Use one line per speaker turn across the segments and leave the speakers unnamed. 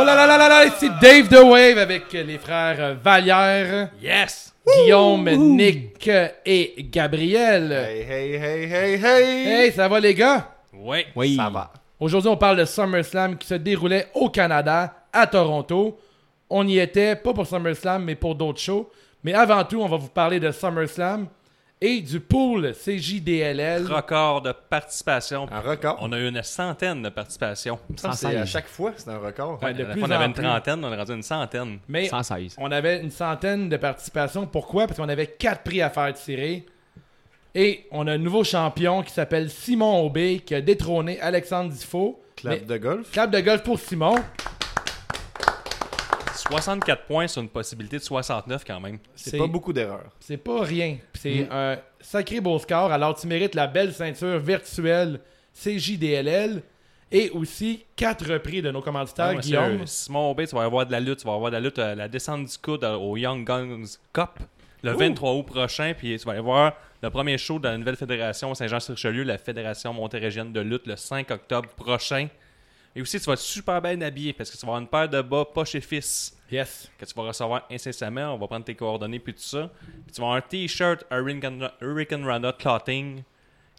Oh là là là là là, c'est Dave The Wave avec les frères euh, Vallière,
Yes!
Guillaume, Nick euh, et Gabriel.
Hey, hey, hey, hey, hey!
Hey, ça va les gars?
Oui.
Oui.
Ça va.
Aujourd'hui, on parle de SummerSlam qui se déroulait au Canada, à Toronto. On y était, pas pour SummerSlam, mais pour d'autres shows. Mais avant tout, on va vous parler de SummerSlam et du pool CJDLL.
Record de participation.
Un record.
On a eu une centaine de participations.
Ça, c'est à chaque fois, c'est un record.
Ouais, Ben, de
À la
plus
fois, on avait
en
une
plus.
trentaine, on est rendu à une centaine.
Mais
116.
on avait une centaine de participations. Pourquoi? Parce qu'on avait quatre prix à faire tirer. Et on a un nouveau champion qui s'appelle Simon Aubé qui a détrôné Alexandre Difo.
Clap
Mais-
de golf.
clap de golf pour Simon.
64 points sur une possibilité de 69 quand même.
C'est pas beaucoup Mm. d'erreurs.
C'est pas rien. Puis C'est un sacré beau score. Alors, tu mérites la belle ceinture virtuelle CJDLL et aussi quatre prix de nos commanditaires,
Ouais,
Ah, Guillaume.
c'est, euh, Simon Aubé, tu vas avoir de la lutte, tu vas avoir de la lutte à la descente du coude euh, au Young Guns Cup le 23 août prochain, puis tu vas aller voir le premier show de la nouvelle fédération Saint-Jean-sur-Richelieu, la fédération montérégienne de lutte, le 5 octobre prochain. Et aussi, tu vas être super bien habillé parce que tu vas avoir une paire de bas poche et fils
Yes.
que tu vas recevoir incessamment. On va prendre tes coordonnées puis tout ça. Puis tu vas avoir un t-shirt Hurricane Hurricane Rana Clotting,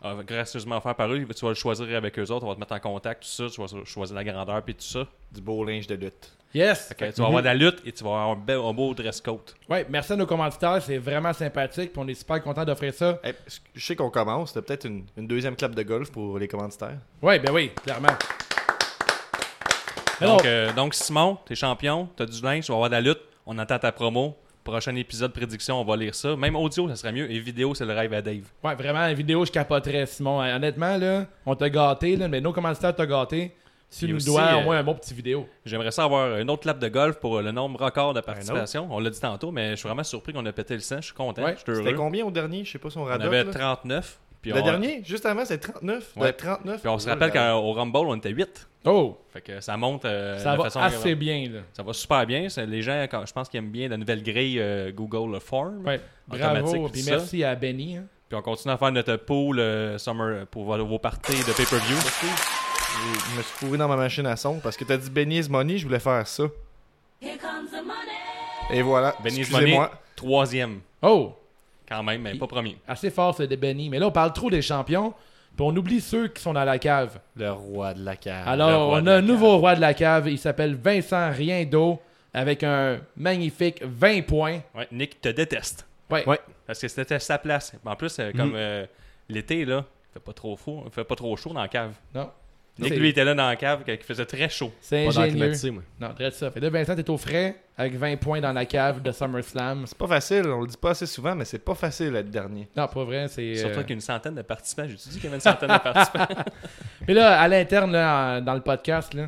euh, gracieusement offert par eux. Tu vas le choisir avec eux autres. On va te mettre en contact, tout ça. Tu vas cho- choisir la grandeur puis tout ça.
Du beau linge de lutte.
Yes.
Fait que tu vas avoir de la lutte et tu vas avoir un, bel, un beau dress code.
Ouais, merci à nos commanditaires. C'est vraiment sympathique. Puis on est super content d'offrir ça.
Hey, Eh, je sais qu'on commence. T'as peut-être une, une deuxième clap de golf pour les commanditaires.
Ouais, ben oui, clairement. Mais
Donc,
non,
euh, donc Simon, t'es champion, t'as du linge, tu vas avoir de la lutte. On attend ta promo. Prochain épisode prédiction, on va lire ça. Même audio, ça serait mieux. Et vidéo, c'est le rêve à Dave.
Ouais, vraiment, la vidéo, je capoterais, Simon. Euh, Honnêtement, là, on t'a gâté, là, mais nos commanditaires t'ont gâté. Tu
Puis
nous
aussi,
dois au
euh,
moins un bon petit vidéo.
J'aimerais ça avoir une autre lap de golf pour le nombre record de participation. On l'a dit tantôt, mais je suis vraiment surpris qu'on a pété le sang. Je suis content.
Ouais,
je suis heureux.
C'était combien au dernier? Je sais pas son
On
radar.
avait 39. Puis
Le
on,
dernier, juste avant, c'est 39.
Ouais.
De 39.
Puis on se rappelle
quand
qu'au Rumble, on était 8.
Oh,
Fait que ça monte euh,
ça
de
va
façon-
assez bien, là.
Ça va super bien. C'est- Les gens, quand- je pense qu'ils aiment bien la nouvelle grille euh, Google Form.
Ouais,
Automatique,
bravo.
puis
Puis
ça.
merci à Benny. hein.
Puis on continue à faire notre pool euh, summer pour vos vos parties de pay-per-view.
Je me suis fourré dans ma machine à son parce que t'as dit Benny's Money, je voulais faire ça.
Here comes the money.
Et voilà.
Benny's Money,
Excusez-moi.
troisième
Oh,
quand même, mais pas premier.
assez fort, ce de Benny. Mais là, on parle trop des champions, puis on oublie ceux qui sont dans la cave.
Le roi de la cave.
Ah, le
Alors,
roi
on
de
a
la
un nouveau roi de la cave. Il s'appelle Vincent Rien d'eau avec un magnifique 20 points.
Ouais, Nick te déteste.
Ouais.
Ouais.
Parce que c'était sa place. En plus, euh,
Mm.
comme euh, l'été, là, il fait pas trop fou, il fait pas trop chaud dans la cave.
Non.
Nick,
C'est-
lui, était là dans la cave, qui faisait très chaud.
C'est
Pas dans la
ingénieux.
climatisée, moi.
Non, dresse ça. Fait que là, Vincent, t'es au frais avec 20 points dans la cave de SummerSlam.
C'est pas facile, on le dit pas assez souvent, mais c'est pas facile le dernier.
Non, pas vrai, c'est. euh,
Surtout avec une centaine de participants. J'ai-tu dit qu'il y avait une centaine de participants?
Mais là, à l'interne, là, en- dans le podcast, là,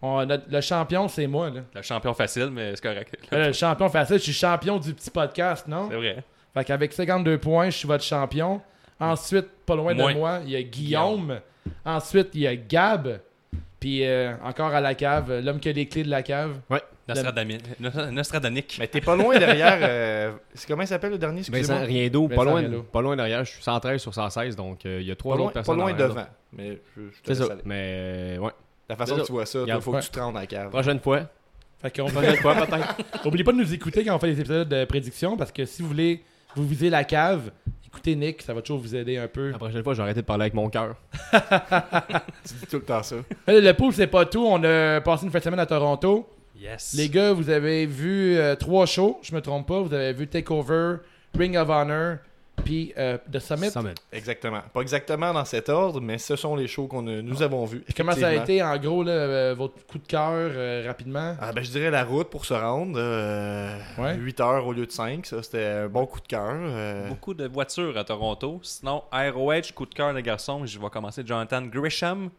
on- notre- le champion, c'est moi. Là.
Le champion facile, mais c'est correct.
Là, le champion facile, je suis champion du petit podcast, non?
C'est vrai.
Fait qu'avec 52 points, je suis votre champion. Ensuite, pas loin
Moins.
de moi, il y a Guillaume. Ensuite, il y a Gab. Puis euh, encore à la cave, euh, l'homme qui a les clés de la cave.
Ouais.
Nostradami- Nos- Nostradamique.
Mais t'es pas loin derrière. euh, c'est comment il s'appelle le dernier? Excusez-moi.
Vincent Riendo,
Vincent
pas loin,
Riendo.
pas loin derrière, je suis 113 sur 116, donc euh, il y a trois
Pas loin,
autres personnes.
pas loin
derrière.
devant. Mais je, je te
C'est
laisse
ça.
aller.
Mais euh, ouais.
La façon
C'est
que
ça.
tu vois ça,
Regarde.
il faut que
Ouais.
tu te rendes à la cave.
Prochaine fois.
Fait qu'on
Prochaine fois peut-être.
Oubliez pas de nous écouter quand on fait les épisodes de prédiction parce que si vous voulez vous viser la cave, écoutez Nick, ça va toujours vous aider un peu.
Ah.
La prochaine fois, j'ai arrêté de parler avec mon cœur.
Tu dis tout le temps ça.
Mais Euh, Le pool, c'est pas tout. On a passé une fin de semaine à Toronto.
Yes.
Les gars, vous avez vu euh, trois shows, je me trompe pas. Vous avez vu Takeover, Ring of Honor, puis euh, The Summit.
Summit.
Exactement. Pas exactement dans cet ordre, mais ce sont les shows qu'on a- nous avons vus.
Comment ça a
effectivement.
été, en gros, là, euh, votre coup de cœur, euh, rapidement?
Ah, ben, je dirais la route pour se rendre. euh,
Ouais.
8 heures au lieu de 5, ça c'était un bon coup de cœur. euh,
Beaucoup de voitures à Toronto. Sinon, ROH, coup de cœur des garçons. Je vais commencer Jonathan Grisham.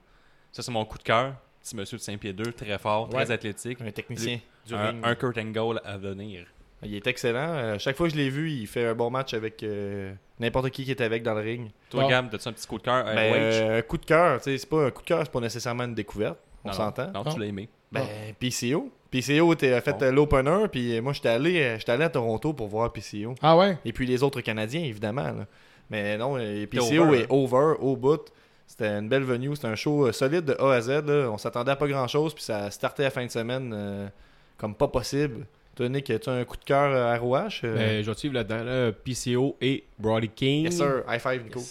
Ça, c'est mon coup de cœur. Petit monsieur de Saint-Pierre-2, très fort, très
Ouais.
athlétique.
un technicien. du
Un,
ring.
un Kurt Angle à venir.
Il est excellent. Euh, chaque fois que je l'ai vu, il fait un bon match avec euh, n'importe qui qui est avec dans le ring.
Toi,
Bon.
Gab, t'as-tu un petit coup de cœur ROH?
Ben, euh, un coup de cœur, tu sais, c'est pas un coup de cœur, c'est pas nécessairement une découverte. On
Non,
s'entend.
Non, tu l'as aimé.
Ben, PCO. PCO était fait
Bon.
euh, l'opener, puis moi j'étais allé, euh, j'étais allé à Toronto pour voir PCO.
Ah ouais?
Et puis les autres Canadiens, évidemment. là. Mais non, euh, PCO
over,
est over, au bout. C'était une belle venue. C'était un show euh, solide de A à Z. là. On s'attendait à pas grand-chose, puis ça startait à fin de semaine euh, comme pas possible. Toi, Nick, as-tu un coup de cœur euh, à Rouache? Euh,
Ben, je vais te suivre là-dedans. là. PCO et Brody King.
Yes, sir. High five, Nico.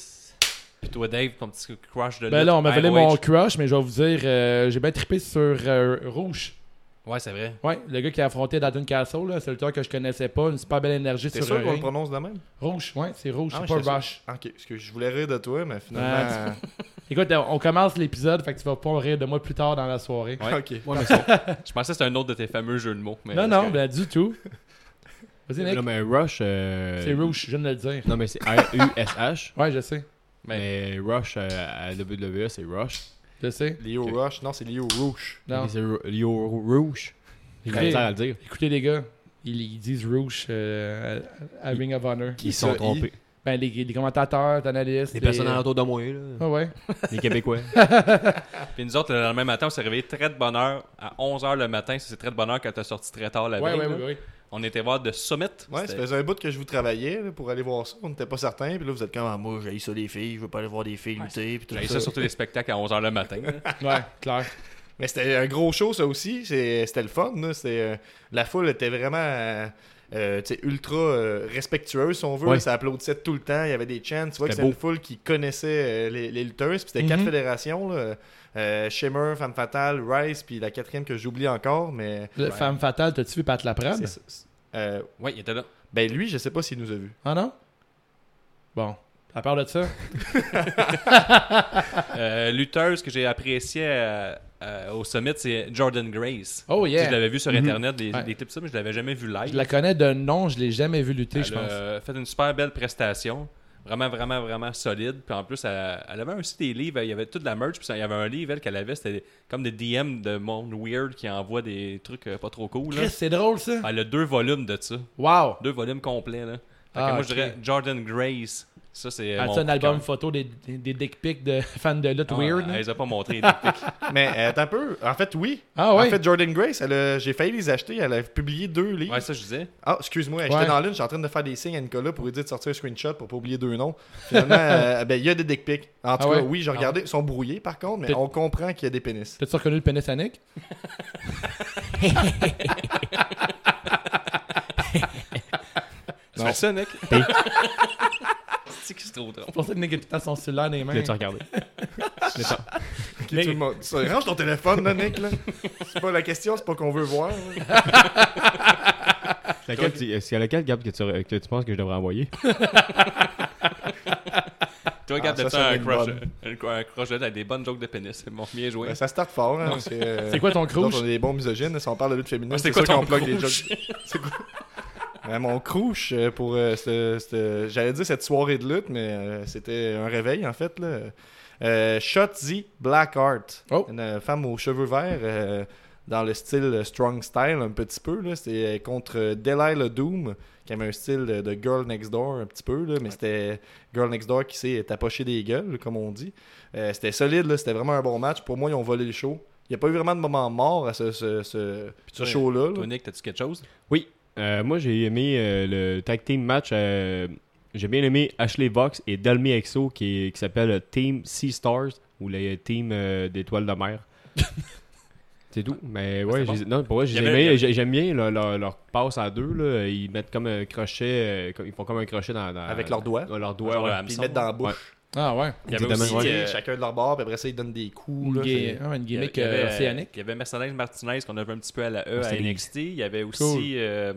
Puis toi, Dave, ton petit crush de
Ben
lutte,
là, on m'a volé
ROH.
mon crush, mais je vais vous dire, euh, j'ai bien trippé sur euh, Rouge.
Ouais, c'est vrai.
Ouais, le gars qui a affronté Dalton Castle, là, c'est le tour que je connaissais pas, une super belle énergie
T'es
sur
sûr
le
qu'on le
ring.
prononce de même?
Rouge, ouais, c'est Rouge,
Ah,
c'est
ouais, j'étais
pas Rush.
Ah, Ok, parce que je voulais rire de toi, mais finalement.
Ah, Écoute, euh, on commence l'épisode, fait que tu vas pas rire de moi plus tard dans la soirée.
Ouais.
Ok.
Ouais, mais c'est-
Je pensais que c'était un autre de tes fameux jeux de mots. mais
non,
c'est
non,
correct.
ben du tout. Vas-y, Nick.
Non, mais Rush. euh,
C'est Rouge, je viens de le dire.
Non, mais c'est R-U-S-H.
Ouais, je sais,
Mais Rush euh, à WWE, c'est Rush.
je sais.
Leo
Ok.
Rush. Non, c'est Leo Rouge.
Non.
Mais C'est Ru- Leo Rush. J'ai de la
Écoutez,
misère à le dire.
écoutez, les gars, ils, ils disent Rouge euh, à, à Ring of Honor.
Ils se sont
ça,
trompés.
Ben, les, les commentateurs, les analystes.
Les
les-
personnes alentour de moi, là.
Ah ouais.
Les Québécois.
Puis nous autres, le lendemain matin, on s'est réveillés très de bonne heure à 11h le matin. Ça, C'est très de bonne heure quand t'as sorti très tard la
Ben,
Ouais,
veille.
ouais,
là.
ouais, ouais.
On était voir The Summit.
Ouais, ça
C'était-
faisait un bout que je vous travaillais là, pour aller voir ça. On n'était pas certains. Puis là, vous êtes comme, ah, moi, j'ai ça les filles. Je veux pas aller voir des filles lutter. Puis tout
J'avais
ça.
ça sur tous les spectacles à 11h le matin. là.
Ouais, clair.
Mais c'était un gros show, ça aussi. C'est- C'était le fun. là. C'était, euh, la foule était vraiment euh, euh, tu sais, ultra euh, respectueuse, si on veut.
Ouais.
Ça applaudissait tout le temps. Il y avait des chants. Tu vois que
C'était
c'était
beau. Mm-hmm.
une foule qui connaissait euh, les, les lutteuses. Puis c'était quatre
Mhm.
fédérations. là. Euh, Shimmer, Femme Fatale, Rice, puis la quatrième que j'oublie encore. Mais
Le Femme fatale, t'as-tu vu Pat Laprade?
c'est ça. Euh,
ouais, il était là.
ben lui, je sais pas s'il nous a vus.
Ah non? Bon. À part de ça,
Euh, lutteuse que j'ai appréciée euh, euh, au Summit, c'est Jordan Grace.
oh
Tu sais,
yeah.
Je l'avais vu sur Internet, des,
Ouais.
des clips de ça, mais je l'avais jamais vu live.
Je la connais de nom, je l'ai jamais vu lutter, je
Elle
pense.
a fait une super belle prestation. Vraiment, vraiment, vraiment solide. Puis en plus, elle, elle avait aussi des livres. Il y avait toute la merch. Puis ça, il y avait un livre, elle, qu'elle avait. C'était comme des DM de monde weird qui envoie des trucs euh, pas trop cool. là.
Chris, c'est drôle ça.
Elle a Ah, deux volumes de ça.
Wow.
Deux volumes complets. Là. Fait que
Ah,
moi,
ok.
je dirais Jordan Grace. Ça, c'est. euh,
Elle a
mon
fait un
coup de
album
cœur.
photo des, des, des dick pics de fans de lutte
Ah,
weird.
Elle
là.
les a pas montrés. les pics.
Mais euh, attends un peu. En fait, oui.
Ah ouais.
En fait, Jordan Grace, elle a- j'ai failli les acheter. Elle a publié deux livres.
ouais, ça, je disais.
Ah, excuse-moi,
Ouais.
j'étais dans l'une, j'étais en train de faire des signes à Nicolas pour lui dire de sortir un screenshot pour pas oublier deux noms. Finalement, euh, ben, il y a des dick pics. En tout
Ah ouais?
cas, oui, j'ai regardé. Ils sont brouillés par contre, mais
Peut-
on comprend qu'il y a des pénis.
T'as-tu reconnu le pénis à Nick?
Tu
Non.
fais ça, Nick? C'est que c'est trop drôle.
C'est pour ça que Nick a tout le temps son cellulaire dans les mains.
L'as-tu regardé? L'as-tu-
Ok, tout le monde- ça, range ton téléphone, là, Nick. là. C'est pas la question, c'est pas qu'on veut voir. là.
Laquelle tu- C'est à laquelle, Gab, que tu, que tu penses que je devrais envoyer?
Toi,
Ah,
regarde,
ça,
t'as
ça,
un
une
crush.
bonne.
Un crush avec des bonnes jokes de pénis. C'est bon, bien joué.
Ben, ça starte fort. hein, parce que, euh,
C'est quoi ton
nous autres,
crouche?
On est des bons misogynes. Si on parle de lutte féminine,
Ah,
c'est sûr
c'est quoi
qu'on
ton
plug des
crouche?
jokes. C'est quoi? Ben, mon crouche euh, pour euh, ce- ce- j'allais dire cette soirée de lutte, mais euh, c'était un réveil en fait. Là. Euh, Shotzi Blackheart,
Oh.
une euh, femme aux cheveux verts euh, dans le style euh, strong style un petit peu. là. C'était euh, contre euh, Delilah Doom qui avait un style de, de girl next door un petit peu, là, mais c'était girl next door qui s'est tapoché des gueules comme on dit. Euh, c'était solide, là, c'était vraiment un bon match. Pour moi, ils ont volé le show. Il n'y a pas eu vraiment de moment mort à ce, ce- ce- ce
toi,
show-là. là.
Toi, Nick, t'as-tu quelque chose?
Oui. Euh, moi, j'ai aimé euh, le tag team match. euh, j'ai bien aimé Ashley Vox et Dalmi Exo qui, qui s'appelle Team Sea Stars ou le Team euh, d'étoiles de mer. C'est tout. Mais ouais,
c'est
j'ai- non, pour vrai, j'ai
Il y avait- il y
aimé.
avait-
j'ai- J'aime bien leur, leur- leur passe à deux. Là. Ils mettent comme un crochet. euh, comme- ils font comme un crochet dans. dans-
Avec leurs doigts.
Dans leurs doigts.
Genre le
ouais.
hameçon.
Puis ils mettent dans la bouche.
Ah ouais.
Il y avait aussi,
Exactement, ouais.
euh,
Tirer Chacun de leur bord, puis après ça, ils donnent des coups.
Une,
là,
gay-
c'est-
ah, une
Il y avait-
gimmick
il y avait-
euh, océanique.
Il y avait Mercedes Martinez qu'on a vu un petit peu à la E à
Mercedes.
NXT. Il y avait aussi.
Cool.
euh,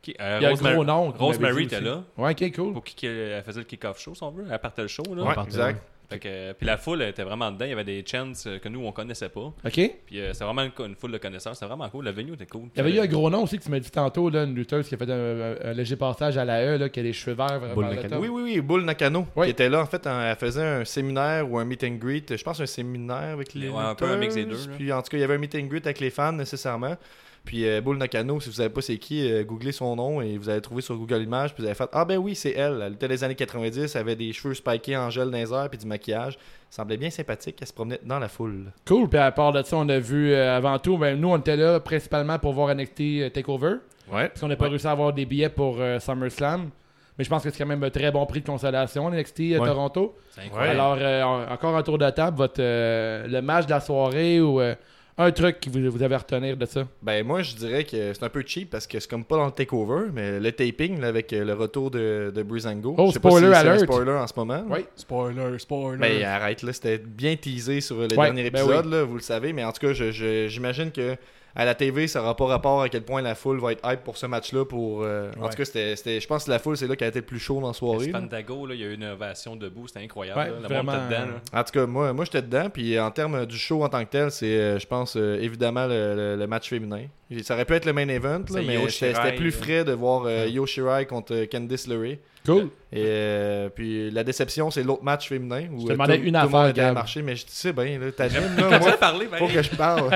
qui- euh,
Il y a un
Rosemary-
gros nom. qu'on avait
Rosemary
dit
était
aussi.
là.
Ouais, ok, cool.
Pour qui qu'elle- elle faisait le kick-off show, si on veut. Elle partait le show. Là.
Ouais,
partait,
exact.
Fait que, euh, puis la foule elle était vraiment dedans. Il y avait des chants euh, que nous, on connaissait pas.
Ok. Il
Puis euh, c'est vraiment une, une foule de connaisseurs. C'était vraiment cool. Le venue était cool.
y avait eu un gros nom aussi que tu m'as dit tantôt, là, une lutteuse qui a fait un, un léger passage à la E, là, qui a les cheveux verts. vers
Boule
vers le
mécanique.
top.
Oui, oui, oui, Bull Nakano,
Ouais.
qui était là, en fait, en- elle faisait un séminaire ou un meet and greet, je pense un séminaire avec les
Ouais, un peu un mix des deux,
lutteuses,
là.
Puis en tout cas, il y avait un meet and greet avec les fans, nécessairement. Puis euh, Bull Nakano, si vous savez pas c'est qui, euh, googlez son nom et vous allez trouver sur Google Images, puis vous allez faire « Ah ben oui, c'est elle, elle était des années 90, elle avait des cheveux spikés en gel dans les airs, puis du maquillage. Semblait bien sympathique, elle se promenait dans la foule.
Cool, puis à part de ça, on a vu euh, avant tout, ben, nous on était là principalement pour voir NXT euh, Takeover.
Ouais.
Parce qu'on n'a pas réussi à avoir des billets pour euh, SummerSlam. Mais je pense que c'est quand même un très bon prix de consolation, NXT à
Ouais.
euh, Toronto.
C'est incroyable.
Alors, euh, en- encore un tour de table, votre, euh, le match de la soirée ou euh, un truc que vous, vous avez à retenir de ça.
Ben moi je dirais que c'est un peu cheap parce que c'est comme pas dans le takeover, mais le taping là, avec euh, le retour de, de Breezango.
Oh,
je sais pas
spoiler
si c'est un
alert.
spoiler en ce moment.
Oui.
Spoiler, spoiler.
Ben arrête là, c'était bien teasé sur le
Ouais,
dernier
ben
épisode, là, vous le savez, mais en tout cas je- je- j'imagine que à la TV ça aura pas rapport à quel point la foule va être hype pour ce match-là pour euh, en
Ouais.
tout cas c'était c'était- je pense que la foule c'est là qui a été le plus chaud dans la soirée. là.
Fantago, euh, là, il y a eu une ovation debout, c'était incroyable.
Ouais,
là. Le
vraiment,
monde était dedans.
euh,
là.
En tout cas, moi, moi j'étais dedans. Puis en termes du show en tant que tel, c'est, euh, je pense, euh, évidemment le, le- le match féminin. Ça aurait pu être le main event, là,
C'est
mais
Io
c'était
Shirai,
c'était plus
là.
frais de voir euh, Io Shirai contre Candice LeRae.
Cool.
Et euh, puis la déception, c'est l'autre match féminin. Où,
Je te
euh,
demandais
tout-
une
tout le monde
affaire,
était à
Gab.
marcher, mais je tu sais bien, là, t'agimes,
Quand
là,
tu as
moi,
parlé, ben,
faut que je parle.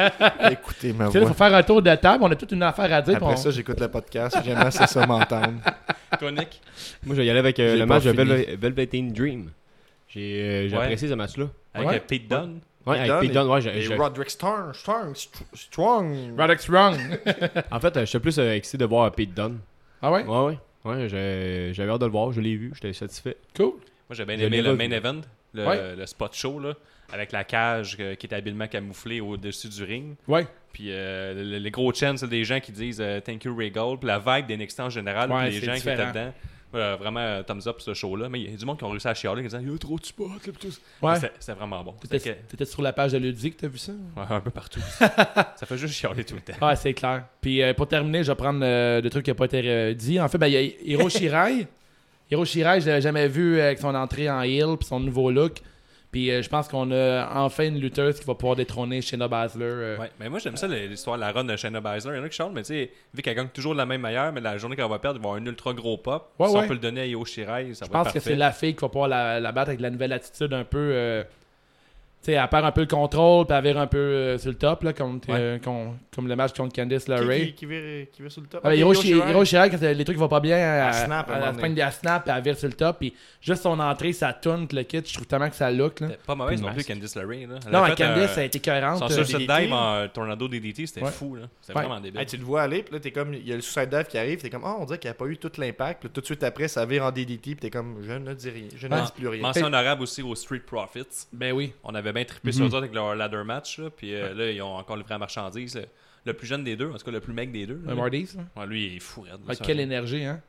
Écoutez ma
Tu sais, Euh, là,
voix.
faut faire un tour de table, on a toute une affaire à dire. puis
Après
on-
ça, j'écoute le podcast. J'aime assez ça m'entendre.
toi, Nick.
Moi, je vais y aller avec euh,
Je l'ai
le
pas
match de
fini.
Velvet- Velveteen Dream. J'ai euh, j'ai
Ouais.
apprécié ce match-là.
Avec
Ouais.
euh, Pete Dunne.
Ouais, avec Pete Dunne, ouais, j'ai-
et
j'ai-
Roderick Strong, Strong, Strong.
Radix Wrong.
En fait, euh, j'étais plus euh, excité de voir Pete Dunne.
ah ouais?
Ouais, ouais. Ouais, j'ai- j'avais hâte de le voir, je l'ai vu, j'étais satisfait.
Cool.
Moi, j'ai bien
Je
aimé
l'ai
le
revu.
main event, le,
Ouais.
le spot show, là, avec la cage euh, qui est habilement camouflée au-dessus du ring.
Ouais.
Puis euh, le- le- les gros chants c'est des gens qui disent euh, Thank you, Ray Gold. Puis la vibe des NXT en général,
Ouais,
puis les
c'est
gens qui
différent.
étaient dedans. Euh, vraiment, euh, thumbs up ce show-là. Mais il y a du monde qui ont réussi à chialer en disant Il y a trop de spots. là, puis tout ça.
Ouais.
C'était- C'était vraiment bon. C'était
T'étais t'étais sur la page de Ludic, t'as vu ça?
que- ouais, un peu partout. ça fait juste chialer tout le temps.
Ah, c'est clair. Puis euh, pour terminer, je vais prendre euh, le truc qui n'a pas été euh, dit. En fait, ben, il y a Hiro Shirai. Hiro Shirai, je l'avais jamais vu avec son entrée en heel puis son nouveau look. Puis euh, je pense qu'on a enfin une lutteuse qui va pouvoir détrôner Shayna Baszler. euh.
Ouais, mais moi j'aime ça l'histoire de la run de Shayna Baszler. Il y en a qui chantent, mais tu sais, vu qu'elle gagne toujours de la même manière, mais la journée qu'elle va perdre, il va avoir un ultra gros pop.
Ouais,
si
ouais.
on peut le donner à Io Shirai, ça
Je
va être
pense que
parfait.
c'est la fille qui va pouvoir la, la battre avec la nouvelle attitude un peu. euh, tu sais, elle perd un peu le contrôle, puis elle vire un peu euh, sur le top, là, comme, euh, qu'on- comme le match contre Candice
Qui,
LeRae.
qui, qui, vire- qui vire sur le top?
Ah, ben,
Ok,
Hiro
Io
Shi-
Shirai.
Hiro Shirai, quand les trucs vont pas bien, à,
snap, à un
à
moment
la
donné.
semaine de la snap, puis elle vire sur le top, puis juste son entrée, ça tourne le kit, je trouve tellement que ça look. Là.
C'était Pas mauvaise
Puis
non plus,
masque.
Candice LeRae. Là. Elle
Non,
a
mais
fait,
Candice,
euh,
ça a été cohérente.
Son
euh,
suicide
DDT.
dive en Tornado DDT, c'était
Ouais.
fou. là. C'était
Ouais.
vraiment débile.
Hey, tu le vois aller, puis là, t'es comme, il y a le suicide dive qui arrive, t'es comme, oh, on dirait qu'il n'y a pas eu tout l'impact, puis tout de suite après, ça vire en DDT, puis t'es comme, je ne dis rien, je ne
Ah,
dis plus rien.
Mention honorable aussi aux Street Profits.
Ben Mhm. oui.
On avait bien trippé sur eux autres avec leur ladder match. Là, puis euh, là, ils ont encore livré la marchandise. là. Le plus jeune des deux, en tout cas le plus mec des deux. là.
Le Marty's, là.
Ouais, lui, il est fou. raide, là,
Ah,
Mm. ça. Ah,
quelle énergie, hein.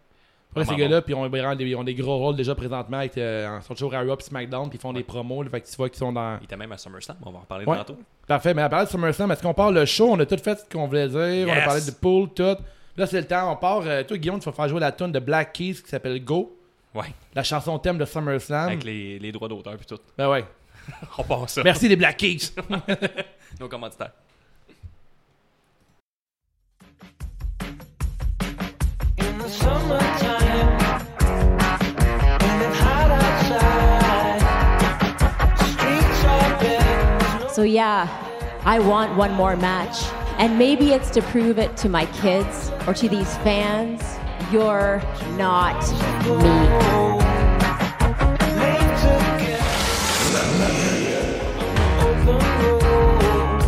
Après, ces
Vraiment
gars-là, puis ils ont, vraiment des- ils ont des gros rôles déjà présentement. Avec, euh, ils sont toujours à Raw puis SmackDown, puis ils font des promos. Là, fait que tu vois qu'ils sont dans.
Il était même à SummerSlam, on va en reparler
Ouais.
tantôt.
Parfait, mais à parler de SummerSlam, est-ce qu'on parle le show On a tout fait ce qu'on voulait dire. On a
Yes.
parlé de pool, tout. Là, c'est le temps. On part. euh, toi, Guillaume, tu vas faire jouer la tune de Black Keys qui s'appelle Go.
Ouais.
La chanson thème de SummerSlam.
Avec les, les droits d'auteur puis tout.
Ben ouais.
On part ça.
Mm. Merci les Black Keys.
Nos commanditaires.
In the summertime, when it's hot outside, streets are bare.
So, yeah, I want one more match. And maybe it's to prove it to my kids or to these fans you're not me.
Late to get on the road.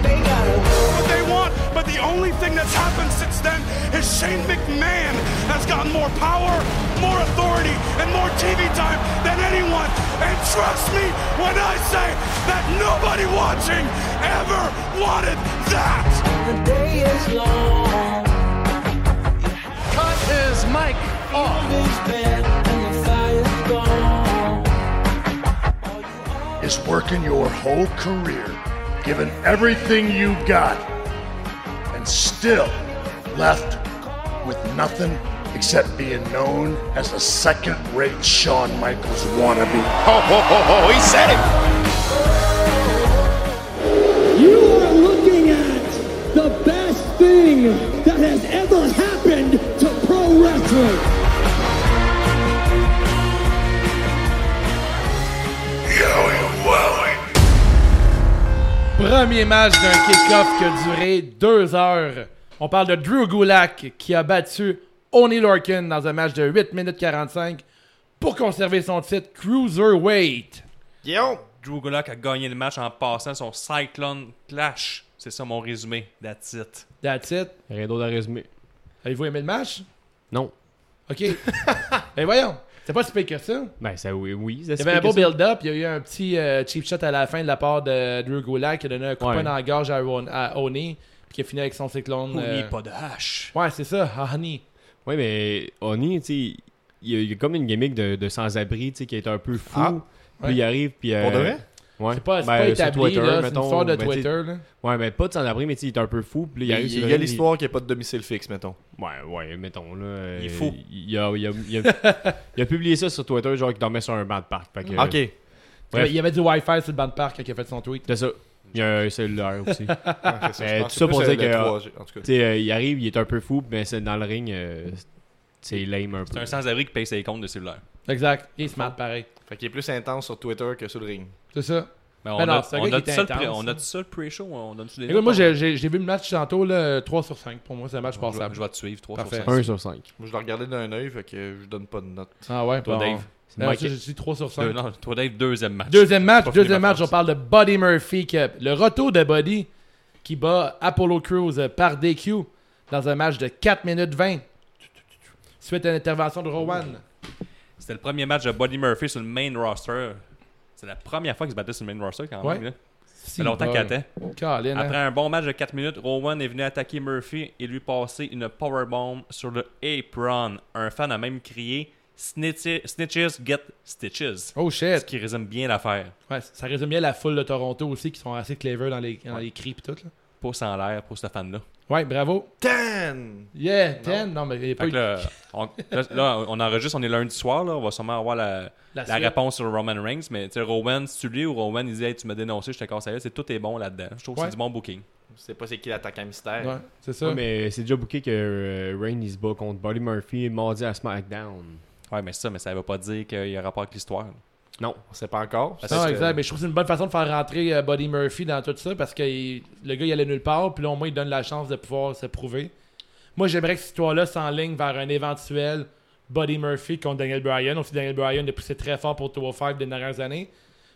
They gotta
what they want, but the only thing that's happened since then is Shane McMahon has gotten more power, more authority, and more TV time than anyone. And trust me when I say that nobody watching ever wanted that.
the day is long.
Cut his mic off.
It's bad and the fire's gone.
is working your whole career, giving everything you got, and still left with nothing except being known as a second rate Shawn Michaels wannabe.
Ho, ho, ho, ho, he said it.
You are looking at the best thing that has ever happened to pro wrestling.
Yoey, woey.
Premier match d'un kick-off qui a duré deux heures. On parle de Drew Gulak qui a battu Oni Lorcan dans un match de 8 minutes 45 pour conserver son titre Cruiserweight.
Guillaume!
Drew Gulak a gagné le match en passant son Cyclone Clash. C'est ça mon résumé. That's it.
That's it.
Rien d'autre à résumer.
Avez-vous aimé le match?
Non.
OK. Mais voyons, c'est pas si pire que ça.
Ben, ça, oui, oui ça
Il y avait un beau build-up. Il y a eu un petit euh, cheap shot à la fin de la part de Drew Goulet qui a donné un coup de poing
Ouais.
dans la gorge à, Ron- à Oni puis qui a fini avec son cyclone. euh,
pas de hache.
Ouais, c'est ça, Ah, Honey.
Oui, mais Oni, tu sais, il y, a- il y a comme une gimmick de, de sans-abri, tu sais, qui est un peu fou.
Ah.
Puis
Ouais.
il arrive, puis. euh,
Pour de vrai?
Ouais.
C'est pas, c'est
Ben,
pas
sur
établi, là, c'est une
mettons,
histoire de
ben, tu sais,
Twitter. Là.
Ouais, mais pas de sans-abri, mais tu sais, il est un peu fou, puis
Il
il arrive sur le
il y a
ring,
l'histoire qu'il n'y a pas de domicile fixe, mettons.
Ouais, ouais, mettons, là. euh,
Il est fou.
Il a, il a- il a- il a publié ça sur Twitter, genre qu'il dormait sur un banc de parc. Fait que,
Ok.
Bref.
Il y avait du Wi-Fi sur le banc de parc quand il a fait son tweet.
C'est ça. Il y a un cellulaire aussi.
Ah, c'est
Mais
je pense
tout ça
que
pour
c'est
dire
le
que-
3G, en tout
tu
cas.
sais, euh, il arrive, il est un peu fou, mais c'est dans le ring, euh, c'est lame un peu.
C'est un sans-abri qui paye ses comptes de cellulaire.
Exact. Il se marre pareil.
Fait qu'il est plus intense sur Twitter que sur le ring.
C'est ça.
Ben, on,
Ben non,
a,
c'est un
on,
gars
a
qui
du
était
seul pré-
intense,
on
hein.
a du seul pre-show. On a des
Écoute, moi, j'ai- j'ai j'ai vu le match tantôt, là, 3 sur 5. Pour moi, c'est un match
Je vais-
passable.
je vais te suivre 3
Parfait.
sur 5.
1 sur 5.
Moi, je le regardais d'un œil, fait que je donne pas de note.
Ah ouais,
Toi,
bon.
Dave.
Non,
Mike-
Ah, ça, je dis 3 sur 5.
Deux- non, toi, Dave, deuxième match.
Deuxième match,
J'ai pas fini
deuxième
ma
match, on
phrase.
parle de Buddy Murphy, qui a- le retour de Buddy qui bat Apollo Crews euh, par DQ dans un match de 4 minutes 20 suite à l'intervention de Rowan.
C'était le premier match de Buddy Murphy sur le main roster. C'est la première fois qu'il se battait sur le main roster quand même.
Ouais.
là. Ça fait longtemps qu'il attend.
Colin, hein.
Après un bon match de 4 minutes, Rowan est venu attaquer Murphy et lui passer une powerbomb sur le apron. Un fan a même crié Snitches snitches get stitches.
Oh
Ce
shit.
qui résume bien l'affaire.
Ouais, ça résume bien la foule de Toronto aussi qui sont assez clever dans les, dans les cris pis tout. Là.
Pouce en l'air pour ce fan-là.
Ouais, bravo.
Ten!
Yeah, 10. Non, mais il n'y a pas
Fait
eu
que là, on, là- là, on enregistre, on est lundi soir, là, on va sûrement avoir la,
La
la,
suite.
réponse sur Roman Reigns, mais tu sais, Rowan, si tu lis ou Rowan, il dit Hey, tu m'as dénoncé, je te casse la gueule. c'est tout est bon là-dedans. Je trouve que
Ouais.
c'est du bon booking.
C'est pas c'est qui l'attaque à mystère.
Ouais, c'est ça.
Ouais, mais c'est déjà booké que euh, Rain il se bat contre Buddy Murphy mardi à SmackDown.
Ouais, mais c'est ça, mais ça veut pas dire qu'il y a rapport avec l'histoire.
Non.
On sait pas encore.
Non,
Parce que-
exact. Mais je trouve que c'est une bonne façon de faire rentrer euh, Buddy Murphy dans tout ça parce que il- le gars, il allait nulle part. Puis là, au moins, il donne la chance de pouvoir se prouver. Moi, j'aimerais que cette histoire-là s'enligne vers un éventuel Buddy Murphy contre Daniel Bryan. On sait que Daniel Bryan a poussé très fort pour Tour 5 des dernières années.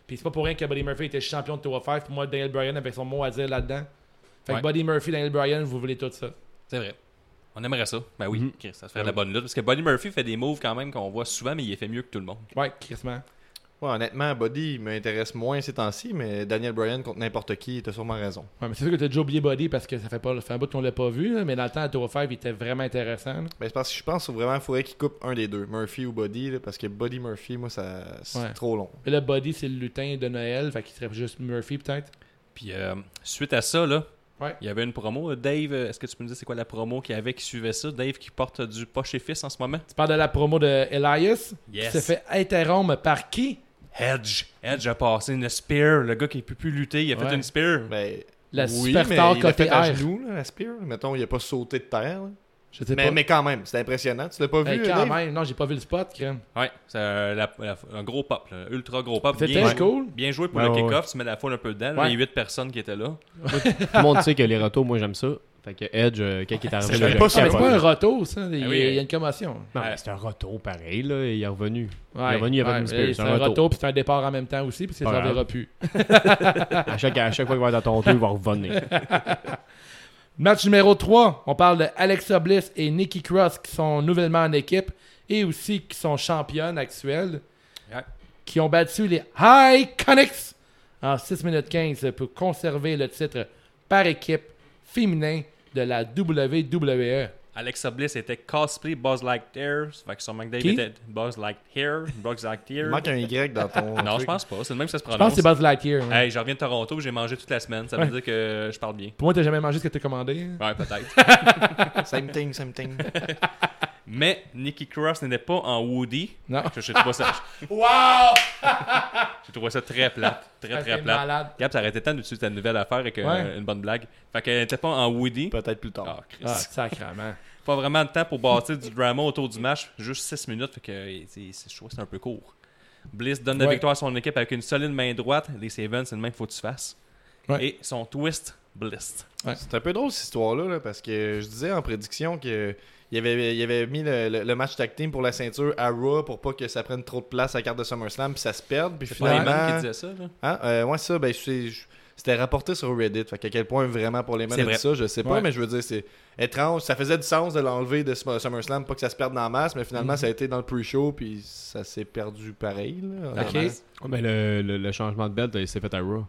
Puis c'est pas pour rien que Buddy Murphy était champion de Tour 5. Pour moi, Daniel Bryan avait son mot à dire là-dedans. Fait
Ouais.
que Buddy Murphy, Daniel Bryan, vous voulez tout ça.
C'est vrai. On aimerait ça. Ben oui, Chris, ça serait de la bonne lutte. Parce que Buddy Murphy fait des moves quand même qu'on voit souvent, mais il les fait mieux que tout le monde.
Ouais, crissement.
Ouais, honnêtement, Buddy m'intéresse moins ces temps-ci, mais Daniel Bryan contre n'importe qui, t'as sûrement raison.
Ouais, mais c'est sûr que t'as déjà oublié Buddy parce que ça fait pas ça fait un bout qu'on l'a pas vu. là, mais dans le temps, à Tour 5, il était vraiment intéressant. là.
Ben, c'est parce que je pense que vraiment il faudrait qu'il coupe un des deux, Murphy ou Buddy, là, parce que Buddy Murphy, moi, ça c'est
Ouais.
trop long.
Mais là, Buddy, c'est le lutin de Noël. Fait qu'il serait juste Murphy, peut-être.
Puis euh, suite à ça, là,
Ouais.
il y avait une promo. Dave, euh, est-ce que tu peux me dire c'est quoi la promo qu'il y avait qui suivait ça Dave qui porte du poche et fils en ce moment
Tu parles de la promo de Elias qui
Yes.
se fait interrompre par qui
Edge. Edge a passé une spear. Le gars qui peut plus lutter, il a
Ouais.
fait une spear.
Ben,
La
oui,
super
mais
tard
il l'a
côté
fait à
R.
genoux, là, la spear. Mettons, il a pas sauté de terre. là.
Je sais
Mais,
pas.
mais quand même, c'est impressionnant. Tu l'as pas
Hey,
vu,
quand
Dave?
même, non, j'ai pas vu le spot, crème.
Ouais, c'est euh, la- la- un gros pop, là, ultra gros pop.
C'était
bien,
cool.
bien joué pour
Ouais,
le
ouais,
kick-off, tu mets la foule un peu dedans. là,
Ouais.
Les 8 personnes qui étaient là.
Tout le monde sait que les retours, moi j'aime ça. Fait que Edge, euh, quand il est arrivé,
je
là,
savais
j'ai
Ah, mais c'est pas
capoté.
un retour, ça. Il,
Ah oui.
il y a une commotion.
Non, mais c'est un retour pareil, là. Il est revenu. il
Ouais,
est revenu avec
ouais,
une
mais
spear.
c'est un retour, puis c'est un départ en même temps aussi, puis c'est
Pas
ça
grave.
verra plus.
À chaque, à chaque fois qu'il va être dans ton tour, il va revenir.
Match numéro 3, on parle de Alexa Bliss et Nikki Cross qui sont nouvellement en équipe et aussi qui sont championnes actuelles.
Ouais.
Qui ont battu les High Conics en 6 minutes 15 pour conserver le titre par équipe féminin de la E. WWE.
Alexa Bliss était cosplay Buzz Like Tears. Fait que sûrement que Dave
Qui?
était Buzz Like Hair, Buzz Like
Il
Tear.
manque un Y dans ton.
Non,
truc.
je pense pas. C'est le même que ça se
Je pense
prononce.
que c'est Buzz Lightyear. hein. ouais.
Hey, je reviens de Toronto, j'ai mangé toute la semaine. Ça veut
Ouais.
dire que je parle bien.
Pour moi, t'as jamais mangé ce que t'as commandé. hein.
Ouais, peut-être.
Same thing, same thing.
Mais Nikki Cross n'était pas en Woody.
Non.
Je- J'ai trouvé ça.
Wow!
J'ai trouvé ça très plate.
Ah,
Très,
t'es
très
malade.
plate. Gab, ça aurait été temps d'utiliser ta nouvelle affaire avec euh,
Ouais.
une bonne blague. Fait qu'elle n'était pas en Woody.
Peut-être plus tard.
Ah, Christ.
Ah, sacrement.
Pas vraiment de temps pour bâtir du drama autour du match. Juste 6 minutes. Fait que euh, c'est- c'est- je trouve que c'est un peu court. Bliss donne la
Ouais.
victoire à son équipe avec une solide main droite. Les Sevens, c'est le même qu'il faut que tu fasses.
Ouais.
Et son twist, Bliss.
C'est un peu drôle cette histoire-là, là, parce que je disais en prédiction que il avait, il avait mis le, le- le match tag team pour la ceinture à Raw pour pas que ça prenne trop de place à la carte de SummerSlam puis ça se perde. Puis
C'est pas
finalement.
Heyman qui disait ça. là.
Hein? Euh, ouais, ça, ben, je, sais- je- C'était rapporté sur Reddit. Fait qu'à quel point vraiment pour les
C'est
a dit
vrai.
ça, je sais pas,
Ouais.
mais je veux dire, c'est étrange. Ça faisait du sens de l'enlever de Sum- SummerSlam, pas que ça se perde dans la masse, mais finalement,
Mhm.
ça a été dans le pre-show, puis ça s'est perdu pareil. Là,
Ok.
honnêtement.
Ouais, mais le, le- le changement de belt, euh, il s'est fait à Raw.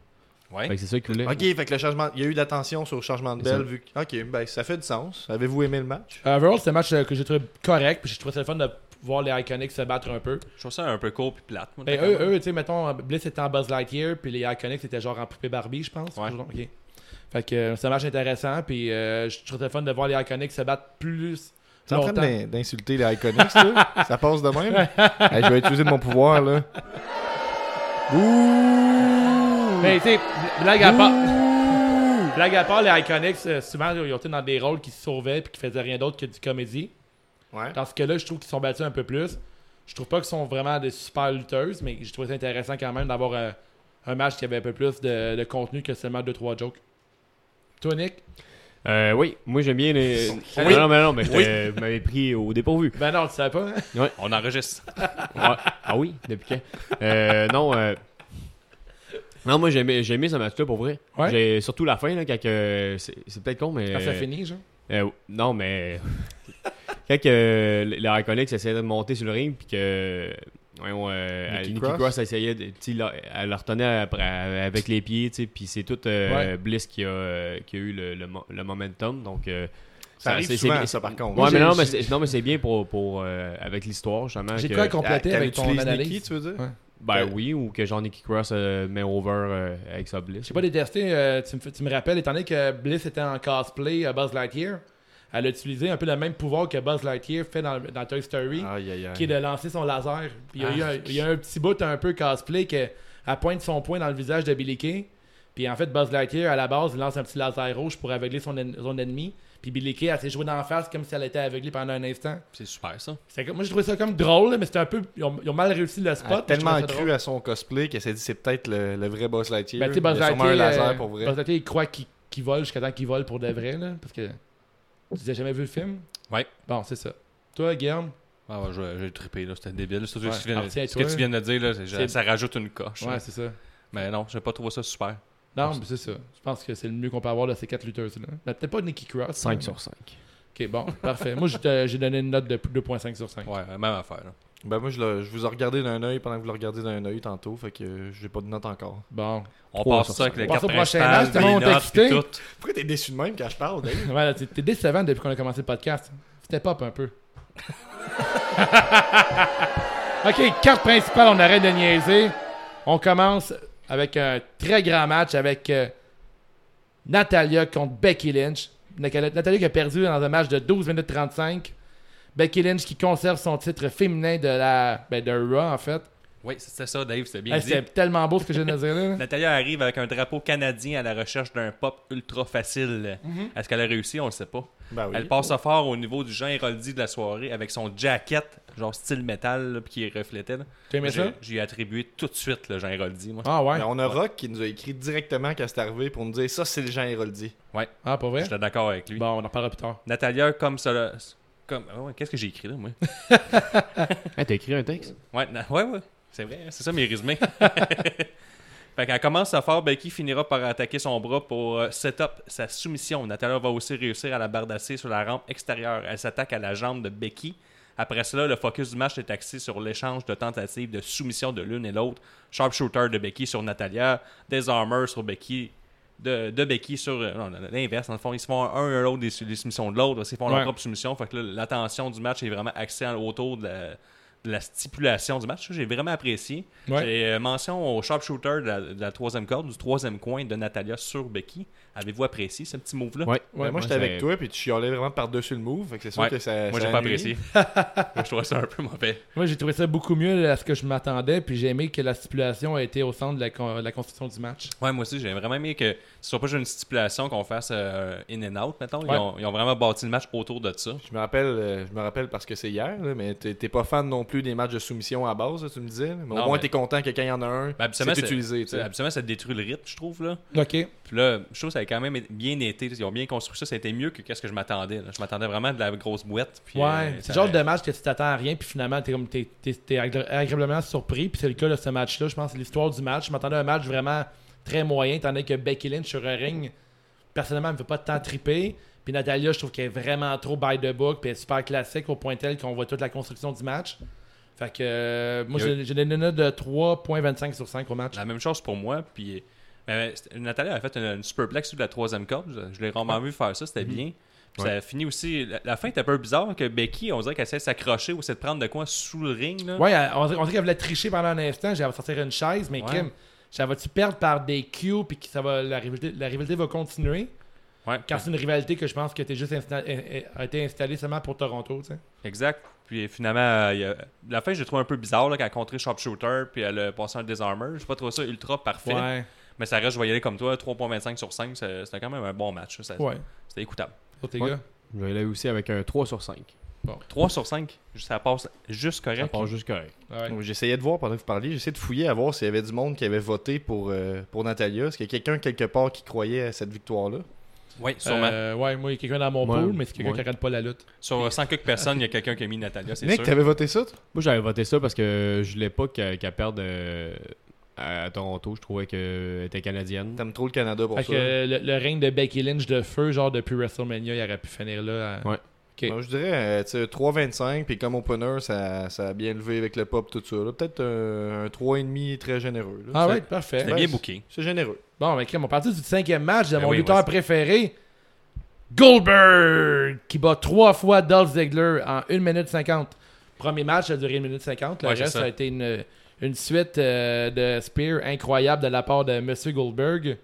Ouais.
Fait que c'est ça qu'il voulait.
Ok, fait que le changement, il y a eu de l'attention sur le changement de
C'est
belle.
ça.
Vu que- ok, ben ça fait du sens. Avez-vous aimé le match
Overall, c'est un match euh, que j'ai trouvé correct, puis j'ai trouvé ça le fun de voir les Iconics se battre un peu.
Je trouve ça un peu court puis plate. moi,
Ben,
quand
eux,
même.
eux tu sais, mettons, Bliss était en Buzz Lightyear, puis les Iconics étaient genre en poupée Barbie, je pense.
Ouais.
Ok. Fait que euh, c'est un match intéressant, puis euh, je trouve ça le fun de voir les Iconics se battre plus
T'es en train
longtemps.
d'in- d'insulter les Iconics, là Ça passe de même Hey, Je vais utiliser de mon pouvoir, là. Ouh
Mais Ben, tu sais, bl- blague à part. Blague à part, les Iconics, euh, souvent, ils ont été dans des rôles qui se sauvaient puis qui faisaient rien d'autre que du comédie.
Ouais.
Dans ce cas-là, je trouve qu'ils sont battus un peu plus. Je trouve pas qu'ils sont vraiment des super lutteuses, mais je trouve ça intéressant quand même d'avoir euh, un match qui avait un peu plus de, de contenu que seulement 2-3 jokes. Toi, Nick
Euh, oui, moi j'aime bien les.
Oui.
Non, non, mais non, mais j'étais- vous m'avez pris au dépourvu.
Ben non, tu savais pas. hein?
Ouais.
On enregistre.
Ouais. Ah oui, depuis quand Euh, Non, euh, non moi j'aimais j'ai aimé ce match-là pour vrai.
Ouais.
J'ai surtout la fin, là, quand que- c'est c'est peut-être con, mais.
Quand ça finit, genre.
Euh, non, mais. quand que les Iconics essayait de monter sur le ring, puis que. voyons, euh,
Nikki
Nikki,
Cross.
Cross, essayait de. tu sais, la- Elle le retenait après- avec les pieds, tu sais, puis c'est tout euh,
Ouais.
Bliss qui a, euh, qui a eu le, le mo- le momentum. Donc. euh,
Ça arrive
c'est- c'est
souvent,
bien-
ça, par contre.
Ouais,
Moi,
mais
j'ai-
non, mais
j'ai-
c'est- non, mais c'est bien pour, pour euh, avec l'histoire, justement.
J'ai
que-
quoi compléter
Ah,
avec
quand
ton
utilise
analyse
Nikki, tu veux dire
Ouais.
ben oui, ou que genre Nicky Cross euh, met over euh, avec sa bliss.
J'ai pas détesté, euh, tu, me, fais- tu me rappelles, étant donné que Bliss était en cosplay à Buzz Lightyear, elle a utilisé un peu le même pouvoir que Buzz Lightyear fait dans, dans Toy Story,
Aïe, aïe, aïe.
qui est de lancer son laser. Puis il y
Ah,
a eu un-
Arc.
il y, a un petit bout un peu cosplay qu'elle pointe son poing dans le visage de Billy Kay. Puis en fait, Buzz Lightyear, à la base, il lance un petit laser rouge pour aveugler son, en- son ennemi. Puis Billy Kay, elle s'est jouée d'en face comme si elle était aveuglée pendant un instant.
C'est super ça.
C'est comme- moi, j'ai trouvé ça comme drôle, mais c'était un peu. Ils ont, ils ont mal réussi le spot.
Elle a
mais je trouvais
Ah, tellement
ça drôle.
cru à son cosplay qu'elle s'est dit c'est peut-être le, le vrai Buzz Lightyear.
Ben, tu sais,
il
Buzz
y a sûrement un
Lightyear,
laser
euh,
pour vrai.
Buzz Lightyear, il croit qu'il qu'il vole jusqu'à temps qu'il vole pour de vrai, là. Parce que. Tu n'as jamais vu le film
Ouais.
Bon, c'est ça. Toi, Guillaume
Ah ouais, je- j'ai trippé, là. C'était débile. Surtout
Ouais.
ce, que tu viens de-
Ah, tiens,
ce que
toi.
tu viens de dire, là, c'est-
C'est-
ça rajoute une coche.
Ouais,
là.
c'est ça.
Mais non, j'ai pas trouvé ça super.
Non, mais c'est ça. Je pense que c'est le mieux qu'on peut avoir de ces quatre lutteuses-là. Mais Peut-être pas Nikki Cross.
5
mais-
sur 5.
Ok, bon, parfait. Moi, j'ai euh, j'ai donné une note de 2.5 sur 5.
Ouais, même affaire. là.
Ben, moi, je, le- je vous ai regardé d'un œil pendant que vous le regardez d'un œil tantôt, fait que euh, j'ai pas de note encore.
Bon.
On
Trois
passe
sur
ça avec
cinq.
les
Passe
quatre
au prochain match,
principales,
tout le monde
les
est
notes, puis
excité.
tout.
Pourquoi t'es déçu de même quand je parle, Dave?
Voilà, t'es t'es décevant depuis qu'on a commencé le podcast. C'était pop un peu. ok, carte principale, on arrête de niaiser. On commence avec un très grand match avec euh, Natalia contre Becky Lynch. Natalia Natalia qui a perdu dans un match de 12 minutes 35. Becky Lynch qui conserve son titre féminin de la ben, de Raw en fait.
Oui, c'était ça, Dave, c'était bien
Hey,
dit.
C'était tellement beau ce que je viens de dire là.
Natalia arrive avec un drapeau canadien à la recherche d'un pop ultra facile.
Mhm.
Est-ce qu'elle a réussi On le sait pas.
Ben
Ah
oui.
Elle passe à fort au niveau du Jean Héroldi de la soirée avec son jacket, genre style métal, là, puis qui reflétait. là.
T'as aimé
J'ai-
ça?
J'ai attribué tout de suite le Jean Héroldi, moi.
Ah ouais.
Ben, on a Rock qui nous a écrit directement quand c'est arrivé pour nous dire ça, c'est le Jean Héroldi. Ben,
Ouais,
Ah pas vrai?
j'étais d'accord avec lui.
Bon, on en parlera plus tard.
Natalia, comme cela. Comme... ah ouais, Qu'est-ce que j'ai écrit là, moi
Hey, t'as écrit un texte
Ouais, na- ouais, ouais. C'est vrai, hein, c'est ça mes résumés. fait qu'elle commence à fort, Becky finira par attaquer son bras pour euh, set-up sa soumission. Natalia va aussi réussir à la bardasser sur la rampe extérieure. Elle s'attaque à la jambe de Becky. Après cela, le focus du match est axé sur l'échange de tentatives de soumission de l'une et l'autre. Sharpshooter de Becky sur Natalia, Desarmer sur Becky, de, de Becky sur. euh, non, non, l'inverse, dans le fond, ils se font un un l'autre des, su- des soumissions de l'autre, ils font
Ouais.
leur propre soumission. Fait que là, l'attention du match est vraiment axée en- autour de la, de la stipulation du match. Ça, J'ai vraiment apprécié.
Ouais.
J'ai euh, mention au sharpshooter de la, de la troisième corde, du troisième coin de Natalia sur Becky. Avez-vous apprécié ce petit move-là?
Ouais.
Ben, moi, j'étais
ça-
avec toi, puis tu chialais vraiment par-dessus le move, fait que c'est sûr
Ouais.
que ça.
Moi,
ça
j'ai pas
ennuie.
apprécié. Moi, je trouvais ça un peu mauvais.
Moi, j'ai trouvé ça beaucoup mieux à ce que je m'attendais, puis j'ai aimé que la stipulation a été au centre de la, con- la construction du match.
Ouais, moi aussi, j'ai vraiment aimé que ce soit pas juste une stipulation qu'on fasse euh, in and out, mettons. Ils,
Ouais.
ont, ils ont vraiment bâti le match autour de ça.
Je me rappelle, euh, je me rappelle parce que c'est hier, là, mais t'es t'es pas fan non plus des matchs de soumission à base, là, tu me disais. là. Mais au
Non,
moins,
mais-
t'es content que quand il y en a un,
Ben, habituellement,
c'est utilisé. tu
c'est-
sais.
Habituellement, ça détruit le rythme, je trouve. Là.
OK.
Puis là, je trouve que ça a quand même bien été. Ils ont bien construit ça. C'était mieux que qu'est-ce que je m'attendais. là. Je m'attendais vraiment à de la grosse boîte. puis,
ouais.
euh,
C'est
ça-
le genre de match que tu t'attends à rien, puis finalement, t'es comme t'es, t'es- t'es agré- agréablement surpris, puis c'est le cas de ce match-là. Je pense que c'est l'histoire du match. Je m'attendais à un match vraiment très moyen, tandis que Becky Lynch sur un ring, personnellement, elle me fait pas tant triper. Puis Natalia, je trouve qu'elle est vraiment trop by the book, puis elle est super classique au point tel qu'on voit toute la construction du match. Fait que euh, moi,
Il y a
j'ai j'ai donné une note de 3.25 sur 5 au match.
La même chose pour moi. Puis euh, c'était- Nathalie a fait une, une superplex sur la troisième corde. Je, je l'ai rarement vu faire ça, c'était bien. Puis
Mhm. Ouais.
Ça a fini aussi. La, la fin était un peu bizarre que Becky, on dirait qu'elle essaie de s'accrocher ou essaie de prendre de quoi sous le ring. Là.
Ouais, elle- on dirait, on dirait qu'elle voulait tricher pendant un instant. J'allais sortir une chaise, mais
Ouais.
Kim, ça va-tu perdre par des Q puis que ça va, la, rivalité, la rivalité va continuer?
Ouais.
Car c'est une rivalité que je pense que t'es juste insta- eh, eh, a été installée seulement pour Toronto, tu sais.
Exact. Puis finalement, euh, il y a- la fin, je l'ai trouvé un peu bizarre là, qu'elle a contré Sharpshooter puis elle a passé un Disarmer. Je pas trouvé ça ultra parfait.
Ouais.
Mais ça reste, je vais y aller comme toi, 3.25 sur 5. c'est- C'était quand même un bon match. ça.
Ouais.
C'était écoutable.
Pour tes
Ouais.
gars.
Je vais aller aussi avec un 3 sur 5.
3 sur 5, ça passe juste correct.
Ça part juste correct.
Ouais.
Donc, J'essayais de voir pendant que vous parliez, j'essayais de fouiller à voir s'il y avait du monde qui avait voté pour, euh, pour Natalia. Est-ce qu'il y a quelqu'un quelque part qui croyait à cette victoire-là?
Oui, sûrement.
Euh, ouais, moi, il y a quelqu'un dans mon
Ouais.
pool, mais c'est quelqu'un
Ouais.
qui regarde pas la lutte.
Sur 100 quelques personnes, il y a quelqu'un qui a mis Natalia, c'est
Nick,
sûr.
t'avais voté ça? toi?
Moi, j'avais voté ça parce que je voulais pas qu'elle qu'elle perde euh, à, à Toronto. Je trouvais qu'elle était canadienne.
T'aimes trop le Canada pour
Fait
ça.
que euh, le, le règne de Becky Lynch de feu, genre depuis WrestleMania, il aurait pu finir là. hein. à-
Ouais.
Ok.
Moi, je dirais euh, tu sais, 3,25, puis comme opener, ça, ça a bien levé avec le pop, tout ça. là. Peut-être euh, un 3,5 très généreux. là.
Ah
C'est-
ouais, parfait.
C'était
Ouais,
bien
c'est-
booké.
C'est généreux.
Bon, ben, crème, on partit du cinquième match de
Ben
mon
oui,
lutteur
vas-y.
préféré, Goldberg, qui bat trois fois Dolph Ziggler en 1 minute 50. Premier match a duré 1 minute 50. Le
Ouais, c'est
reste,
ça.
ça. a été une, une suite euh, de spears incroyables de la part de Monsieur Goldberg.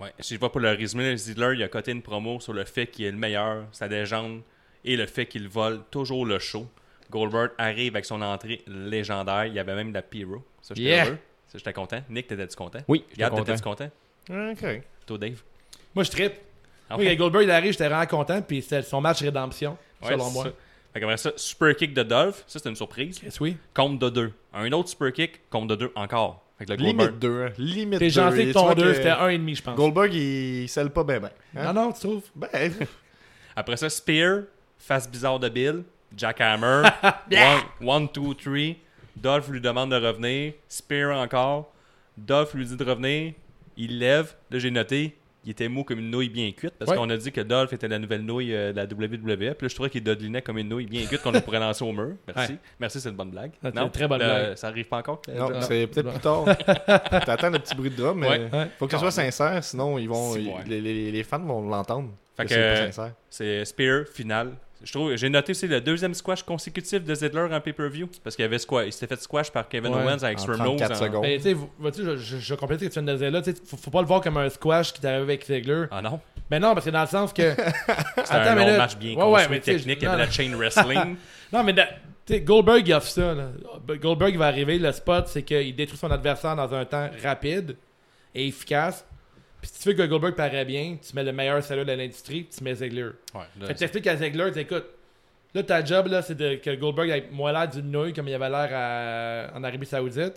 Ouais. Si je vois pour le résumé, Ziggler, il a coté une promo sur le fait qu'il est le meilleur, sa légende, et le fait qu'il vole toujours le show. Goldberg arrive avec son entrée légendaire. Il y avait même de la Pyro. Ça, j'étais
Yeah.
heureux. Ça, j'étais content. Nick, t'étais-tu content?
Oui, j'étais
Gab,
content.
t'étais-tu content?
Ouais, correct.
Toi, Dave?
Moi, je trippe.
Enfin.
Oui, quand Goldberg il arrive, j'étais vraiment content. Puis c'était son match rédemption,
Ouais,
selon
c'est
moi.
ça. Fait qu'après ça, super kick de Dolph. Ça, c'était une surprise.
Yes, oui.
Compte de deux. Un autre super kick, compte de deux encore. Fait que le Goldberg-
Limite 2. Limite 2.
T'es gentil que ton 2, c'était 1,5, je pense.
Goldberg, il il scelle pas bien, bien.
Non, non, tu trouves?
Ben,
Après ça, Spear, face bizarre de Bill, Jackhammer, one, one, two, three. Dolph lui demande de revenir, Spear encore. Dolph lui dit de revenir, il lève. Là, j'ai noté, il était mou comme une nouille bien cuite parce
Ouais.
qu'on a dit que Dolph était la nouvelle nouille euh, de la WWE. Puis là, je trouvais qu'il dodelinait comme une nouille bien cuite qu'on pourrait lancer au mur. Merci. Merci, c'est une bonne blague. Euh,
Ah, c'est une très bonne blague.
Ça arrive pas encore.
non,
non.
c'est peut-être plus tard. T'attends le petit bruit de drum, mais
Ouais.
faut que ce soit sincère, sinon ils vont,
C'est
ils-
vrai.
les, les- les fans vont l'entendre.
Fait
que
que,
c'est
euh,
pas sincère.
C'est Spear, final. Je trouve, j'ai noté c'est le deuxième squash consécutif de Zedler en pay-per-view parce qu'il y avait squash, il s'était fait squash par Kevin
Ouais,
Owens à
En
Extreme Rules.
34
en-
secondes.
Mais tu sais, vous- vois-tu, je, je, je complète ce que tu viens de dire là. tu sais, Faut, faut pas le voir comme un squash qui t'arrive avec Ziggler.
Ah non,
Mais Ben non, parce que dans le sens que.
c'était un
mais
long
là-
match bien
Ouais,
construit,
ouais, mais tu sais,
technique, il y
non,
avait la
non.
chain wrestling.
Non, mais da- tu sais, Goldberg, il offre ça. là. Goldberg va arriver. Le spot, c'est qu'il détruit son adversaire dans un temps rapide et efficace. Puis si tu veux que Goldberg paraît bien, tu mets le meilleur salaire de l'industrie, puis tu mets Ziggler.
ouais, là,
Fait que t'expliques à Ziggler, t'sais, écoute, là, ta job, là, c'est de- que Goldberg ait moins l'air d'une nouille comme il avait l'air à- en Arabie Saoudite.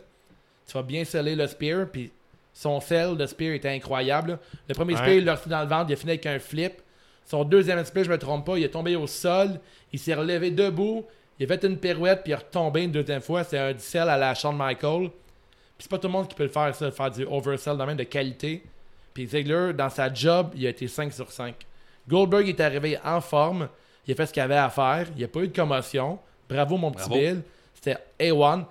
Tu vas bien sceller le spear, puis son sell, le spear, était incroyable. là. Le premier
Ouais.
spear, il l'a reçu dans le ventre, il a fini avec un flip. Son deuxième spear, je me trompe pas, il est tombé au sol, il s'est relevé debout, il a fait une pirouette, puis il est retombé une deuxième fois. C'est un sell à la Shawn Michael. Puis c'est pas tout le monde qui peut le faire, ça, faire du oversell dans même de qualité. Puis Ziggler, dans sa job, il a été 5 sur 5. Goldberg est arrivé en forme. Il a fait ce qu'il avait à faire. Il n'y a pas eu de commotion. Bravo, mon petit
Bravo.
Bill. C'était A1.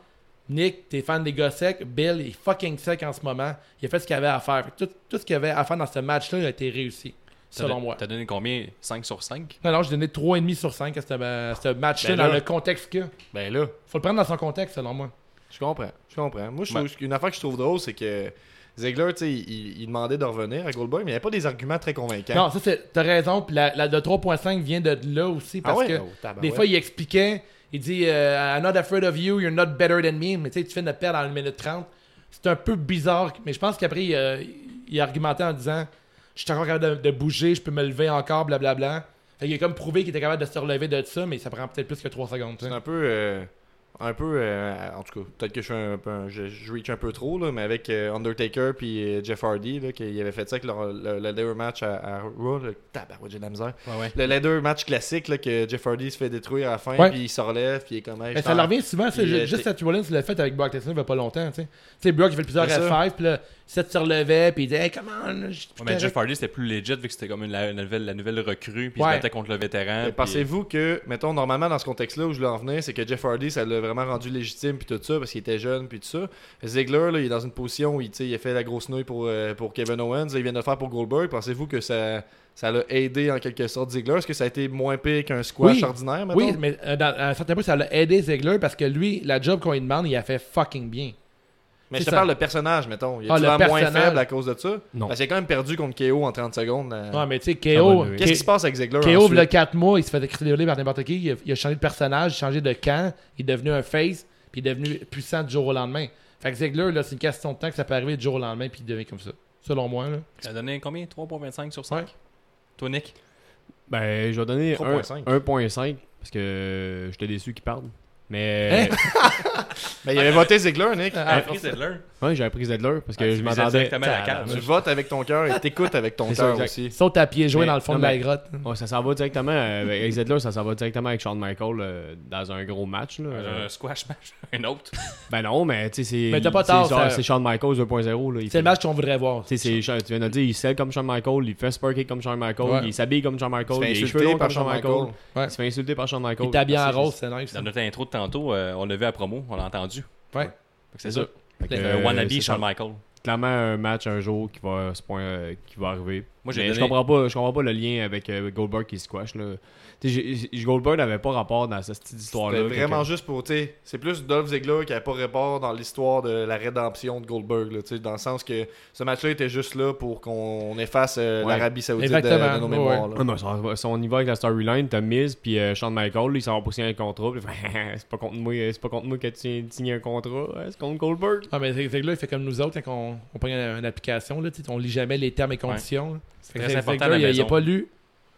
Nick, t'es fan des gars secs. Bill, il est fucking sec en ce moment. Il a fait ce qu'il avait à faire. Fait que Tout, tout ce qu'il avait à faire dans ce match-là il a été réussi,
t'as-
selon moi.
T'as donné combien 5 sur 5
Non, non, j'ai donné 3,5 sur 5 à ce, à ce match-là
Ben là-
dans le contexte que.
Ben là,
Faut le prendre dans son contexte, selon moi.
je comprends. Je comprends. Moi, je
Ouais.
trouve, une affaire que je trouve drôle, c'est que Ziegler, tu sais, il, il demandait de revenir à Goldberg, mais il n'y avait pas des arguments très convaincants.
Non, ça, c'est- t'as raison. Puis la, la de 3.5 vient de là aussi. Parce
ouais?
que
Oh, tabarouette.
des fois, il expliquait, il dit euh, I'm not afraid of you, you're not better than me. Mais tu sais, tu fais de perdre en 1 minute 30. C'est un peu bizarre. Mais je pense qu'après, euh, il argumentait en disant Je suis encore capable de, de bouger, je peux me lever encore, blablabla. Fait qu'il a comme prouvé qu'il était capable de se relever de ça, mais ça prend peut-être plus que 3 secondes. tu sais.
C'est un peu. euh, un peu. euh, en tout cas, peut-être que je suis un peu. un- je, je reach un peu trop, là, mais avec euh, Undertaker puis euh, Jeff Hardy, là, qui avait fait ça avec leur- le, le ladder match à, à Raw, le tabarouette, j'ai de la misère. Le ladder match classique, là, que Jeff Hardy se fait détruire à la fin,
Ouais.
puis il se relève, puis il est comme. Hey,
Mais
je
ça
t'en-
leur revient souvent, ça.
Puis,
Ju-
euh,
Juste
t'es-
Seth Rollins l'a fait avec Brock Lesnar il n'y a pas longtemps. Tu sais. Tu sais, Brock, il fait plusieurs
C'est ça.
F5, puis là, Seth se relevait, puis il disait, hey, come on, je suis
Ouais,
correct.
mais Jeff Hardy, c'était plus legit vu que c'était comme une- la, la nouvelle, la nouvelle recrue, puis
Ouais.
il se battait contre le vétéran.
Mais
puis-
Euh, Pensez-vous que, mettons, normalement, dans ce contexte-là où je voulais en venir, c'est que Jeff Hardy, ça l'a vraiment rendu légitime, puis tout ça, parce qu'il était jeune, puis tout ça. Ziggler, là, il est dans une position où il, tu sais, il a fait la grosse nouille pour, euh, pour Kevin Owens, et il vient de le faire pour Goldberg. Pensez-vous que ça ça l'a aidé en quelque sorte Ziggler Est-ce que ça a été moins pire qu'un squash
Oui.
ordinaire, mettons
Oui, mais euh, dans, à un certain point, ça l'a aidé Ziegler parce que lui, la job qu'on lui demande, il a fait fucking bien.
Mais
C'est
je te
ça.
parle de personnage, mettons. Il est
Ah, le
souvent moins
personnage.
faible à cause de ça.
Non.
Parce qu'il a quand même perdu contre KO en 30 secondes. là.
Ouais, mais tu sais, KO.
Qu'est-ce qui se passe avec Ziggler
KO,
ensuite?
le 4 mois, il se fait crier par n'importe qui. Il a, il a changé de personnage, changé de camp. Il est devenu un face, puis il est devenu puissant du jour au lendemain. Fait que Ziegler, là, c'est une question de temps que ça peut arriver du jour au lendemain, puis il devient comme ça. Selon moi, là.
Ça a donné combien 3,25 sur 5 Toi, Nick
Ben, je vais donner un-
3.5.
1.5 parce que euh, j'étais déçu qu'il parle. Mais.
Mais il avait voté Ziggler, Nick.
Ah, appris Ziggler.
Ouais, j'ai appris Zedler parce que
Ah, tu
je
visais
m'attendais.
directement la carte.
Tu votes avec ton cœur et t'écoutes avec ton
C'est ça,
cœur
exact.
aussi.
Saute à pieds joints
Mais-
dans le fond
non,
de la
mais-
grotte.
Ouais, ça s'en va directement. euh, avec Zedler, ça s'en va directement avec Shawn Michael euh, dans un gros match. Là.
Un squash match, un autre.
Ben non, mais tu sais, c'est.
Mais t'as pas
c'est
tort,
genre-
ça-
C'est Shawn Michaels 2.0. là, il
C'est
fait-
le match qu'on voudrait voir.
Tu sais, c'est- tu viens de le dire, il sell comme Shawn Michael, il fait sparker comme Shawn Michael,
Ouais.
il s'habille comme Shawn Michael,
Il se
il,
fait
a les
insulter
cheveux longs
par
comme Shawn
Shawn
Michael.
Michael.
Il se fait insulter par Shawn Michael.
Il t'habille en
Merci,
rose, c'est nice. ça.
Dans notre intro de tantôt, euh, on l'avait à promo, on l'a entendu.
Ouais.
Fait que C'est ça.
Fait que,
Euh, wannabe
c'est
Shawn
ça.
Michael.
Clairement, un match un jour qui va, ce point, euh, qui va arriver.
Moi, j'ai
Mais je
donné-
comprends pas Je comprends pas le lien avec euh, Goldberg qui squash. Là. Tu sais, j'ai- j'ai- Goldberg n'avait pas rapport dans cette petite histoire-là.
C'était vraiment
Quelqu'un-
juste pour, tu sais, c'est plus Dolph Ziggler qui a pas rapport dans l'histoire de la rédemption de Goldberg, là, tu sais, dans le sens que ce match-là était juste là pour qu'on efface euh,
Ouais.
l'Arabie Saoudite de,
Exactement,
de nos
ouais,
mémoires.
ouais.
là.
Ouais, mais ça va- si on y va avec la storyline, t'as Miz puis euh, Shawn Michael, ils s'en vont pour signer un contrat. puis il fait, c'est pas contre moi, euh, c'est pas contre moi que tu viens de signer un contrat, hein, c'est contre Goldberg.
Ah, mais Ziegler, il fait comme nous autres quand on, on prend une, une application. Là, tu sais, on lit jamais les termes et conditions. là. Fait que
très
Ziegler,
important à la
il a- Il
maison.
a pas lu.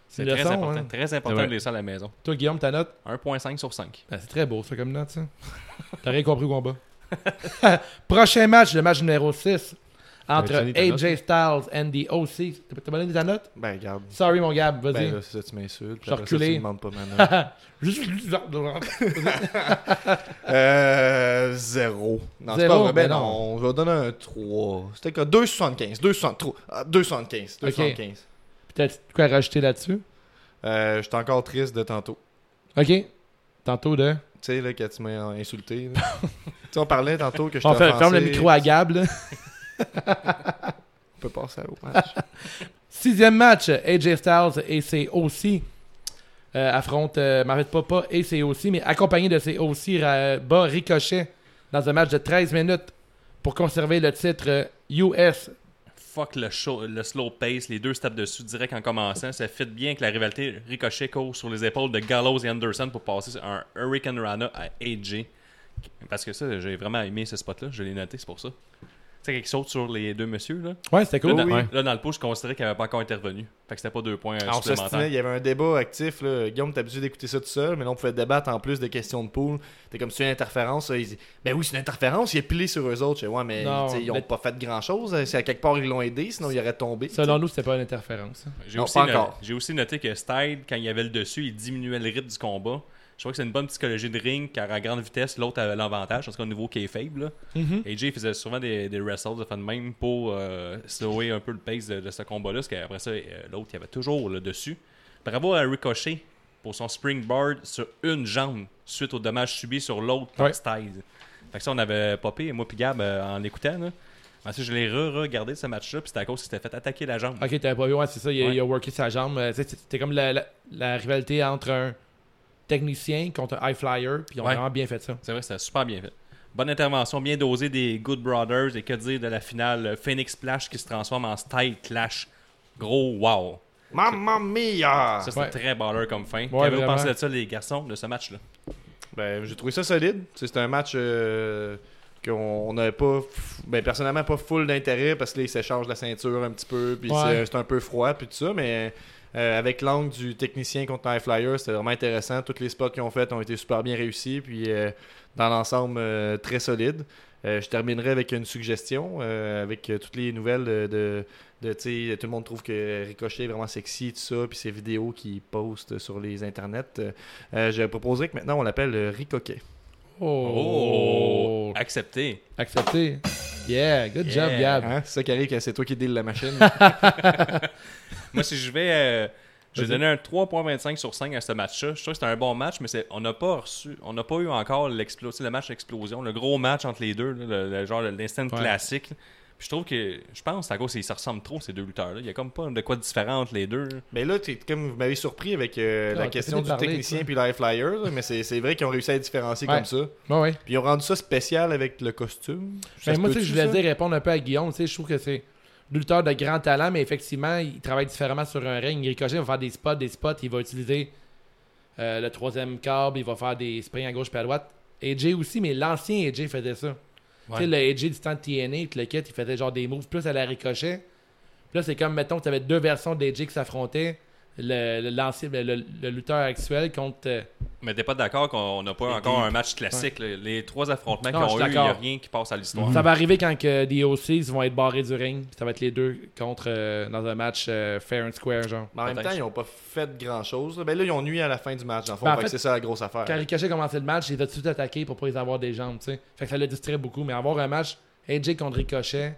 C'est
Une
très,
leçon,
important.
hein.
Très important
C'est vrai.
de lire ça à la maison.
Toi, Guillaume, ta note
1,5 sur 5.
Ben, c'est très beau, ça, comme note, ça. T'as rien compris au combat. Prochain match, le match numéro 6. Entre
T'avais-tu donné ta
AJ Styles and the OC. T'as- T'as pas donné ta note?
Ben, regarde.
Sorry, mon gars, vas-y.
Ben, là, c'est ça, tu m'insultes. puis
Je
après ça,
reculais.
tu me demandes pas ma note.
Juste-
Euh, zéro. Non, c'est
Zéro,
pas vrai. Ben
ben
non,
non.
on va donner un 3. C'était quoi 2,75. 2,73. Ah, 2,75. 2,75.
Puis t'as quoi à rajouter là-dessus?
Euh, J'étais encore triste de tantôt.
OK. Tantôt de...
Tu sais, là, quand tu m'as insulté. là. tu sais, on parlait tantôt que je
On fait, ferme le micro à Gab, là.
On peut passer à l'autre match.
Sixième match, AJ Styles et ses OC euh, affrontent euh, Marvin Papa et ses OC, mais accompagné de ses OC ra- bas Ricochet dans un match de 13 minutes pour conserver le titre euh, US.
Fuck le, show- le slow pace, les deux steps dessus direct en commençant. Ça fit bien avec la rivalité Ricochet court sur les épaules de Gallows et Anderson pour passer sur un Hurricane Rana à AJ. Parce que ça, j'ai vraiment aimé ce spot-là. Je l'ai noté, c'est pour ça. Tu sais, qu'il saute sur les deux messieurs, là.
Ouais, c'était
Là,
cool.
dans,
Ouais.
là, dans le pot, je considérais qu'il n'avait pas encore intervenu. Fait que c'était pas deux points euh,
Ah, on s'ostinait,
supplémentaires.
il y avait un débat actif. Là. Guillaume, t'as obligé d'écouter ça tout seul, mais là, on pouvait débattre en plus de questions de poule. T'es comme, c'est une interférence. là. Il dit, ben oui, c'est une interférence. Il est pilé sur eux autres. Je dis, ouais, mais
Non,
tu sais, ils ont
mais-
pas fait grand-chose. C'est à quelque part, ils l'ont aidé, sinon ils auraient tombé.
Selon nous, c'était pas une interférence. hein.
J'ai
Non,
aussi,
pas
no-
encore.
j'ai aussi noté que Stide, quand il avait le dessus, il diminuait le rythme du combat. Je crois que c'est une bonne psychologie de ring, car à grande vitesse, l'autre avait l'avantage, parce qu'au niveau qui est faible. là.
Mhm.
AJ faisait souvent des, des wrestles de fin de même pour euh, slower un peu le pace de, de ce combat-là, parce qu'après ça, euh, l'autre, il avait toujours le dessus. Bravo à Ricochet pour son springboard sur une jambe, suite au dommage subi sur l'autre par
Ouais.
Styles. Fait que ça, on avait popé, moi puis Gab, euh, en écoutant. Là. Ensuite, je l'ai re-regardé ce match-là, puis c'était à cause qu'il s'était fait attaquer la jambe.
Ok, t'avais pas vu, ouais, c'est ça, il, a-
Ouais.
il a worké sa jambe. Euh, tu sais, C'était comme la, la- la rivalité entre un technicien contre un high flyer, puis ils ont
Ouais.
vraiment bien fait ça.
C'est vrai, c'était super bien fait. Bonne intervention, bien dosée des Good Brothers et que dire de la finale euh, Phoenix Splash qui se transforme en Style Clash. Gros wow!
Mamma mia!
Ça, c'était
Ouais.
très baller comme fin. Qu'avez-vous
vraiment.
pensé de ça, les garçons, de ce match-là?
Ben, j'ai trouvé ça solide. Tu sais, C'était un match euh, qu'on n'avait pas, f- ben, personnellement, pas full d'intérêt parce que là, ils s'échangent la ceinture un petit peu, puis
Ouais.
c'est- c'est un peu froid, puis tout ça, mais euh, avec l'angle du technicien contre High Flyer, c'était vraiment intéressant. Tous les spots qu'ils ont fait ont été super bien réussis, puis euh, dans l'ensemble, euh, très solide. Euh, je terminerai avec une suggestion, euh, avec euh, toutes les nouvelles de, de, de, tu sais, tout le monde trouve que Ricochet est vraiment sexy, tout ça, puis ses vidéos qu'il poste sur les internets. Euh, euh, je proposerais que maintenant on l'appelle euh, Ricoquet.
Oh!
Accepté.
Accepté. Yeah, good
Yeah.
job, Gab.
Hein? C'est ça qui arrive quand c'est toi qui deal la machine.
Moi, si je vais. euh, j'ai donné un 3.25 sur 5 à ce match-là. Je trouve que c'était un bon match, mais c'est- on n'a pas reçu, on n'a pas eu encore l'explo- tu sais, le match explosion, le gros match entre les deux, là, le, le genre l'instant
Ouais.
classique. là. Puis je trouve que, je pense, à cause ils se ressemblent trop ces deux lutteurs-là. Il y a comme pas de quoi de différent entre les deux. là.
Mais là, t'es- comme vous m'avez surpris avec euh,
Ah,
la
t'as
question
fini
du
de parler,
technicien
toi.
puis l'air flyer, là, mais c'est c'est vrai qu'ils ont réussi à les différencier
Ouais.
comme ça.
Ouais, ouais.
Puis ils ont rendu ça spécial avec le costume. Ça
Mais
se
Ben, moi, tu sais,
peut-tu,
je voulais
ça?
dire répondre un peu à Guillaume. Tu sais, je trouve que c'est un lutteur de grand talent, mais effectivement, il travaille différemment sur un ring. Ricochet va faire des spots, des spots. Il va utiliser euh, le troisième câble. Il va faire des springs à gauche puis à droite. AJ aussi, mais l'ancien AJ faisait ça. Tu sais, le AJ du temps de TNA, puis le kit, il faisait genre des moves plus à la Ricochet. Puis là, c'est comme, mettons, que tu avais deux versions d'AJ qui s'affrontaient. Le, le, l'ancien- le- le- le lutteur actuel contre... euh,
Mais t'es pas d'accord qu'on n'a pas
Les
encore
deux.
un match classique. là. Les trois affrontements
Non,
qu'ils
je suis
ont eu, il n'y a
d'accord. Mm-hmm.
rien qui passe à l'histoire.
Ça va arriver quand que les OCs vont être barrés du ring. puis Ça va être les deux contre euh, dans un match euh, fair and square, genre.
Mais en même temps, ils n'ont pas fait grand-chose. là. Ben là, ils ont nui à la fin du match, dans le fond.
Ben, en
Fait que
fait,
c'est ça la grosse affaire.
Quand Ricochet a commencé le match, il a tout de suite attaqué pour pas les avoir des jambes, tu sais. Fait que ça le distrait beaucoup. Mais avoir un match AJ contre Ricochet,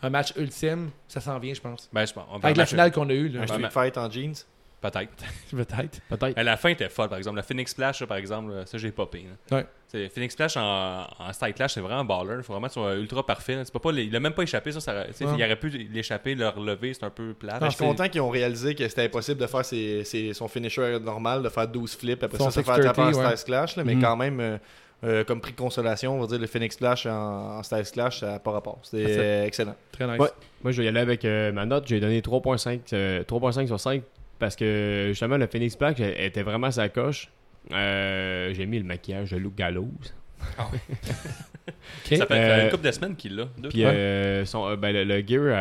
un match ultime, ça s'en vient, je pense.
Ben, je pense- on va
Avec la
match-
finale qu'on a eue, là.
Un street
Ben,
fight en jeans.
Peut-être.
Peut-être.
Peut-être.
Mais la fin était folle, par exemple. Le Phoenix Splash, là, par exemple, là, ça, j'ai popé. là.
Ouais.
C'est- Phoenix Splash en, en style clash, c'est vraiment un baller. Il faut vraiment que tu sois ultra parfait. là. Tu peux pas, les- il a même pas échappé. Ça, ça- tu sais,
Ouais.
Il aurait pu l'échapper, le relever. C'est un peu plat.
Ben, je suis content qu'ils ont réalisé que c'était impossible de faire ses- ses- son finisher normal, de faire 12 flips, après
Son
ça, se faire taper en
630, ouais.
Styles Clash. là, mais
Mm-hmm.
Mm.
quand même, euh, euh, comme prix de consolation, on va dire le Phoenix Clash en, en Styles Clash, ça n'a pas rapport. C'était
Parfait.
euh, excellent.
Très nice.
Ouais. Moi, je vais y aller avec euh, ma note. J'ai donné 3.5 euh, 3.5 sur 5 parce que justement, le Phoenix Black elle- elle était vraiment sa coche. Euh, J'ai mis le maquillage de Luke Gallows.
Ok.
Ça fait
Euh,
une couple de semaines qu'il l'a. Deux.
Puis euh, son- euh, ben, le, le gear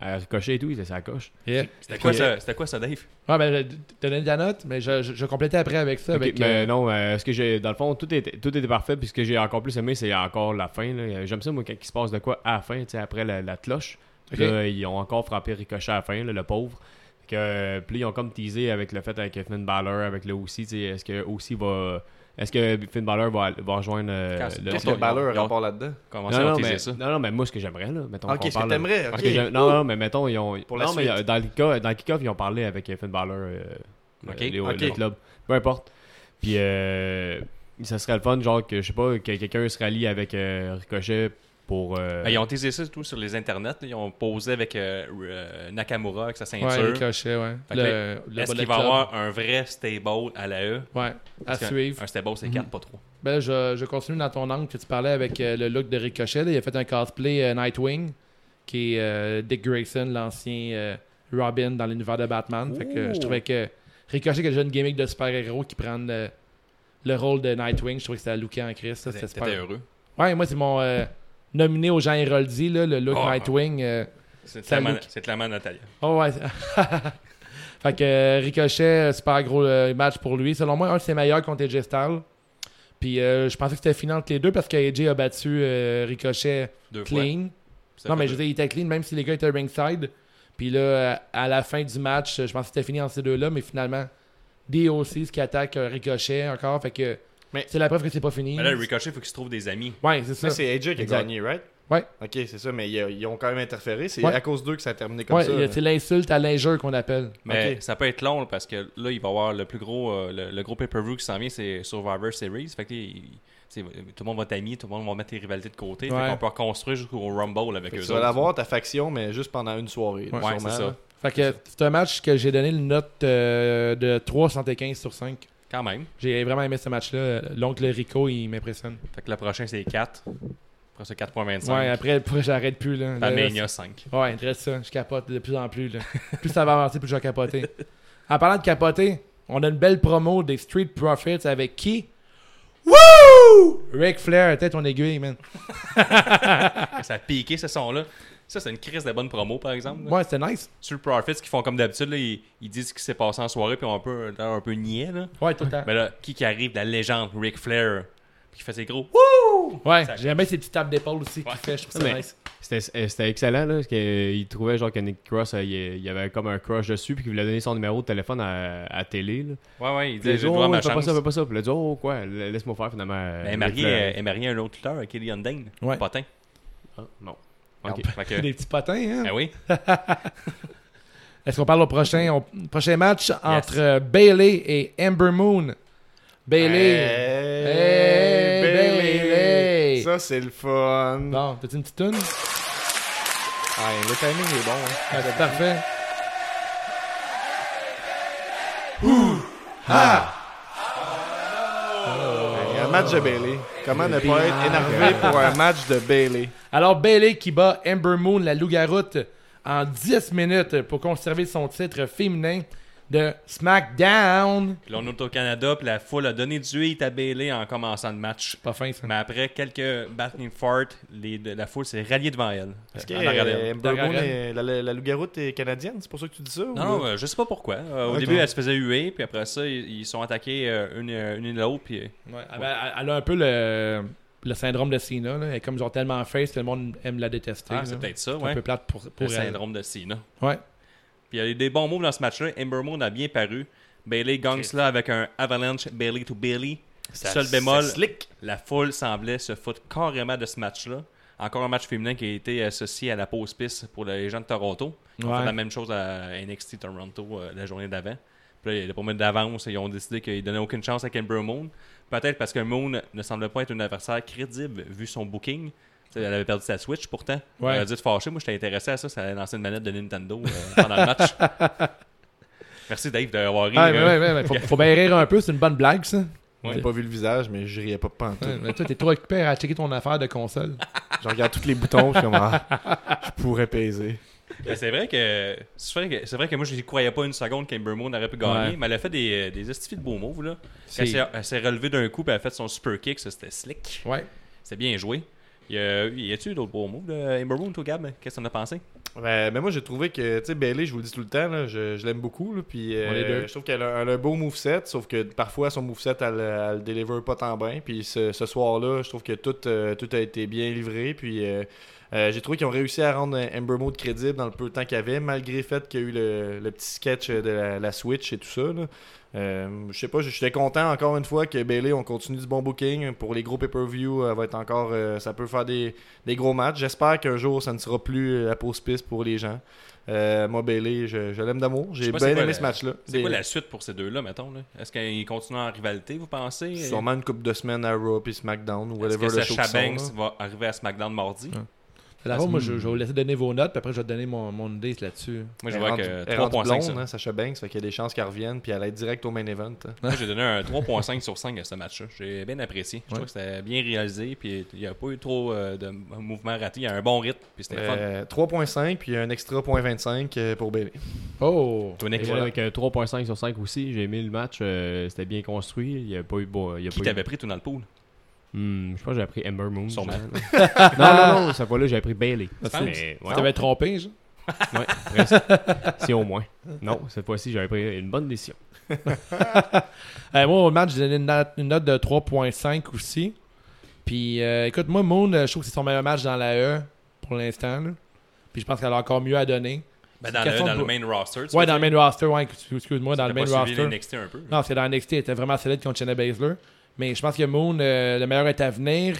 à, à ricocher et tout, il était sa coche.
Yeah.
C'était quoi,
euh, puis,
ça- c'était quoi ça, Dave
Ouais, ben, t'as donné ta note, mais je, je, je complétais après avec ça.
Ok,
avec,
mais
ben,
euh,
non, euh, ce que j'ai dans le fond, tout était, tout était parfait. Puis ce que j'ai encore plus aimé, c'est encore la fin. là. J'aime ça, moi, quand il se passe de quoi à la fin, tu sais, après la, la cloche. Puis
Ok.
là, ils ont encore frappé Ricochet à la fin, là, le pauvre. Fait Que, euh, puis là, ils ont comme teasé avec le fait avec Finn Balor, avec le aussi. Est-ce que aussi va. Est-ce que Finn Balor va, va rejoindre euh,
Quand-
le.
Qu'est-ce
ils
que
ont-
Balor a
ils ont-
rapport là-dedans
Comment
Non,
ça, on
non,
teasait
mais,
ça
non, non, mais moi, ce que j'aimerais, là, mettons.
Ok,
qu'on
ce que
parle-
t'aimerais, ok.
Ce que j'aime- non, non, mais mettons, ils ont.
Pour la
non, mais
suite.
dans le cas- dans le kick-off, ils ont parlé avec Finn Balor, euh,
Ok,
euh, les-
ok.
le club. Peu importe. Puis, euh, ça serait le fun, genre, que je sais pas, que quelqu'un se rallie avec euh, Ricochet pour. euh,
Ben, ils ont teasé ça tout sur les internets. là. Ils ont posé avec euh, euh, Nakamura avec sa ceinture.
ouais, euh, Ricochet, ouais.
Fait que là,
Le, le
Est-ce
Bullet
qu'il va y
Club.
avoir un vrai stable à la E
Ouais, à
Parce qu'un-
suivre.
Un stable, c'est 4, pas 3.
Ben, je, je continue dans ton angle que tu parlais avec euh, le look de Ricochet. là. Il a fait un cosplay euh, Nightwing, qui est euh, Dick Grayson, l'ancien euh, Robin dans l'univers de Batman. Fait que euh, je trouvais que Ricochet, qui a déjà une gimmick de super-héros qui prend le, le rôle de Nightwing, je trouvais que c'était looké en Christ. ça, C'était super.
C'était heureux.
Ouais, moi, c'est mon euh, nominé aux Jean Héroldi, là, le look
Ah.
Nightwing. euh,
C'est
Ça
clairement,
look-
c'est clairement Natalia.
Oh ouais. fait que euh, Ricochet, euh, super gros euh, match pour lui. Selon moi, un de ses meilleurs contre AJ Styles. Puis euh, je pensais que c'était final entre les deux parce que AJ a battu euh, Ricochet
Deux fois.
clean.
Ça
non,
fait
mais
deux.
je veux dire, il était clean même si les gars étaient ringside. Puis là, euh, à la fin du match, euh, je pensais que c'était fini entre ces deux-là, mais finalement, DOC qui attaque euh, Ricochet encore. Fait que
Mais-
c'est la preuve que c'est pas fini.
Mais là, Ricochet, il faut qu'il se trouve des amis.
Ouais, c'est ça.
Ça, c'est AJ qui a
Exact.
gagné, right
Ouais.
Ok, c'est ça, mais ils, ils ont quand même interféré. C'est
Ouais.
à cause d'eux que ça a terminé comme
Ouais,
ça.
il y a-
là.
c'est l'insulte à l'injure qu'on appelle.
Mais
Ok.
ça peut être long là, parce que là, il va y avoir le plus gros, euh, le, le gros pay-per-view qui s'en vient, c'est Survivor Series. Fait que, il- tu sais, tout le monde va t'amier, tout le monde va mettre les rivalités de côté.
Ouais.
Fait qu'on peut construire jusqu'au Rumble avec
Fait que
eux
Tu vas
autres.
l'avoir ta faction, mais juste pendant une soirée. là,
Ouais,
sûrement,
c'est ça.
là.
Fait que c'est un match que j'ai donné une note euh, de 3,75 sur 5.
Quand même.
J'ai vraiment aimé ce match-là. L'oncle Rico, il m'impressionne.
Fait que le prochain, c'est 4. Après ça, 4.25.
Ouais, euh, après, pour- j'arrête plus. Là.
Puis
Là,
à Mania, 5.
c'est- ouais, reste ça. Je capote de plus en plus. Là. plus ça va avancer, plus je vais capoter. En parlant de capoter, on a une belle promo des Street Profits avec qui Woo! Ric Flair, tête ton aiguille, man.
Ça a piqué ce son-là. Ça, c'est une crise de bonne promo, par exemple. là.
Ouais, c'était nice.
Sur le Profits, qui font comme d'habitude, là, ils, ils disent ce qui s'est passé en soirée, puis on peut euh, un peu niais. Là.
Ouais, tout le temps.
Mais là, qui qui arrive La légende, Ric Flair, puis qui fait ses gros.
Ouais, j'ai aimé ces petites tapes d'épaule aussi qu'il fait. Je trouve ça
Mais-
nice.
C'était euh, c'était excellent, là, parce qu'il trouvait genre que Nick Cross, euh, il il y avait comme un crush dessus, puis qu'il voulait donner son numéro de téléphone à, à télé. Là.
Ouais, ouais, il
Puis il
dit
a dit,
J'ai le
oh,
droit à ma
fais pas
chance.
ça, fais pas ça. Puis il a dit, oh, quoi, laisse-moi faire finalement. euh,
Mais Ben, elle est
Ric
mariée,
Flair.
elle est mariée à un autre lutteur, à Killian Dane,
Ouais.
Potin.
Ah, non.
Merde.
Ok.
Fait que-
Des petits potins, hein?
Ben oui.
Est-ce qu'on parle au prochain, au prochain match entre euh, Bailey et Ember Moon?
Euh.
Bailey. Hey,
Bailey.
ben,
Bailey.
Ça, c'est le fun.
Bon, t'as-tu une petite toune?
Ah,
Ouais, le timing est bon. hein.
Ah, c'est parfait.
Ouais, Un match de Bailey. Comment ne pas être énervé pour un match de Bailey?
Ah,
Alors, Bailey qui bat Ember Moon, la loup-garoute, en 10 minutes pour conserver son titre féminin de SmackDown.
Puis là, on est au Canada, puis la foule a donné du hit à Bailey en commençant le match.
Pas fin, ça.
Mais après quelques battling fart, les- de- la foule s'est ralliée devant elle.
Est-ce que
En la regardant.
euh, Ember
Derrière
Moon
elle.
est- la, la, la loup-garoute est canadienne? C'est pour ça que tu dis ça? ou-
Non, non, euh, je sais pas pourquoi. Euh, au
Ok.
début, elle se faisait huer, puis après ça, ils, ils sont attaqués euh, une, euh, une et l'autre, puis euh,
Ouais, elle, a- elle a un peu le, le syndrome de Cena. Là. Elle est comme genre tellement face que le monde aime la détester.
ah,
là.
c'est peut-être ça,
un
ouais.
peu plate pour, pour
le
elle.
syndrome de Cena.
Ouais.
Puis il y a eu des bons moves dans ce match-là. Ember Moon a bien paru. Bailey gagne cela avec un avalanche Bailey to Bailey. Seul bémol, la foule semblait se foutre carrément de ce match-là. Encore un match féminin qui a été associé à la pause piste pour les gens de Toronto. Ils ont
Ouais.
fait la même chose à NXT Toronto euh, la journée d'avant. Puis là, le premier d'avance, ils ont décidé qu'ils donnaient aucune chance à Ember Moon. Peut-être parce que Moon ne semblait pas être un adversaire crédible vu son booking. Tu sais, Elle avait perdu sa Switch pourtant.
Ouais.
Elle a dû te fâcher. Moi, j'étais intéressé à ça. Ça allait lancer une manette de Nintendo euh, pendant le match. Merci, Dave, d'avoir ri.
Ah, mais
euh,
ouais, ouais, ouais, faut, faut bien rire un peu, c'est une bonne blague, ça.
J'ai pas vu le visage, mais je riais pas pantoute.
Ouais, mais toi, t'es trop occupé à checker ton affaire de console.
Je regarde tous les boutons, je suis comme, ah, je pourrais peser.
Mais c'est vrai que c'est vrai que c'est vrai que moi je n'y croyais pas une seconde qu'Ember Moon aurait pu gagner,
Ouais.
mais elle a fait des, euh, des estifs de beaux moves là. Quand
C'est-
elle s'est- elle s'est relevée d'un coup et elle a fait son super kick, ça c'était slick.
Ouais.
C'est bien joué. Il y a, y a-tu d'autres beaux moves de Ember Moon toi Gab Qu'est-ce que t'en as pensé
Ouais, ben moi j'ai trouvé que tu sais Bailey, je vous le dis tout le temps, là, je, je l'aime beaucoup. là, puis, euh,
On est deux.
Je trouve qu'elle a, un- elle a un beau moveset, sauf que parfois son moveset elle, elle le deliver pas tant bien. Puis ce, ce soir-là, je trouve que tout, euh, tout a été bien livré. Puis euh, euh, j'ai trouvé qu'ils ont réussi à rendre Ember Mode crédible dans le peu de temps qu'il y avait, malgré le fait qu'il y a eu le, le petit sketch de la, la Switch et tout ça. là. Euh, je sais pas, je- j'étais content encore une fois que Bailey, on continue du bon booking. Pour les gros pay-per-view, elle va être encore, euh, ça peut faire des, des gros matchs. J'espère qu'un jour, ça ne sera plus euh, la pause piste pour les gens. Euh, moi, Bailey, je, je l'aime d'amour.
Je sais
J'ai
pas
bien
c'est
aimé
quoi la-
ce match-là.
C'est
Des-
quoi la suite pour ces deux là mettons là? Est-ce qu'ils continuent en rivalité vous pensez
Sûrement une coupe de semaine à Raw puis SmackDown ou
Est-ce
whatever
que
le
ça
show qu'ils sont, là.
Shabanks va arriver à SmackDown mardi
D'abord, Ah, moi, je, je vais vous laisser donner vos notes, puis après, je vais te donner mon, mon idée là-dessus.
Moi je
Elle
vois
rentre-
que
elle rentre
3.5
blonde,
ça.
hein, Sasha Banks, fait qu'il y a des chances qu'elle revienne puis elle aille direct au main event. hein.
Moi, j'ai donné un 3.5 sur 5 à ce match-là. J'ai bien apprécié. Je trouve que c'était bien réalisé. Puis il n'y a pas eu trop euh, de mouvements ratés. Il y a un bon rythme. Puis c'était fun.
Euh, 3.5 puis un extra 0.25 euh, pour Bailey.
Oh!
Toi, Nick,
Et
voilà.
Avec euh, 3.5 sur 5 aussi, j'ai aimé le match. euh, C'était bien construit. Il n'y a pas eu. Bon, il y a
qui
pas eu-
t'avait pris tout dans le pool
Hmm, je pense que j'ai pris Ember Moon.
Sûrement.
genre. non, non, non, cette fois-là, j'ai pris Bailey.
penses?
Mais, ouais,
Tu t'avais trompé, genre?
ouais, presque. si au moins. Non, cette fois-ci, j'avais pris une bonne décision.
Euh, moi, au match, j'ai donné une note, une note de 3.5 aussi. Puis, euh, écoute, moi, Moon, euh, je trouve que c'est son meilleur match dans la E pour l'instant. là. Puis, je pense qu'elle a encore mieux à donner.
Ben,
C'est
dans, le,
question
dans
de-
le main roster. tu
Ouais,
veux
dans le
dire?
main roster, ouais, excuse- excuse-moi, dans le main
T'as pas suivi
roster.
les NXT un peu.
Non, parce que dans NXT, elle était vraiment solide contre Shayna Baszler. Mais je pense que Moon, euh, le meilleur est à venir.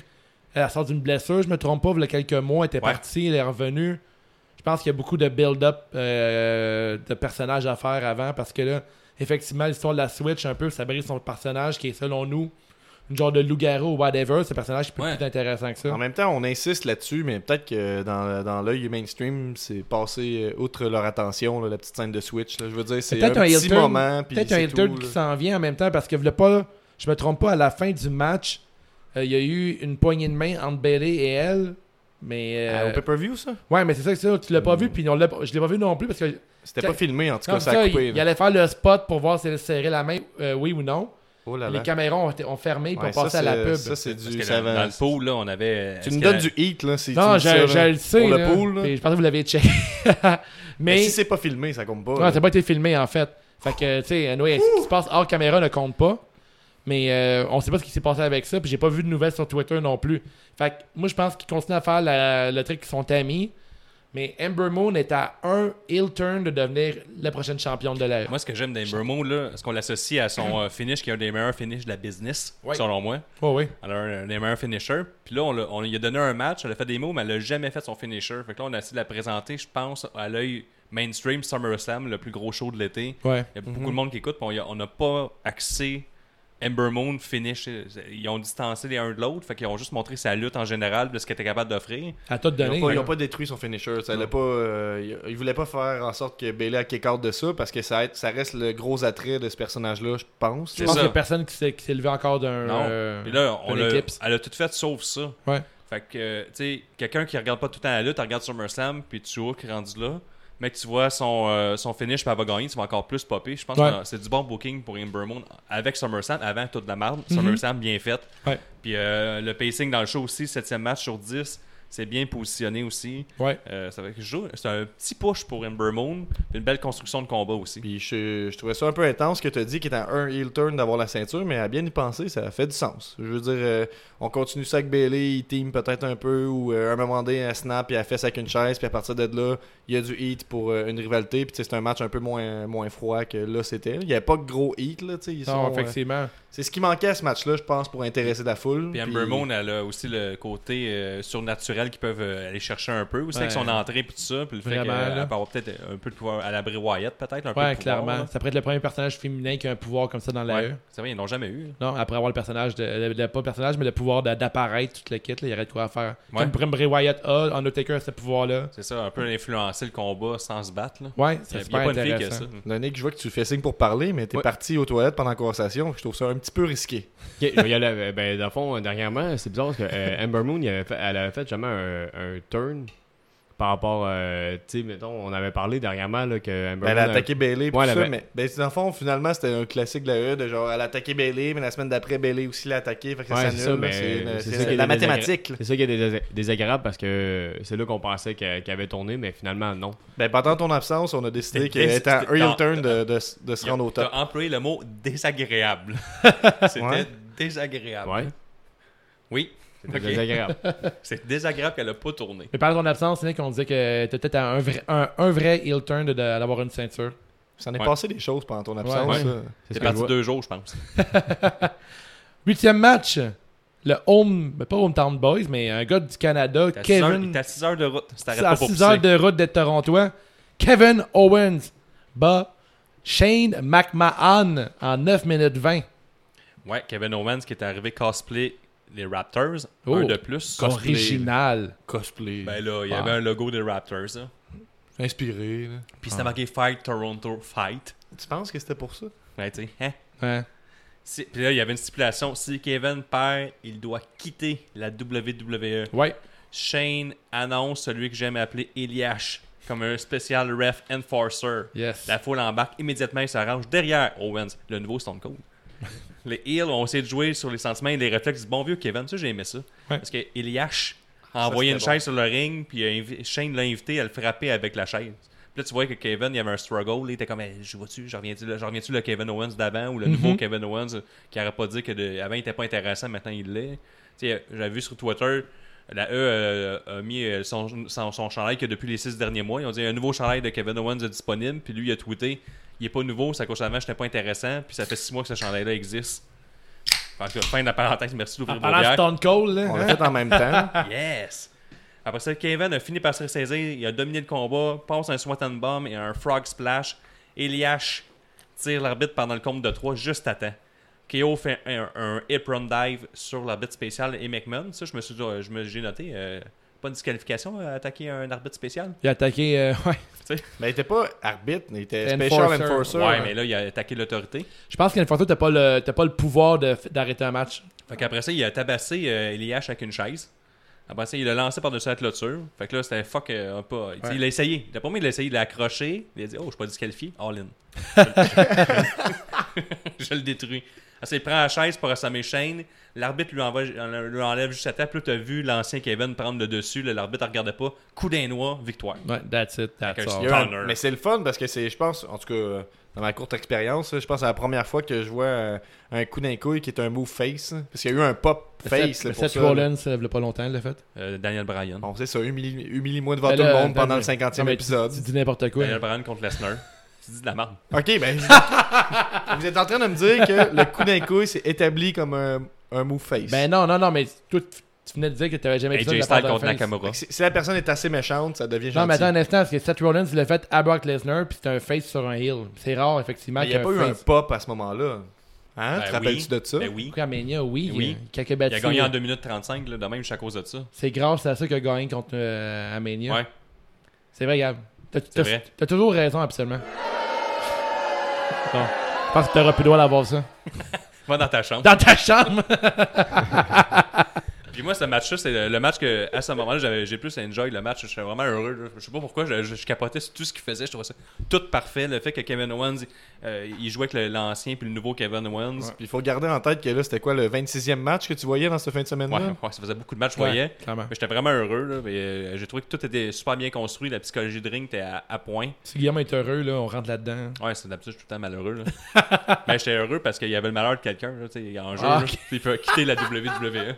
Euh, Elle sort d'une blessure, je me trompe pas, il y a quelques mois, elle était
Ouais.
partie, elle est revenue. Je pense qu'il y a beaucoup de build-up euh, de personnages à faire avant parce que là, effectivement, l'histoire de la Switch, un peu, ça brise son personnage qui est, selon nous, une genre de loup-garou ou whatever. C'est un personnage qui peut
Ouais.
être plus intéressant que ça.
En même temps, on insiste là-dessus, mais peut-être que dans, dans l'œil mainstream, c'est passé euh, outre leur attention, là, la petite scène de Switch. là. Je veux dire, c'est un,
Peut-être un,
petit
heel turn-
moment. puis
peut-être un
c'est
heel
tout,
turn
là.
qui s'en vient en même temps parce que le pas, je me trompe pas, à la fin du match, euh, il y a eu une poignée de main entre Bailey et elle. Mais
Ah,
euh,
Au pay-per-view, ça
ouais, mais c'est ça que ça, tu l'as pas vu puis on l'a pas- je l'ai pas vu non plus parce que
C'était
Quand-
pas filmé, en tout
comme
cas, ça
ça,
a
il,
coupé.
il
là.
allait faire le spot pour voir si elle serrait la main euh, oui ou non.
Oh là
Les
là.
caméras ont, été- ont fermé pour
Ouais, ça,
passer à la
c'est-
pub.
Ça, c'est
Parce
du.
que
ça
dans, dans
va-
le pool, là, on avait.
Tu
est-ce
me
que
donnes
la-
du heat, là. si
non,
tu
je,
me dis ça,
je
là.
le sais.
Pour le
là.
pool, là.
Puis je pensais que vous l'avez checké.
Mais
mais
si c'est pas filmé, ça compte pas.
Ouais,
là.
ça n'a pas été filmé en fait. Fait que, tu sais, anyway, ce qui se passe hors caméra ne compte pas. Mais euh, on sait pas ce qui s'est passé avec ça. Puis j'ai pas vu de nouvelles sur Twitter non plus. Fait que moi, je pense qu'ils continuent à faire la- le truc qu'ils sont amis. Mais Ember Moon est à un heel turn de devenir la prochaine championne de la
Moi, ce que j'aime d'Amber Moon, là, c'est qu'on l'associe à son euh, finish qui est un des meilleurs finishes de la business,
Ouais.
selon moi.
Oh oui.
Elle a un, un des meilleurs finishers. Puis là, on, l'a- on lui a donné un match, elle a fait des moves, mais elle n'a jamais fait son finisher. Fait que là, on a essayé de la présenter, je pense, à l'œil mainstream SummerSlam, le plus gros show de l'été.
Ouais.
Il y a
Mhm.
beaucoup de monde qui écoute, puis on y a- on n'a pas axé Ember Moon finish. euh, Ils ont distancé les uns de l'autre, fait qu'ils ont juste montré sa lutte en général, de ce qu'elle était capable d'offrir.
À tout
Ils
donner.
n'ont pas, ils ont pas détruit son finisher. Ça allait pas, euh, ils- ils voulaient pas faire en sorte que Bailey a kick out de ça parce que ça, a- ça reste le gros attrait de ce personnage-là, je pense.
Je pense qu'il y a personne qui s'est, qui s'est levé encore d'un.
Non.
euh,
Puis là, on
d'un
l'a-
éclipse.
elle a tout fait sauf ça.
Ouais.
Fait que, euh, tu sais, quelqu'un qui regarde pas tout le temps la lutte, elle regarde SummerSlam, puis tu vois qu'il est rendu là, mais que tu vois son, euh, son finish, puis elle va gagner, tu vas encore plus popper. Je pense
Ouais.
que c'est du bon booking pour Ember Moon avec SummerSlam, avant toute la merde.
Mhm.
SummerSlam bien fait.
Ouais.
Puis euh, le pacing dans le show aussi, 7 match sur 10, c'est bien positionné aussi.
Ouais.
Euh, ça fait que je- c'est un petit push pour Ember Moon, puis une belle construction de combat aussi.
Puis je, je trouvais ça un peu intense ce que tu as dit, qu'il était à un heel turn d'avoir la ceinture, mais à bien y penser, ça fait du sens. Je veux dire, euh, on continue ça avec Bailey, il team peut-être un peu, ou euh, à un moment donné, elle snap, puis elle fait ça avec une chaise, puis à partir de là, il y a du heat pour euh, une rivalité, puis tu sais, c'est un match un peu moins, moins froid que là c'était. Il n'y avait pas de gros heat, là, tu sais. ils
Non,
sont, euh,
effectivement.
C'est ce qui manquait à ce match-là, je pense, pour intéresser la foule.
Puis Amber Moon, elle a aussi le côté euh, surnaturel qu'ils peuvent euh, aller chercher un peu aussi avec
Ouais.
son entrée et tout ça. Puis le fait qu'elle
Vraiment,
elle
là.
peut avoir peut-être euh, un peu de pouvoir à la Bray Wyatt, peut-être. Un peu
Ouais,
de pouvoir,
clairement.
là.
Ça pourrait être le premier personnage féminin qui a un pouvoir comme ça dans la
Ouais.
E.
C'est vrai, ils l'ont jamais eu. là.
Non, après avoir le personnage, de, le- le- pas le personnage, mais le pouvoir de- d'apparaître, tout le kit, là, il y aurait de quoi à faire.
Ouais.
Comme Bray Wyatt a, Undertaker a ce pouvoir-là.
C'est ça, un peu influencer le combat sans se battre. Là.
Ouais, c'est
Il y a- il y a
super
pas une fille qui a
intéressant.
ça.
Yannick, je vois que tu fais signe pour parler, mais t'es
Ouais.
parti aux toilettes pendant la conversation, puis je trouve ça un petit peu risqué.
Ok, je vais y aller, euh, ben, dans le fond, euh, dernièrement, c'est bizarre parce que euh, Amber Moon, il avait fait- elle avait fait jamais un, un turn par rapport. euh, tu sais, mettons, on avait parlé dernièrement là, que Amber
Ben, elle a
Moon avait-
attaqué Bailey pour
Ouais, elle
ça,
avait-
mais ben, c'est- dans le fond, finalement, c'était un classique de la E, de genre, elle a attaqué Bailey, mais la semaine d'après, Bailey aussi l'a attaqué, fait que ça
Ouais,
s'annule,
c'est ça,
là,
mais
c'est une-
c'est
c'est
ça qui est
la
désagra-
mathématique. là.
C'est ça qui est dés- désagréable parce que c'est là qu'on pensait qu'elle qu'elle avait tourné, mais finalement, non.
Ben, pendant ton absence, on a décidé
C'était-
qu'elle était
c'était-
un real
dans-
turn de, de, de se
Ils ont-
rendre au top.
T'as employé le mot désagréable. C'était
Ouais.
désagréable.
Ouais.
Oui.
C'était
Ok.
désagréable.
C'est désagréable qu'elle a pas tourné.
Mais par ton absence, c'est qu'on disait que t'étais peut-être à un vrai, un, un vrai heel turn de- de- d'avoir une ceinture.
Ça en est
Ouais.
passé des choses pendant ton absence.
ouais.
ça.
C'est ce
C'est
que je
parti
vois.
deux jours, je pense.
Huitième match, le Home, ben, pas Hometown Boys, mais un gars du Canada,
T'as six heures-
Kevin.
T'as 6 heures de route. Si t'arrêtes
C'est à
pas pour
6 heures
pisser.
de route de Torontois. Kevin Owens bat Shane McMahon en 9 minutes 20.
Ouais, Kevin Owens qui est arrivé cosplay les Raptors.
Oh.
Un de plus.
Original.
Cosplay.
Ben là, il y
Ah.
avait un logo des Raptors. hein. là.
Inspiré. là.
Puis c'était marqué Fight Toronto Fight.
Tu penses que c'était pour ça?
Ouais, tu sais, hein?
Ouais.
Si- Puis là, il y avait une stipulation. Si Kevin perd, il doit quitter la E. WWE.
Ouais.
Shane annonce celui que j'aime appeler Eliash comme un spécial ref enforcer.
Yes.
La foule embarque immédiatement et s'arrange derrière Owens, le nouveau Stone Cold. les Heels ont essayé de jouer sur les sentiments et les réflexes du bon vieux Kevin. Ça, j'ai aimé ça. Parce que Eliash a envoyé une
c'était
chaise sur le ring, puis il a invi- Shane l'a invité à le frapper avec la chaise. Puis là, tu vois que Kevin, il avait un struggle. Il était comme, Eh, je vois-tu, je reviens-tu le, je reviens-tu le Kevin Owens d'avant ou le
Mhm.
nouveau Kevin Owens euh, qui n'aurait pas dit que de- avant il n'était pas intéressant, maintenant il l'est. Tu sais, j'avais vu sur Twitter, la E euh, a mis euh, son, son, son chandail que depuis les six derniers mois, ils ont dit un nouveau chandail de Kevin Owens est disponible, puis lui il a tweeté il est pas nouveau, ça cause avant, je n'étais pas intéressant, puis ça fait six mois que ce chandail-là existe. Fait que, fin de la parenthèse, merci d'ouvrir
En
vos
parlant de
bières.
Stone Cold, là,
On
hein?
l'a fait en même temps.
Yes! Après ça, Kevin a fini par se ressaisir. Il a dominé le combat, passe un SWAT and bomb et un frog splash. Eliash tire l'arbitre pendant le compte de 3 juste à temps. KO fait un, un hip run dive sur l'arbitre spécial et McMahon. Ça, je me suis je me- j'ai noté. euh, pas une disqualification à attaquer un arbitre spécial.
Il a attaqué. euh, ouais.
Ben, il était pas arbitre, il était
C'était
special
enforcer.
enforcer.
ouais, mais là, il a attaqué l'autorité.
Je pense qu'une fois que t'as pas le t'as pas le pouvoir de- d'arrêter un match.
Fait qu'après ça, il a tabassé euh, Eliash avec une chaise. Après ça, il l'a lancé par-dessus la clôture. Fait que là, c'était fuck. euh, pas... Il a essayé. Le premier, il a essayé de l'accrocher. Il a dit Oh, je suis pas disqualifié. All in. je le détruis. Ah, ça, il prend la chaise pour assommer Shane. L'arbitre lui, envoie- euh, lui enlève juste sa tête. Puis là, t'as vu l'ancien Kevin prendre le dessus. là, L'arbitre ne regardait pas. Coup d'un noir, victoire.
Ouais, that's it, that's
Fait
all.
que c'est-
Il y a un-
Tanner.
Mais c'est le fun parce que c'est, je pense, en tout cas, euh, dans ma courte expérience, là, je pense que c'est la première fois que je vois un, un coup d'un couille qui est un move face. là. Parce qu'il y a eu un pop face. là,
Mais
pour
Seth
ça, là.
Rollins, ça l'a pas longtemps, il l'a fait.
Euh, Daniel Bryan.
Bon, c'est ça, humilie- humilie-moi devant
Ben
tout
là,
le monde pendant
Daniel-
le 50e
Non, mais tu-
épisode.
Tu dis n'importe quoi.
ben,
Daniel Bryan contre Lesnar. tu dis de la merde.
Ok, ben. vous êtes en train de me dire que le coup d'un couille, c'est établi comme un, un move face.
Ben non, non, non, mais toi, tu tu venais de dire que t'avais jamais fait ça de
AJ
la part
Styles
d'un
contre
face.
Nakamura.
Fait que si, si la personne est assez méchante, ça devient gentil.
Non, mais attends un instant, parce que Seth Rollins, il l'a fait à Brock Lesnar, puis c'est un face sur un heel. C'est rare, effectivement,
Mais il n'y a
qu'un
pas eu un
face.
pop à ce moment-là. Hein?
Ben
tu te rappelles-tu
oui.
de ça?
Ben oui.
Après Mania, oui.
Oui.
euh, Quelques
Il a
battus.
gagné en 2 minutes 35, là, de même, je suis à cause de ça.
C'est grâce à ça qu'il a gagné contre euh, Amania.
Ouais.
C'est vrai, Gab. T'as- T'as
vrai.
t'as toujours raison, absolument. Bon. Je pense que t'auras plus le droit d'avoir ça.
Va dans ta chambre.
Dans ta chambre!
Puis moi, ce match-là, c'est le, le match que, à ce moment-là, j'avais- j'ai plus enjoy le match. J'étais vraiment heureux. là. Je sais pas pourquoi, je, je- je capotais sur tout ce qu'il faisait. Je trouvais ça tout parfait. Le fait que Kevin Owens, euh, il jouait avec le- l'ancien puis le nouveau Kevin Owens.
Puis il faut garder en tête que là, c'était quoi le 26e match que tu voyais dans cette fin de
Ouais,
semaine-là?
ouais, ça faisait beaucoup de matchs, je
Ouais,
voyais.
clairement.
mais j'étais vraiment heureux. là. Mais, euh, j'ai trouvé que tout était super bien construit. La psychologie de ring était à, à point.
si Guillaume est heureux, là, on rentre là-dedans.
Ouais, c'est d'habitude, je suis tout le temps malheureux. là. Mais j'étais heureux parce qu'il y avait le malheur de quelqu'un. là, tu sais, En jeu,
Ah,
là.
ok.
il peut quitter la WWE.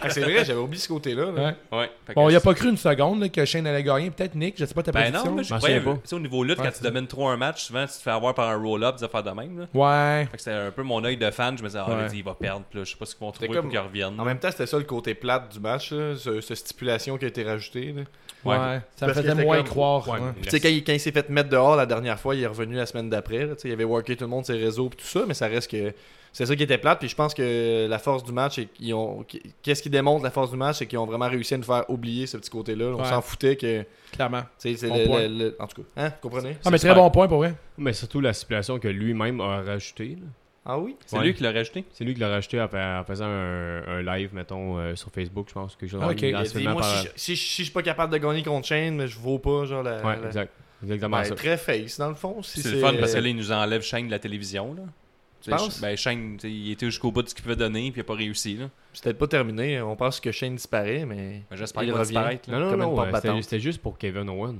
Ah, c'est vrai, j'avais oublié ce côté-là. là.
Ouais.
Ouais, fait que
Bon, il
c'est-
a pas cru une seconde là, que Shane allait gagner. Peut-être Nick, je sais pas ta
Ben
position.
non, moi, je
M'en
croyais,
souviens
tu
pas.
sais, au niveau lutte,
Ouais,
quand
c'est
tu domines trop un match, souvent, tu te fais avoir par un roll-up, des affaires de même. Là.
Ouais.
Fait que c'était un peu mon œil de fan. Je me disais, ah,
Ouais.
lui, il va perdre. Puis là, je sais pas ce qu'ils vont
C'était
trouver
comme-
pour qu'il revienne.
En même temps, c'était ça le côté plate du match, là, ce, ce stipulation qui a été rajoutée. là.
Ouais.
Ouais.
Ça me
Parce que
faisait
c'était
moins
comme-
croire. hein,
Ouais.
ouais.
Puis, tu sais, quand, il- quand il s'est fait mettre dehors la dernière fois, il est revenu la semaine d'après. là, tu sais, Il avait worké tout le monde, ses réseaux et tout ça, mais ça reste que. C'est ça qui était plate. Puis je pense que la force du match, et qu'ils ont. Qu'est-ce qui démontre la force du match, c'est qu'ils ont vraiment réussi à nous faire oublier ce petit côté-là. On
Ouais.
s'en foutait que. tu
Clairement.
sais, c'est
Bon
le-
point.
le- le- En tout cas, hein, vous comprenez?
Ah, mais très
super.
bon point pour vrai.
Mais surtout la stipulation que lui-même a rajoutée. là.
Ah oui?
C'est
Ouais.
lui qui l'a rajouté.
C'est lui qui l'a rajoutée en, fa- en faisant un, un live, mettons, euh, sur Facebook, je pense. Quelque chose
Ah,
en-
ok.
dans
Il a
Il a
ce
dit,
moment
moi,
par-
Eh, si je, si je- si je suis pas capable de gagner contre Shane, mais je vaux pas, genre la.
Ouais,
la-
exact. Exactement
euh, Ben,
ça.
très face, dans le fond. Si
c'est le fun parce que là, il nous enlève Shane de la télévision. Là. Tu sais,
penses?
Ben, Shane, tu sais, il était jusqu'au bout de ce qu'il pouvait donner, puis il a pas réussi. Là.
C'est peut-être pas terminé. On pense que Shane disparaît, mais.
Ben, J'espère
Il
qu'il va
revient.
disparaître. là.
Non, non,
comme une
non,
porte
euh,
battante.
c'était c'était juste pour Kevin Owen.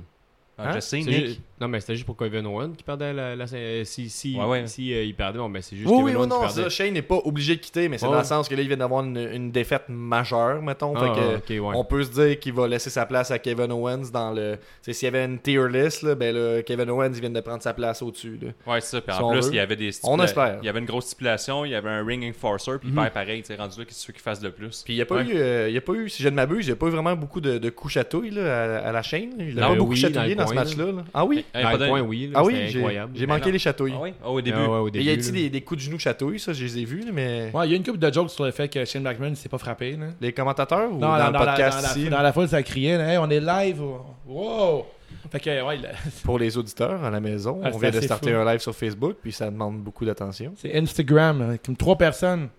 Ah,
Hein?
Je sais,
C'est
Nick.
ju- Non, mais c'était juste pour Kevin Owen qui perdait la. la- euh, si si,
Ouais, ouais.
si, euh, il perdait, bon, mais c'est juste
Oui, oui,
Kevin
oui,
Owen qui
non,
perdait.
ça, Shane n'est pas obligé de quitter, mais c'est
Ouais.
dans le sens que là, il vient d'avoir une, une défaite majeure, mettons.
Ah,
fait que,
ah, ok, ouais.
On peut se dire qu'il va laisser sa place à Kevin Owens dans le. tu sais, S'il y avait une tier list, là, ben là, Kevin Owens, il vient de prendre sa place au-dessus. là.
Ouais, c'est ça. Puis
Si
en
on
plus,
veut.
il y avait des
On
stipula-
espère. Mhm.
Il y avait une grosse stipulation, il y avait un ring enforcer, puis il perd pareil. Tu sais, rendu là, qu'est-ce que tu veux qu'il fasse de plus?
Puis il n'y a, pas eu, euh, il y a pas eu, si je ne m'abuse, il n'y a pas eu vraiment beaucoup de, de coups chatouilles là, à, à la chaîne. Il n'a
Euh,
pas beaucoup
oui,
chatouillé
dans
dans,
le
ce
coin,
match-là. là. Ah oui?
Ah, il y a
Dans
pas
le
de-
coin, Ben, oui. là,
Ah oui,
c'était
j'ai
incroyable.
j'ai manqué
non.
les chatouilles.
Ah oui? Ah, au
Ah,
début.
ouais, au
Mais
début.
il y a eu
là.
des, des coups de genoux chatouilles, ça, je les ai vus, là, mais
Ouais, il y a une couple de jokes sur le fait que Shane Blackman s'est pas frappé. Là.
les commentateurs ou
Non,
dans,
dans,
le
dans la-
podcast
dans la,
ici,
dans la foule, ça criait Hey, on est live. oh. Wow! Fait que, ouais, il-
pour les auditeurs à la maison,
Ah,
on
c'est
vient de
assez
starter
fou.
un live sur Facebook, puis ça demande beaucoup d'attention.
c'est Instagram, hein, comme trois personnes.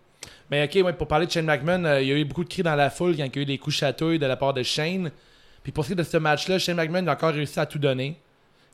Mais ok, ouais, pour parler de Shane McMahon, euh, il y a eu beaucoup de cris dans la foule quand il y a eu des coups chatouilles de la part de Shane. Puis pour ce qui est de ce match-là, Shane McMahon a encore réussi à tout donner.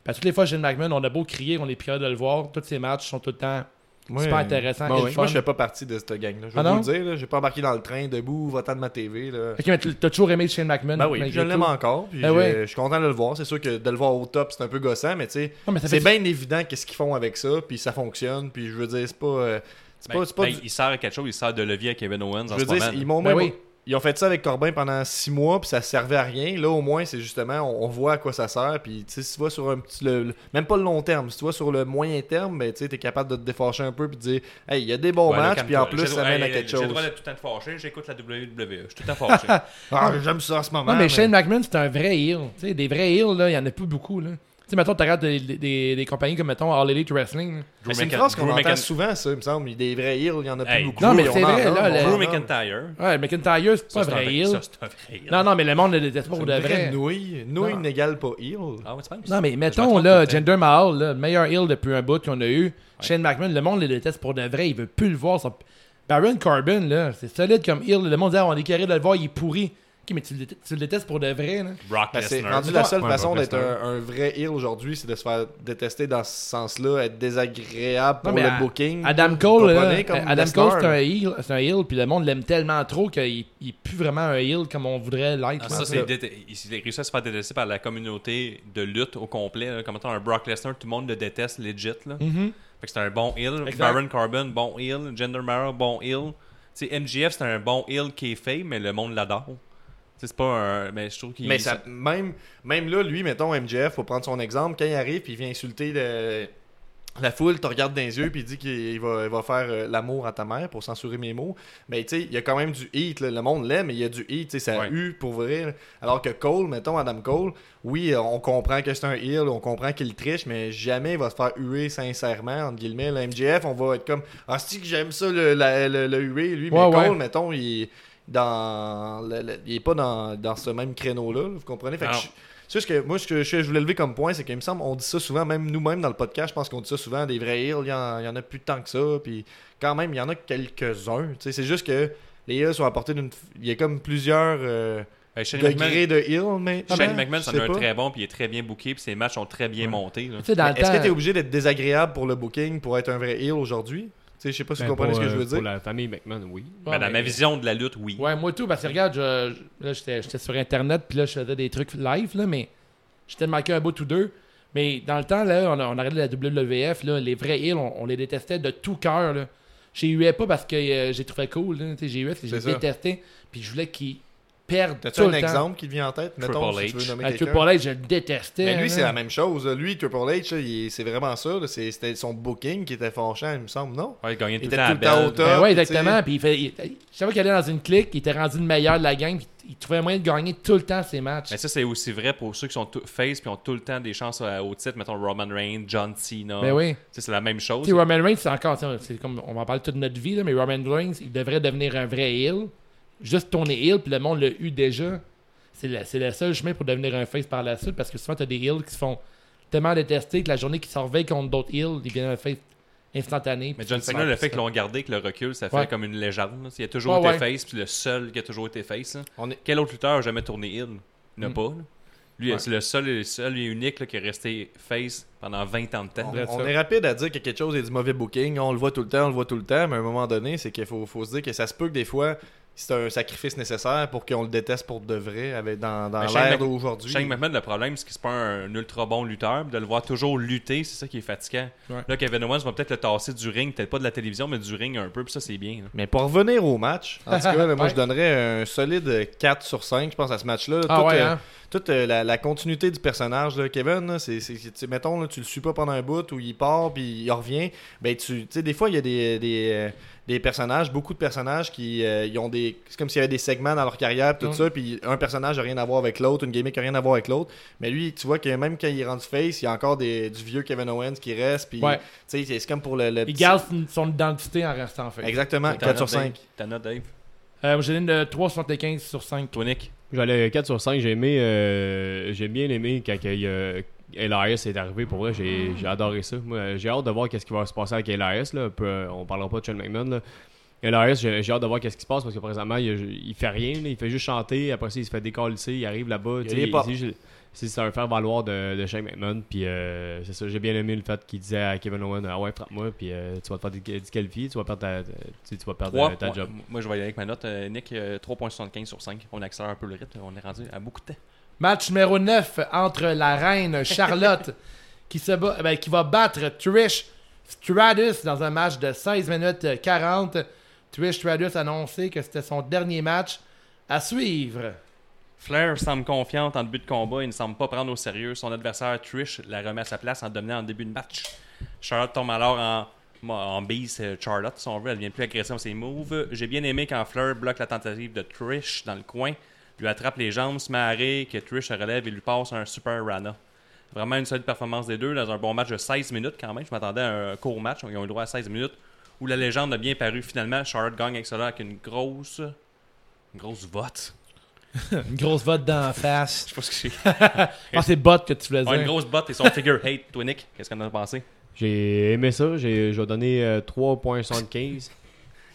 Puis à toutes les fois, Shane McMahon, on a beau crier, on est pire de le voir. Tous ses matchs sont tout le temps super intéressants.
Moi,
et
ouais.
le fun.
Moi, je fais pas partie de cette gang-là. Je vais
Ah
vous
non?
le dire, là, j'ai pas embarqué dans le train debout, votant de ma TV. Là.
Ok, mais tu- t'as toujours aimé Shane McMahon.
Ben oui,
malgré
je l'aime
tout.
encore. Puis
Ben
je,
oui.
je suis content de le voir. C'est sûr que de le voir au top, c'est un peu gossant, mais tu sais,
Non, mais ça
c'est
fait-
bien évident qu'est-ce qu'ils font avec ça, puis ça fonctionne. Puis je veux dire, c'est pas. euh, c'est
Ben,
pas, c'est pas
ben,
du-
Il sert à quelque chose, il sert de levier à Kevin Owens en
Je
ce
veux
moment.
dire, ils m'ont
Ben
même-
oui.
Ils ont fait ça avec Corbin pendant six mois, puis ça servait à rien. Là, au moins, c'est justement, on, on voit à quoi ça sert. Puis, tu sais, si tu vois sur un petit. le- le- même pas le long terme, si tu vois sur le moyen terme, ben, tu sais, t'es capable de te défâcher un peu, puis de dire, hey, il y a des bons
Ouais, là,
matchs, puis en
calme-toi.
plus,
J'ai
ça
le-
mène à
hey,
quelque
J'ai le
chose.
droit d'être tout le temps fâché, j'écoute la WWE. Je suis tout le temps fâché.
Ah, j'aime ça en ce moment.
Non, mais
mais-
Shane McMahon, c'est un vrai heel. Tu sais, des vrais heels, là, il y en a plus beaucoup, là. Tu sais, mettons, t'arrêtes des, des, des compagnies comme, mettons, All Elite Wrestling. là.
Mais c'est une
Drew
phrase qu'on
McIn-
entend
Drew McIn-
souvent, ça, il me semble. Des vrais heels, il y en a plus
Hey,
beaucoup.
non, mais c'est
on en
vrai,
a,
là,
on
le-
en
Drew
a.
McIntyre.
Ouais, McIntyre, c'est pas
Ça,
un vrai heel.
Ça, c'est un vrai heel.
Non, non, mais le monde ne le déteste pas pour
Une
de
vraie
vrai.
nouille. Nouille
Non.
n'égale pas heel.
Ah, ouais, tu penses?
Non, mais
Je
mettons,
m'attends
là,
peut-être.
Gender Mahal, là, le meilleur heel depuis un bout qu'on a eu. Shane McMahon, le monde le déteste pour de vrai. Il veut plus le voir. son- Baron Corbin, là, c'est solide comme heel. Le monde dit, ah, on est carré de le voir, il est pourri. Ok, mais tu le, détestes- tu le détestes pour de vrai, là.
Brock
Ben, c'est
Lesnar.
rendu la seule
Ouais,
façon
Brock
d'être
Lesnar.
un, un vrai heel aujourd'hui, c'est de se faire détester dans ce sens-là, être désagréable pour
Non, mais
le
à-
booking.
Adam
Vous
Cole, là,
comprenez, comme
Adam
Lesnar,
Cole, c'est un
là.
heel, c'est un heel, puis le monde l'aime tellement trop qu'il n'est plus vraiment un heel comme on voudrait l'être.
Ah, ça, c'est déte- il il a réussi à se faire détester par la communauté de lutte au complet. là. Comme étant un Brock Lesnar, tout le monde le déteste legit. Là.
Mhm.
Fait que c'est un bon heel.
Exact.
Baron Carbon, bon heel. Gender Mara, bon heel. Tu sais, MGF, c'est un bon heel qui est fait, mais le monde l'adore. Tu sais, C'est pas un. Mais je trouve qu'il.
Mais ça, même, même là, lui, mettons MJF, faut prendre son exemple, quand il arrive puis il vient insulter le- la foule, te regarde dans les yeux puis il dit qu'il il va, il va faire euh, l'amour à ta mère pour censurer mes mots. Mais tu sais, il y a quand même du hit, là. le monde l'aime, mais il y a du hit, tu sais, ça
Ouais.
eu pour vrai. là. Alors que Cole, mettons Adam Cole, oui, euh, on comprend que c'est un heel, on comprend qu'il triche, mais jamais il va se faire huer sincèrement, entre guillemets. Le MJF, on va être comme Ah, si que j'aime ça le, la- le- le huer, lui,
Ouais,
mais Cole,
ouais.
mettons, il dans le- le- il est pas dans, dans ce même créneau là vous comprenez fait que
Non.
je- c'est juste que moi ce que je, je voulais lever comme point c'est qu'il me semble on dit ça souvent même nous-mêmes dans le podcast je pense qu'on dit ça souvent des vrais heels il y, en il y en a plus tant que ça puis quand même il y en a quelques-uns tu sais, c'est juste que les heels sont apportés d'une f- il y a comme plusieurs euh,
Euh, Shane
degrés
McMahon,
de heel mais
Shane McMahon, c'en
je
est
sais
un
pas.
très bon, puis il est très bien booké, puis ses matchs sont très bien montés. là.
Tu sais, dans le
Mais est-ce que
temps- euh,
tu es obligé d'être désagréable pour le booking pour être un vrai heel aujourd'hui Tu sais, je sais pas si vous comprenez ce que je
euh,
veux dire
Ben, Pour la famille McMahon, oui.
Ouais,
Ben, dans
mais-
ma vision de la lutte, oui.
Ouais, moi tout, parce que regarde, je- je- là, j'étais j'étais sur Internet, puis là, je faisais des trucs live, là, mais j'étais marqué un bout ou deux. Mais dans le temps, là, on, a- on regardait la WWF, là, les vrais heels, on, on les détestait de tout cœur, là. J'ai eu pas parce que euh, j'ai trouvé cool, là, tu sais, j'ai eu j'ai
C'est ça.
détesté, puis je voulais qu'ils perdent
T'as-tu
tout
un
le temps.
exemple qui te vient en tête mettons
Triple
si tu veux
H.
nommer
Ah,
quelqu'un
Triple H, je le détestais.
Mais lui, c'est
là.
la même chose. Lui, Triple H, là, il- c'est vraiment ça. là. C'est- C'était son booking qui était fâchant, il me semble, non?
Ouais, il gagnait
Il
tout le
était
temps à
tout le temps
Bell.
au top.
Ben ouais,
tu sais.
exactement. Puis il fait, il- il- chaque fois qu'il allait dans une clique, il était rendu le meilleur de la gang. puis il trouvait moyen de gagner tout le temps ses matchs.
Mais ça, c'est aussi vrai pour ceux qui sont tout- face puis ont tout le temps des chances euh, au titre. Mettons Roman Reigns, John Cena.
Ben oui.
Tu sais, C'est la même chose.
Tu sais, Roman Reigns, c'est encore, tu sais, c'est comme on en parle toute notre vie, là, mais Roman Reigns, il devrait devenir un vrai heel. Juste tourner heel, puis le monde l'a eu déjà. C'est le, c'est le seul chemin pour devenir un face par la suite, parce que souvent, t'as des heels qui se font tellement détester que la journée qu'ils se réveillent contre d'autres heels, ils deviennent un face instantané.
Mais
puis
John
tu
Cena,
sens
le
plus
fait
ça.
qu'ils l'ont gardé, que le recul, ça fait
Ouais.
comme une légende. là. Il a toujours
Ouais,
été
ouais.
face, puis le seul qui a toujours été face. là.
On est-
Quel autre lutteur a jamais tourné heel Il n'y en a pas. là. Lui,
Hmm. Ouais.
c'est le seul, le seul et unique là, qui est resté face pendant 20 ans de temps.
On,
Vrai
on
ça.
est rapide à dire que quelque chose est du mauvais booking. On le voit tout le temps, on le voit tout le temps, mais à un moment donné, c'est qu'il faut, faut se dire que ça se peut que des fois, c'est un sacrifice nécessaire pour qu'on le déteste pour de vrai avec, dans, dans
Mais Shane
l'ère
Mc-
d'aujourd'hui.
Shane McMahon, le problème, c'est qu'il c'est pas un, ultra bon lutteur. puis De le voir toujours lutter, c'est ça qui est fatigant.
Ouais.
Là, Kevin Owens va peut-être le tasser du ring, peut-être pas de la télévision, mais du ring un peu, puis ça, c'est bien. là.
Mais pour revenir au match, en tout cas, là, moi
Ouais.
je donnerais un solide 4 sur 5, je pense, à ce match-là.
Ah
Tout,
ouais,
euh,
hein?
Toute euh, la, la continuité du personnage, là, Kevin, là, c'est, c'est- c'est- tu sais, mettons, là, tu le suis pas pendant un bout, où il part, puis il revient. Ben, tu tu sais, des fois, il y a des, des, euh, des personnages, beaucoup de personnages qui euh, ils ont des. C'est comme s'il y avait des segments dans leur carrière, puis tout
Ouais.
ça, puis un personnage n'a rien à voir avec l'autre, une gimmick n'a rien à voir avec l'autre. Mais lui, tu vois que même quand il est rendu face, il y a encore des, du vieux Kevin Owens qui reste, puis
Ouais.
tu sais, c'est c'est comme pour le. le
Il
petit-
garde son- son identité en restant face.
Exactement,
T'as
4 sur
note, Dave?
5.
T'as note, Dave.
Euh, J'ai une de 3,75 sur 5.
Toi, Nick.
J'allais 4 sur 5. J'ai aimé, euh, j'ai bien aimé quand que, euh, LAS est arrivé. Pour vrai, j'ai j'ai adoré ça. Moi, euh, j'ai hâte de voir qu'est-ce qui va se passer avec LAS. Là. Peu- euh, on parlera pas de Sean McMahon. Là. LAS, j'ai j'ai hâte de voir qu'est-ce qui se passe parce que présentement, il, il fait rien. là. Il fait juste chanter. Après ça, il se fait décalisser. Il arrive là-bas. tu sais,
rien pas.
il- il- C'est c'est un faire-valoir de, de Shane McMahon. Puis euh, c'est ça, j'ai bien aimé le fait qu'il disait à Kevin Owen Ah ouais, frappe-moi, puis euh, tu vas te faire dé- disqualifier, tu vas perdre ta, tu sais, tu vas perdre,
Trois
euh, ta
points.
job.
Moi, je vais y aller avec ma note. Euh, Nick, euh, 3.75 sur 5. On accélère un peu le rythme. On est rendu à beaucoup de temps.
Match numéro 9 entre la reine Charlotte qui, se bat- ben, qui va battre Trish Stratus dans un match de 16 minutes 40. Trish Stratus a annoncé que c'était son dernier match à suivre.
Flair semble confiante en début de combat et ne semble pas prendre au sérieux. Son adversaire Trish la remet à sa place en dominant en début de match. Charlotte tombe alors en, en bise euh, Charlotte, si on veut. Elle devient plus agressive dans ses moves. J'ai bien aimé quand Flair bloque la tentative de Trish dans le coin, lui attrape les jambes, se met à rire, que Trish se relève et lui passe un super Rana. Vraiment une solide performance des deux dans un bon match de 16 minutes quand même. Je m'attendais à un court match. Ils ont eu le droit à 16 minutes où la légende a bien paru. Finalement, Charlotte gagne avec cela avec une grosse. Une grosse vote.
Une grosse vote d'en face.
Je sais pas ce que c'est.
Ah, c'est bot que tu voulais
Ah, une
dire.
grosse botte et son figure hate, toi Nick, qu'est-ce qu'on en a pensé?
J'ai aimé ça, j'ai, je vais donner euh, 3.75.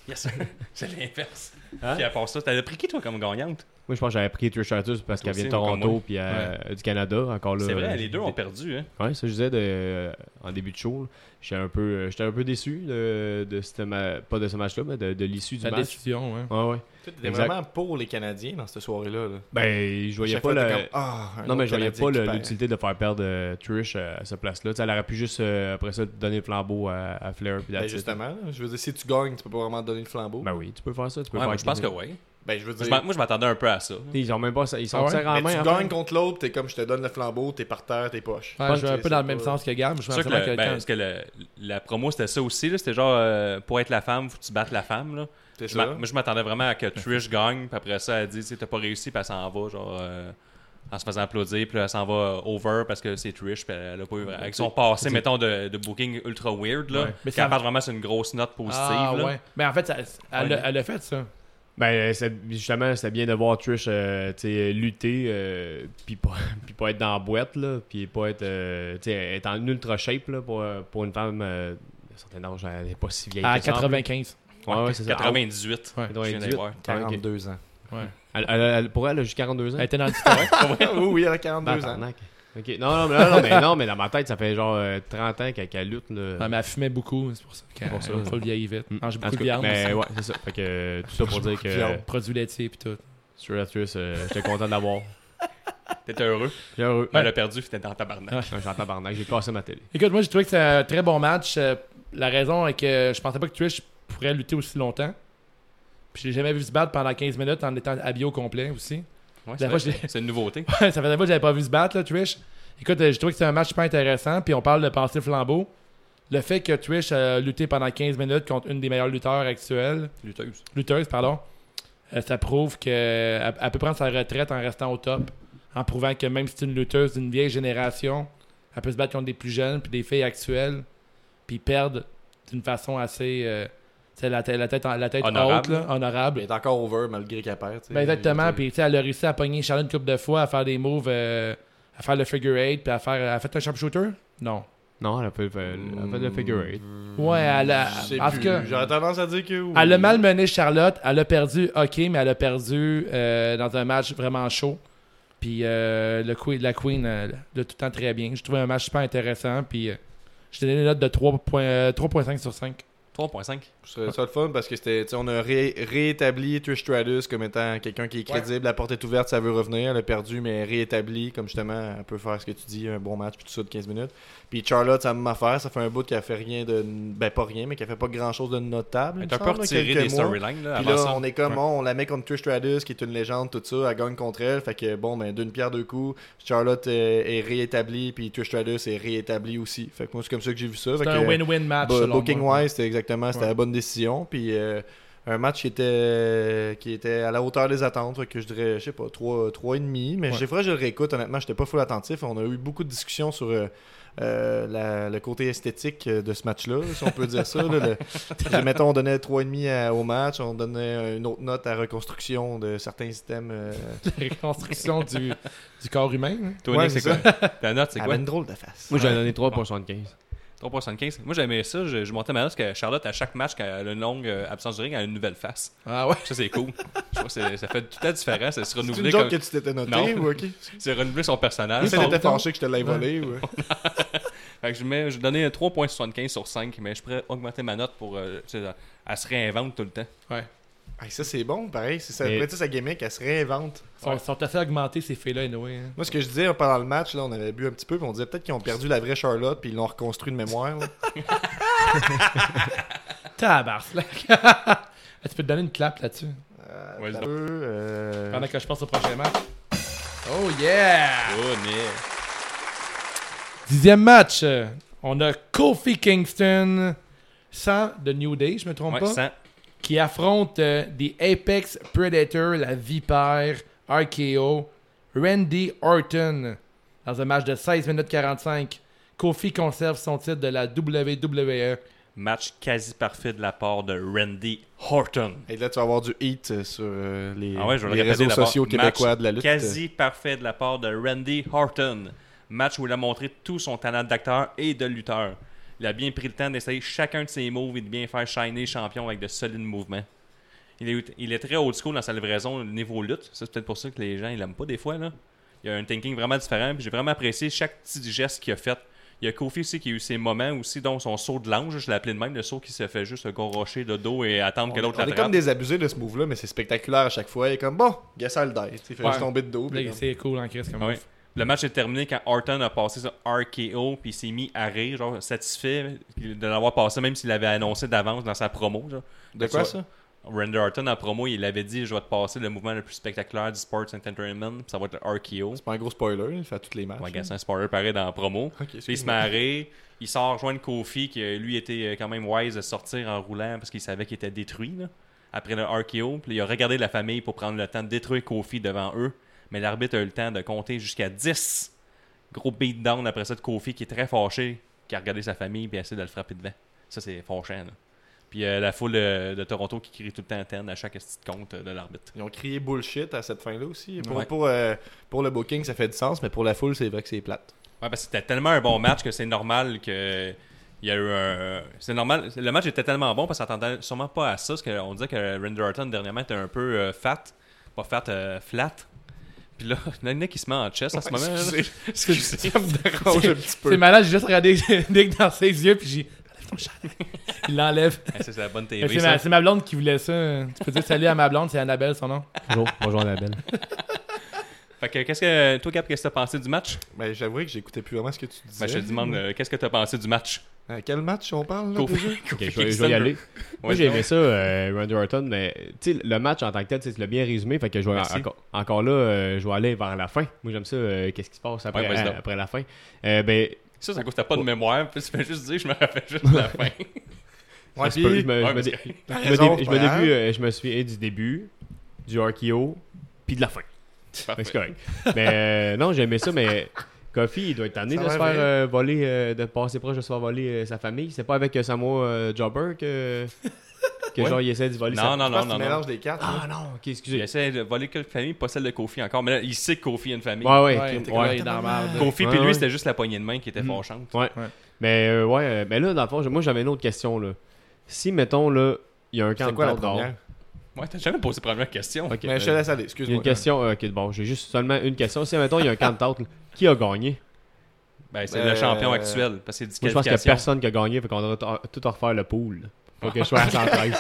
Yes, Hein? c'est l'inverse.
Hein?
Puis à part ça, t'avais pris qui toi comme gagnante?
Moi, je pense que j'avais pris Trish Stratus parce qu'elle vient de
aussi, comme
Toronto
moi.
puis euh, du Canada, encore là.
C'est
euh,
vrai, les deux ont perdu. Hein.
Ouais, ça je disais de- euh, en début de show. là. J'étais un peu, euh, j'étais un peu déçu de, de ce ma- pas de ce match-là, mais de, de l'issue du
La
match.
décision, ouais.
Ouais, ouais.
Toi, t'étais
Exact.
vraiment pour les Canadiens dans cette soirée-là. là.
Ben, je voyais
Chaque
pas
fois,
le-
t'es comme, Ah, un
non, mais
autre
je voyais
Canadien
pas
qui
le-
perd.
l'utilité de faire perdre euh, Trish euh, à ce place-là. Tu sais, elle aurait pu juste euh, après ça donner le flambeau à, à Flair. Puis
Ben,
that's it. hein.
justement, là, je veux dire, si tu gagnes, tu peux pas vraiment donner le flambeau.
Ben oui, tu peux faire ça. Tu peux
Ouais,
faire
moi, je pense que
quelque-
oui.
Ben, je veux dire,
Je m'en- moi, je m'attendais un peu à ça.
Ils ont même pas, ils sont
Ah ouais?
serrés en
mais
main,
tu
en
gagnes
fait.
contre l'autre, t'es comme je te donne le flambeau, t'es par terre, t'es poche.
Ouais, je vais un peu dans le même sens que Gab. Je
C'est sûr que,
m'attendais à
le- ben,
quelqu'un.
parce que le- la promo, c'était ça aussi. là. C'était genre, euh, pour être la femme, faut que tu battes la femme. Là.
C'est
Je
ça.
m'a- Moi, je m'attendais vraiment à que Trish gagne, puis après ça, elle dit, tu sais, t'as pas réussi, puis elle s'en va, genre, euh, en se faisant applaudir, puis là, elle s'en va euh, over parce que c'est Trish, puis elle a pas eu. Avec son passé, mettons, de, de booking ultra weird, là,
Ouais. Mais ça-
qu'elle part vraiment sur une grosse note positive.
Ah,
là.
ouais. Mais en fait, ça- elle, a- elle a fait ça.
Ben, euh, c'est- justement, c'était bien de voir Trish euh, tu sais, lutter, euh, puis pas, puis pas être dans la boîte, là, puis pas être, euh, tu sais, être en ultra shape là, pour, euh, pour une femme euh, d'un certain âge, elle n'est pas si vieille
À
que ça, en plus.
95.
Ouais, ouais, c'est ça.
98.
Ouais.
Je viens d'aller voir.
42 ans.
Ouais.
Ah, Elle, elle- elle- pour elle, elle a juste 42 ans.
Elle était dans
Ah
l'historique.
oui, oui, elle a 42 ans.
Tabarnak. Ok. Non, non, mais, non, non, mais, non, mais dans ma tête, ça fait genre euh, 30 ans qu'elle qu'elle lutte. Là.
Ouais, mais elle fumait beaucoup, c'est pour ça qu'elle
pour ça.
elle le vieillit vite.
Mm.
Mange
En tout
Ah, beaucoup de
cas,
viande.
Mais ouais, c'est ça. Fait que euh, tout ça pour dire
Puis on
que
produit laitier puis tout.
sur la Trish, euh, j'étais content de l'avoir.
T'étais heureux.
J'ai heureux.
Ben, Elle a perdu, puis t'étais dans tabarnak.
Ouais, j'étais en tabarnak, j'ai cassé ma télé.
Écoute, moi j'ai trouvé que c'est un très bon match. Euh, La raison est que je pensais pas que Trish pourrait lutter aussi longtemps. Puis je l'ai jamais vu se battre pendant 15 minutes en étant habillé au complet aussi.
Ouais,
La fois,
c'est,
j'ai-
c'est une nouveauté.
ça faisait pas que j'avais pas vu se battre, là, Trish. Écoute, euh, j'ai trouvé que c'est un match super intéressant. Puis on parle de passer flambeau. Le fait que Trish a lutté pendant 15 minutes contre une des meilleures lutteurs actuelles,
Lutteuse.
lutteuses, pardon, euh, ça prouve qu'elle elle peut prendre sa retraite en restant au top. En prouvant que même si c'est une lutteuse d'une vieille génération, elle peut se battre contre des plus jeunes, puis des filles actuelles, puis perdre d'une façon assez. euh, tu sais, la, tête- la tête, en- la tête
Honorable.
haute, là, honorable.
Elle est encore over malgré qu'elle perd. tu sais.
Ben exactement.
Je veux
Puis tu sais, elle a réussi à pogner Charlotte une couple de fois, à faire des moves, euh, à faire le figure 8, puis à faire. Elle a fait un sharpshooter Non.
Non, elle a fait, euh, elle a fait le figure 8.
Ouais, elle a.
dire, Hmm. je sais
en
plus.
tout cas,
J'aurais tendance à dire que oui.
elle a malmené Charlotte. Elle a perdu, ok, mais elle a perdu euh, dans un match vraiment chaud. Puis euh, le que- la Queen, euh, de tout le temps très bien. J'ai trouvé un match super intéressant. Puis euh, je donné une note de euh, 3.5 sur 5.
3.5.
Je trouve ça le fun parce que c'était, tu sais, on a ré- réétabli Trish Stratus comme étant quelqu'un qui est crédible. La porte est ouverte, ça veut revenir. Elle a perdu, mais réétabli, comme justement, elle peut faire ce que tu dis, un bon match, puis tout ça de 15 minutes. Puis Charlotte, ça m'a affaire. Ça fait un bout qu'elle fait rien de. Ben, pas rien, mais qu'elle fait pas grand chose de notable.
Elle est
il me
un peu
semble,
retirée
quelques
des
mois.
storylines. Là,
Puis
avant
là,
ça.
on est comme, on, on la met contre Trish Stratus, qui est une légende, tout ça, elle gagne contre elle. Fait que bon, ben, d'une pierre deux coups, Charlotte euh, est réétablie, puis Trish Stratus est réétablie aussi. Fait que moi, c'est comme ça que j'ai vu ça. Fait
C'est
que,
un win-win match.
Bo-
selon
booking
moi.
wise, c'était exactement c'était
Ouais.
la bonne décision. Puis euh, un match qui était, qui était à la hauteur des attentes, fait que je dirais, je sais pas, 3, et demi. Mais
Ouais.
j'ai faudrait que je le réécoute, honnêtement, j'étais pas full attentif. On a eu beaucoup de discussions sur euh, euh, la- le côté esthétique euh, de ce match-là, si on peut dire ça. là. Le- je- mettons, on donnait 3,5 à- au match, on donnait une autre note à reconstruction de certains items. euh,
reconstruction du, du corps humain. hein.
Toi,
Ouais,
Nick, c'est
c'est
quoi Ta note, c'est
elle
quoi
avait une drôle de face.
Moi, j'ai donné 3.75.
3.75. Moi, j'aimais ça. Je, je montais ma note parce que Charlotte, à chaque match, quand elle a une longue euh, absence de ring, elle a une nouvelle face.
Ah ouais.
Ça, c'est cool. je trouve que c'est- ça fait tout la différence. Elle se
C'est
renouveler
une joke
comme-
que tu t'étais noté
Non. Ah,
ou ok?
c'est renouveler son personnage.
Ça t'étais fâché que je te l'ai volé ou. euh,
Fait que je, mets, je donnais 3.75 sur 5, mais je pourrais augmenter ma note pour. euh, tu sais, euh, elle se réinvente tout le temps.
Ouais.
Hey, Ah, ça, c'est bon, pareil. C'est ça,
Mais-
après, tu sais, sa gimmick, elle se réinvente.
Ils sont, sont assez augmentés ces filles-là, anyway. hein.
Moi, ce que je disais pendant le match, là, on avait bu un petit peu, puis on disait peut-être qu'ils ont perdu la vraie Charlotte, puis ils l'ont reconstruit de mémoire. là.
Tabarnak! Eh, tu peux te donner une clap là-dessus.
Euh,
Ouais,
un peu, euh,
Pendant que je pense au prochain match. Oh yeah!
Oh, mais.
Dixième match. euh, On a Kofi Kingston sans The New Day, je me trompe
Ouais,
pas,
sans-
qui affronte euh, The Apex Predator, la Vipère, RKO, Randy Orton. Dans un match de 16 minutes 45, Kofi conserve son titre de la E. WWE.
Match quasi parfait de la part de Randy Horton.
Et là, tu vas avoir du hate euh, sur euh, les,
Ah ouais, je vais le
les
répéter
réseaux
d'abord.
sociaux
Match
québécois de la lutte.
Quasi parfait de la part de Randy Horton. Match où il a montré tout son talent d'acteur et de lutteur. Il a bien pris le temps d'essayer chacun de ses moves et de bien faire shiner champion avec de solides mouvements. Il est, il est très old school dans sa livraison niveau lutte. Ça, c'est peut-être pour ça que les gens, ils l'aiment pas des fois. Là. Il y a un thinking vraiment différent. puis J'ai vraiment apprécié chaque petit geste qu'il a fait. Il y a Kofi aussi qui a eu ses moments aussi, dont son saut de l'ange, je l'appelais de même, le saut qui se fait juste rocher de dos et attendre que
On,
l'autre
on est
l'attrape.
comme des abusés de ce move-là, mais c'est spectaculaire à chaque fois. Il est comme, bon, guess I'll die. Tu sais, Il fait
Ouais.
juste tomber de dos. puis
Là,
comme-
C'est cool en crise comme
Ouais. Le match est terminé quand Orton a passé son RKO puis il s'est mis à rire, genre satisfait de l'avoir passé, même s'il l'avait annoncé d'avance dans sa promo. genre.
De quoi, ça?
Randy Orton en promo, il avait dit Je vais te passer le mouvement le plus spectaculaire du Sports Entertainment, puis ça va être le RKO.
C'est pas un gros spoiler, il fait à tous les matchs.
Ouais,
là.
gars, c'est un spoiler pareil dans la promo. Puis il se met à rire, il sort rejoindre Kofi, qui euh, lui était euh, quand même wise de sortir en roulant parce qu'il savait qu'il était détruit là, après le RKO. Puis il a regardé la famille pour prendre le temps de détruire Kofi devant eux. Mais l'arbitre a eu le temps de compter jusqu'à 10. Gros beatdown après ça de Kofi qui est très fâché, qui a regardé sa famille puis a essayé de le frapper devant. Ça, c'est fâchant. là. Puis euh, la foule euh, de Toronto qui crie tout le temps 10 à chaque petite compte euh, de l'arbitre.
Ils ont crié bullshit à cette fin-là aussi. Pour,
Ouais.
pour, euh, pour le booking, ça fait du sens, mais pour la foule, c'est vrai que c'est plate.
Ouais, parce que c'était tellement un bon match que c'est normal que. Il y a eu un. C'est normal. Le match était tellement bon parce qu'on s'attendait sûrement pas à ça. Parce qu'on disait que Randy Orton dernièrement était un peu euh, fat. Pas fat, euh, flat. Puis là, il y en a qui se met en chest en ce
Ouais,
moment. là.
excusez.
Excusez.
Ça me dérange un petit peu.
C'est malade, j'ai juste regardé Nick dans ses yeux, puis j'ai. Enlève ton chandail. Il l'enlève.
Ah, ça, c'est la bonne
Mais
TV.
C'est ma,
ça.
c'est ma blonde qui voulait ça. Tu peux dire salut à ma blonde, c'est Annabelle son nom.
Bonjour, bonjour Annabelle.
Fait que, qu'est-ce que. Toi, Cap, qu'est-ce que t'as pensé du match
Mais j'avoue Ben, que j'écoutais plus vraiment ce que tu disais.
Ben, Je te demande, euh, qu'est-ce que t'as pensé du match
Euh, quel match on parle là,
Kofi-
déjà?
Kofi
Ok, je vais, je
Kingston.
vais y aller. Moi,
Ouais,
j'ai
donc,
aimé ça, euh, Randy Orton, mais tu sais, le match en tant que tel, tu sais, tu l'as bien résumé. Fait que je vais
Merci.
encore, encore là, euh, je vais aller vers la fin. Moi, j'aime ça. euh, Qu'est-ce qui se passe après,
Ouais, vas-y
euh,
donc.
après la fin? Euh, ben,
Ça, ça cause t'as pas de mémoire. Puis tu fais juste dire, je me rappelle juste de la
Euh,
fin.
Ouais,
ça se peut,
puis-
je me-
Ouais,
je me
parce
dé-
que-
je
T'as
me
raison,
dé- je
c'est
me
pas
début, euh, je me souviens du début, du RKO, puis de la fin. Fait que C'est correct. mais euh, non, j'ai aimé ça, mais Kofi, il doit être tanné
Ça
de se
va
faire euh, voler, euh, de passer proche de se faire voler euh, sa famille. C'est pas avec euh, Samoa euh, Jobber que, que genre, il essaie de voler sa
Non, non,
Je pense
non,
que tu
non. non.
mélanges des cartes.
Ah
hein. là.
non, ok,
Il
excusez.
essaie de voler quelques familles, pas celle de Kofi encore. Mais là, il sait que Kofi a une famille.
Ouais, ouais.
Ouais,
ok,
t'es
ouais.
là, il est dans la merde.
Kofi, puis
Ouais, Mm.
lui,
ouais.
c'était juste la poignée de main qui était fâchante.
Ouais.
Ouais.
Mais euh, ouais, euh, mais là, dans le fond, moi j'avais une autre question là. Si mettons là, il y a un camp
C'est quoi la
de dehors.
première?
Ouais, t'as jamais posé la première question.
Ok,
Mais je te
euh,
laisse aller,
il y a
excuse-moi.
une question, euh, ok, bon, j'ai juste seulement une question. Si mettons il y a un camp de tente, là, qui a gagné?
Ben, c'est
Euh,
le champion actuel, parce que c'est
Moi je pense qu'il n'y a
disqualification.
personne qui a gagné, fait qu'on doit tout refaire le pool. Faut que je
Ah.
sois à 113.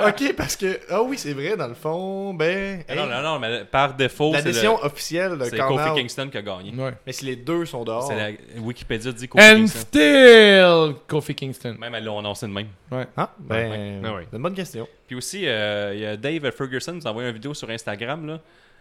Ok, parce que. Ah oui, c'est vrai, dans le fond, ben.
Ah Non,
hey,
non, non, mais par défaut,
la
c'est le-
décision officielle de Mm.
c'est Kofi
Cornell.
Kingston qui a gagné.
Ouais.
Mais si les deux sont dehors.
C'est
Oh.
la Wikipédia dit Kofi
And
Kingston.
still Kofi Kingston.
Même elle l'a annoncé de même.
Ah, ben.
Ah oui.
C'est une bonne question.
Puis aussi, euh, il y a Dave Ferguson qui nous a envoyé une vidéo sur Instagram. Là,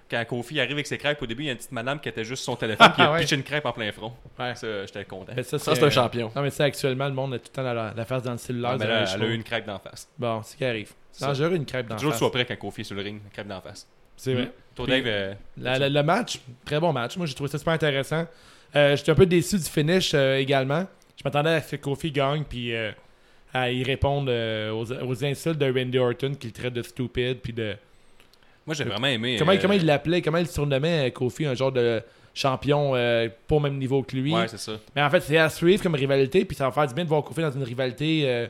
quand Kofi arrive avec ses crêpes, au début, il y a une petite madame qui était juste sur son téléphone qui a
Ouais.
pitché une crêpe en plein front.
Ouais.
Ça, j'étais content.
Mais ça, euh,
Ça, c'est un champion.
Non, mais c'est actuellement, le monde a tout le temps la, la face dans le cellulaire.
Ah, mais
dans
là,
les
elle a eu
cheveux.
une crêpe d'en face.
Bon, c'est ce qui arrive. C'est
Ça.
dangereux une crêpe dans la
Toujours
face.
sois prêt quand Kofi est sur le ring, une crêpe d'en face.
C'est vrai.
Toi,
Puis-
Dave, euh,
La- la- le match, très bon match. Moi, j'ai trouvé ça super intéressant. Euh, J'étais un peu déçu du finish euh, également. Je m'attendais à ce que Kofi gagne puis euh, à y répondre euh, aux, aux insultes de Randy Orton qui le traite de stupide puis de
moi, j'ai vraiment aimé.
comment,
euh,
comment il l'appelait, comment il le surnommait euh, Kofi, un genre de champion euh, pas au même niveau que lui.
Ouais, c'est ça.
Mais en fait, c'est à suivre comme rivalité, puis ça va faire du bien de voir Kofi dans une rivalité euh,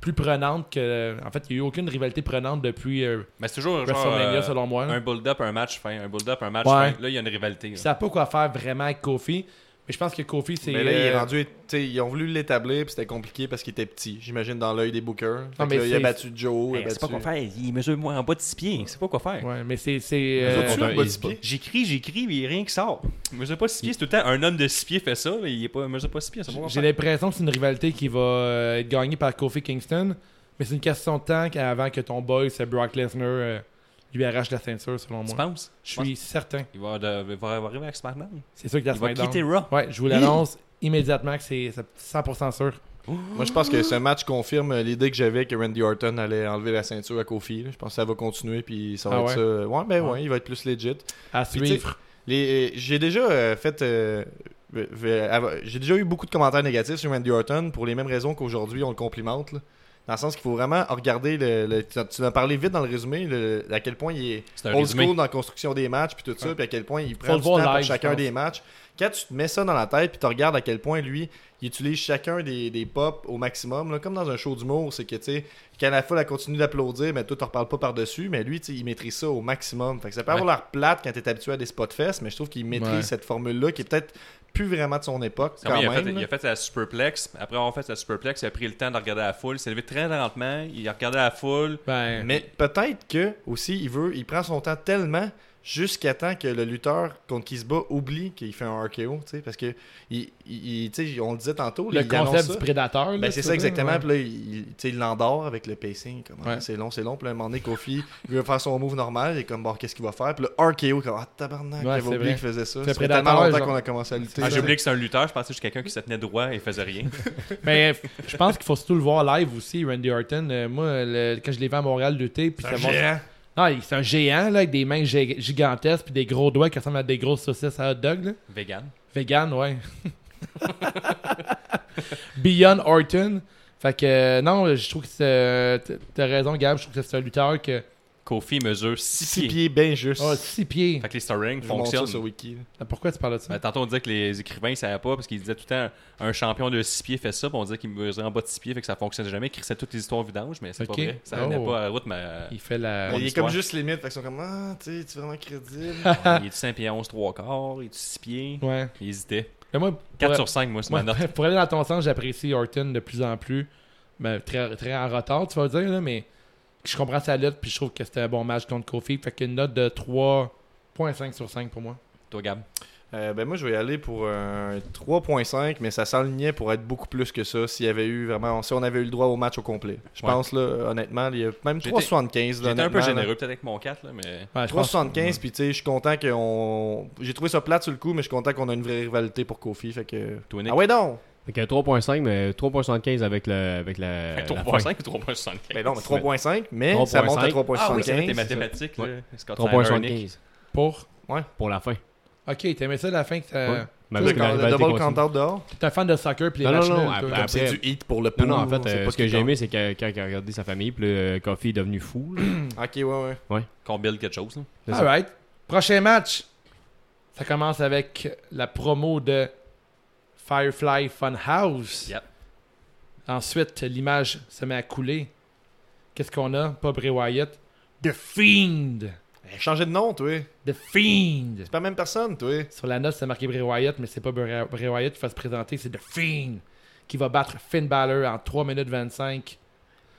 plus prenante que. En fait, il n'y a eu aucune rivalité prenante depuis euh,
Mais c'est toujours genre,
WrestleMania,
euh,
selon moi. là.
un build-up, un match fin, un build-up, un match
Ouais.
fin. Là, il y a une rivalité. là.
Ils savent pas quoi faire vraiment avec Kofi, mais je pense que Kofi, c'est.
Mais là, il est
euh,
rendu. tu sais, ils ont voulu l'établir, puis c'était compliqué parce qu'il était petit, j'imagine, dans l'œil des bookers. Fait
Non,
que
mais
là, il a
c'est-
battu Joe. il a battu...
faire. Il mesure moi en bas de 6 pieds. C'est pas quoi faire.
Ouais, mais c'est. c'est
Eux
euh,
autres, ils ont
euh,
un bas
il
de
se bat.
pied.
J'écris, j'écris, mais il y a rien qui sort. Il mesure pas 6 pieds. C'est tout le temps un homme de 6 pieds fait ça, mais il est pas, il mesure pas 6 pieds. c'est pas quoi
J'ai
faire.
l'impression que c'est une rivalité qui va euh, être gagnée par Kofi Kingston, mais c'est une question de temps qu- avant que ton boy, c'est Brock Lesnar, euh, lui arrache la ceinture, selon
Tu
moi.
penses
Je suis certain.
Il va, de- il va arriver avec SmackDown.
C'est sûr que la
Il va
SmackDown.
quitter Raw.
Ouais, je vous l'annonce immédiatement que c'est c'est 100% sûr.
Moi, je pense que ce match confirme l'idée que j'avais que Randy Orton allait enlever la ceinture à Kofi. là. Je pense que ça va continuer, puis ça va
Ah
être
ouais?
ça. Ouais, ben
Ouais.
ouais, il va être plus legit.
À
Puis, tu sais,
suivre.
les- euh, J'ai déjà euh, fait. euh, euh, euh, av- J'ai déjà eu beaucoup de commentaires négatifs sur Randy Orton pour les mêmes raisons qu'aujourd'hui on le complimente. là. Dans le sens qu'il faut vraiment regarder. Le, le- tu tu en as parlé vite dans le résumé, le- à quel point il est
C'est un
old
résumé.
school dans la construction des matchs, puis tout ça, puis à quel point il prend
le
du
voir
temps pour
live, je
chacun
pense.
des matchs. Quand tu te mets ça dans la tête puis tu regardes à quel point lui, il utilise chacun des, des pops au maximum, là, comme dans un show d'humour, c'est que tu sais, quand la foule elle continue d'applaudir, mais toi tu reparles pas par-dessus, mais lui, tu sais, il maîtrise ça au maximum. Fait que ça peut avoir l'air plate quand tu es habitué à des spots fesses, mais je trouve qu'il maîtrise
Ouais.
cette formule-là qui est peut-être plus vraiment de son époque
C'est
quand
comme
même.
il, a fait,
là.
hein.
il a fait sa superplex. Après avoir fait sa superplex, il a pris le temps de regarder la foule. Il s'est levé très lentement. Il a regardé la foule.
Ben,
Mais peut-être que aussi il veut, il prend son temps tellement jusqu'à temps que le lutteur contre qui se bat oublie qu'il fait un RKO, tu sais, parce que il, il- il- tu sais, on le disait tantôt,
Le
il annonce
concept
ça.
du prédateur, là,
Ben,
tu
c'est ça
veux dire,
exactement.
ouais.
Puis là, il, il- tu sais, il l'endort avec le pacing. comme, ah, C'est long, c'est long. Puis là, à un moment donné, Kofi, il veut faire son move normal. Il est comme, bon, qu'est-ce qu'il va faire? Puis le RKO, comme, ah, tabarnak,
Ouais,
j'avais
c'est
oublié
vrai.
qu'il faisait ça.
C'est
Ça fait
prédateur,
tellement longtemps
genre.
qu'on a commencé à lutter.
Ah, j'ai
ça.
oublié que c'est un lutteur. Je pensais juste quelqu'un qui se tenait droit et faisait rien.
Mais f- je pense qu'il faut surtout le voir live aussi, Randy Orton. Euh, moi, le- quand je l'ai vu à Montréal lutter, puis
C'est un
ça montre-
géant.
Non, il- c'est un géant là, avec des mains gé- gigantesques puis des gros doigts qui ressemblent à des grosses saucisses à hot dog. là.
Vegan.
Vegan, ouais. Beyond Orton. Fait que euh, non, je trouve que c'est. euh, t- T'as raison, Gab, je trouve que c'est un lutteur que.
Kofi mesure 6
Six
pieds.
pieds, ben juste. Ah, six pieds.
Fait que les stirrings
Je montre ça
fonctionnent.
sur Wiki. Pourquoi tu parles de ça?
Ben, tantôt, on disait que les écrivains ne savaient pas parce qu'ils disaient tout le temps un champion de 6 pieds fait ça. Puis on disait qu'il mesurait en bas de 6 pieds. Fait que ça fonctionnait jamais. Ils crissaient toutes les histoires vidanges, mais c'est
Ok.
pas vrai. Ça venait
Oh.
pas à la route. Mais, euh,
Il fait la-
mon
Il est
histoire.
comme juste limite. Fait qu'ils sont comme, ah, tu sais, tu es vraiment crédible.
euh, il est de 5 pieds 11, 3 quarts. Il est de 6 pieds.
Ouais.
Il hésitait.
Mais moi,
4
pour-
sur 5, moi, c'est ma note.
Pour aller dans ton sens, j'apprécie Orton de plus en plus. Ben, très, très en retard, tu vas dire, là, mais je comprends sa lutte, puis je trouve que c'était un bon match contre Kofi. Fait qu'une note de 3.5 sur 5 pour moi.
Toi, Gab.
Euh, ben moi, je vais y aller pour un 3.5, mais ça s'alignait pour être beaucoup plus que ça s'il y avait eu vraiment, si on avait eu le droit au match au complet. Je
Ouais.
pense, là, honnêtement, il y a même
J'étais-
3.75. là,
J'étais un peu
honnêtement,
généreux
là.
peut-être avec mon 4, là, mais.
Ben,
3.75, puis tu sais, je suis content qu'on. J'ai trouvé ça plate sur le coup, mais je suis content qu'on a une vraie rivalité pour Kofi. Fait que. Ah ouais, donc!
Fait que 3.5, mais 3.75 avec, le, avec la.
Fait que
la
3.5
fin.
ou 3.75?
Ben non, mais 3.5, mais ça monte à 3.75.
Ah oui, c'est vrai, tes
c'est ça.
mathématiques, là.
Ouais.
Scott
3.75.
Pour
Ouais.
Pour la fin.
Ok, t'aimais ça la fin que t'as.
Ouais. Mais
Toi,
avec
t'es-
la rivalité
double
continue.
count-out dehors?
T'es un fan de soccer puis les
non,
matchs
non, non,
nuls,
après-
toi.
après-
c'est du hit pour le
Non, non, en
pool, on
fait,
sait
euh,
pas
ce
ce
que
qui
j'ai
compte.
aimé, c'est que quand il a regardé sa famille, puis le Coffee est devenu fou. là.
Ok, ouais, ouais.
ouais.
Qu'on build quelque chose, là.
C'est ça.
Alright. Prochain match. Ça commence avec la promo de Firefly Funhouse. Ensuite, l'image se met à couler. Qu'est-ce qu'on a? Pas Bray Wyatt. The Fiend.
Changer de nom, toi.
The Fiend. C'est
pas la même personne, toi.
Sur la note, c'est marqué Bray Wyatt, mais c'est pas Bray Bray Wyatt qui va se présenter. C'est The Fiend qui va battre Finn Balor en 3 minutes 25.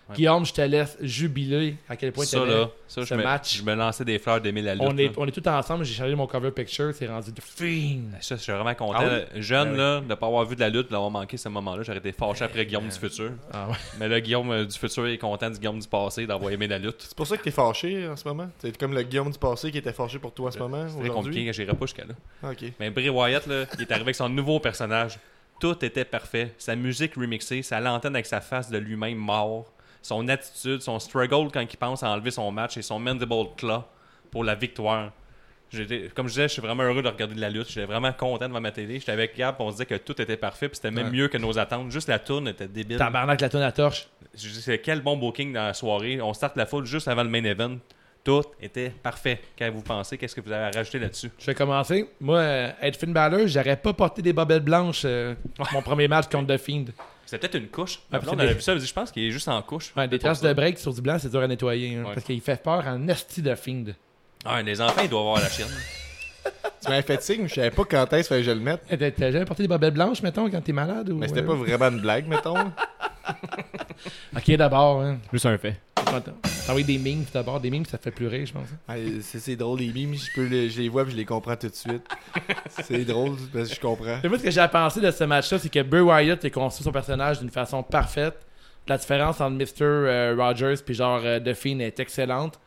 Ouais.
Guillaume, je te laisse jubiler à quel point tu
Ça, là, ça,
ce
je, me,
match.
je me lançais des fleurs d'Emile la lutte.
On
là.
est, on est tous ensemble, j'ai chargé mon cover picture, c'est rendu The Fiend.
Ça, je suis vraiment content.
Ah oui?
là. Jeune,
Ah oui.
là, de ne pas avoir vu de la lutte, de l'avoir manqué ce moment-là, j'aurais été fâché après Guillaume du futur.
Ah ouais.
Mais là, Guillaume euh, du futur est content du Guillaume du passé d'avoir aimé la lutte.
C'est pour ça que t'es fâché en ce moment. C'est comme le Guillaume du passé qui était fâché pour toi en ce moment.
C'est très
aujourd'hui.
compliqué, j'irai pas jusqu'à là.
Ah, ok.
Mais Bray Wyatt, là, il est arrivé avec son nouveau personnage. Tout était parfait. Sa musique remixée, sa lanterne avec sa face de lui-même mort, son attitude, son struggle quand il pense à enlever son match et son mandible claw pour la victoire. J'étais- Comme je disais, je suis vraiment heureux de regarder de la lutte. J'étais vraiment content devant ma télé. J'étais avec Gab, on se disait que tout était parfait, puis c'était même
Ouais.
mieux que nos attentes. Juste la tourne était débile.
Tabarnak, la tonne à torche.
Je dis, c'est quel bon booking dans la soirée. On start la foule juste avant le main event. Tout était parfait. Quand vous pensez, qu'est-ce que vous avez à rajouter là-dessus?
Je vais commencer. Moi, euh, être Finn Balor, j'aurais pas porté des bobettes blanches euh, mon premier match contre The Fiend.
C'est peut-être une couche.
Ouais,
Après,
Ah, c'est
on avait
des-
vu ça, elle dit, je pense qu'il est juste en couche.
Ouais, des traces de break sur du blanc, c'est dur à nettoyer. hein,
Ouais.
Parce qu'il fait peur en esti de Fiend.
Ah, les enfants, ils doivent avoir la chienne.
Tu m'avais fait signe, je savais pas quand est-ce que je le mettre.
Eh, T'as t'as jamais porté des bobettes blanches, mettons, quand t'es malade? Ou,
Mais c'était
euh,
pas vraiment une blague, mettons.
Ok, d'abord. Hein.
Plus un fait.
T'as t'as envoyé des mimes puis d'abord. Des mimes, ça fait plus rire, je pense.
Ah, c'est c'est drôle, les mimes, je, peux les- je les vois et je les comprends tout de suite. c'est drôle parce que je comprends.
Mais moi, ce que j'ai à penser de ce match-là, c'est que Bray Wyatt a construit son personnage d'une façon parfaite. La différence entre Mr. euh, Rogers puis genre euh, The Fiend est excellente.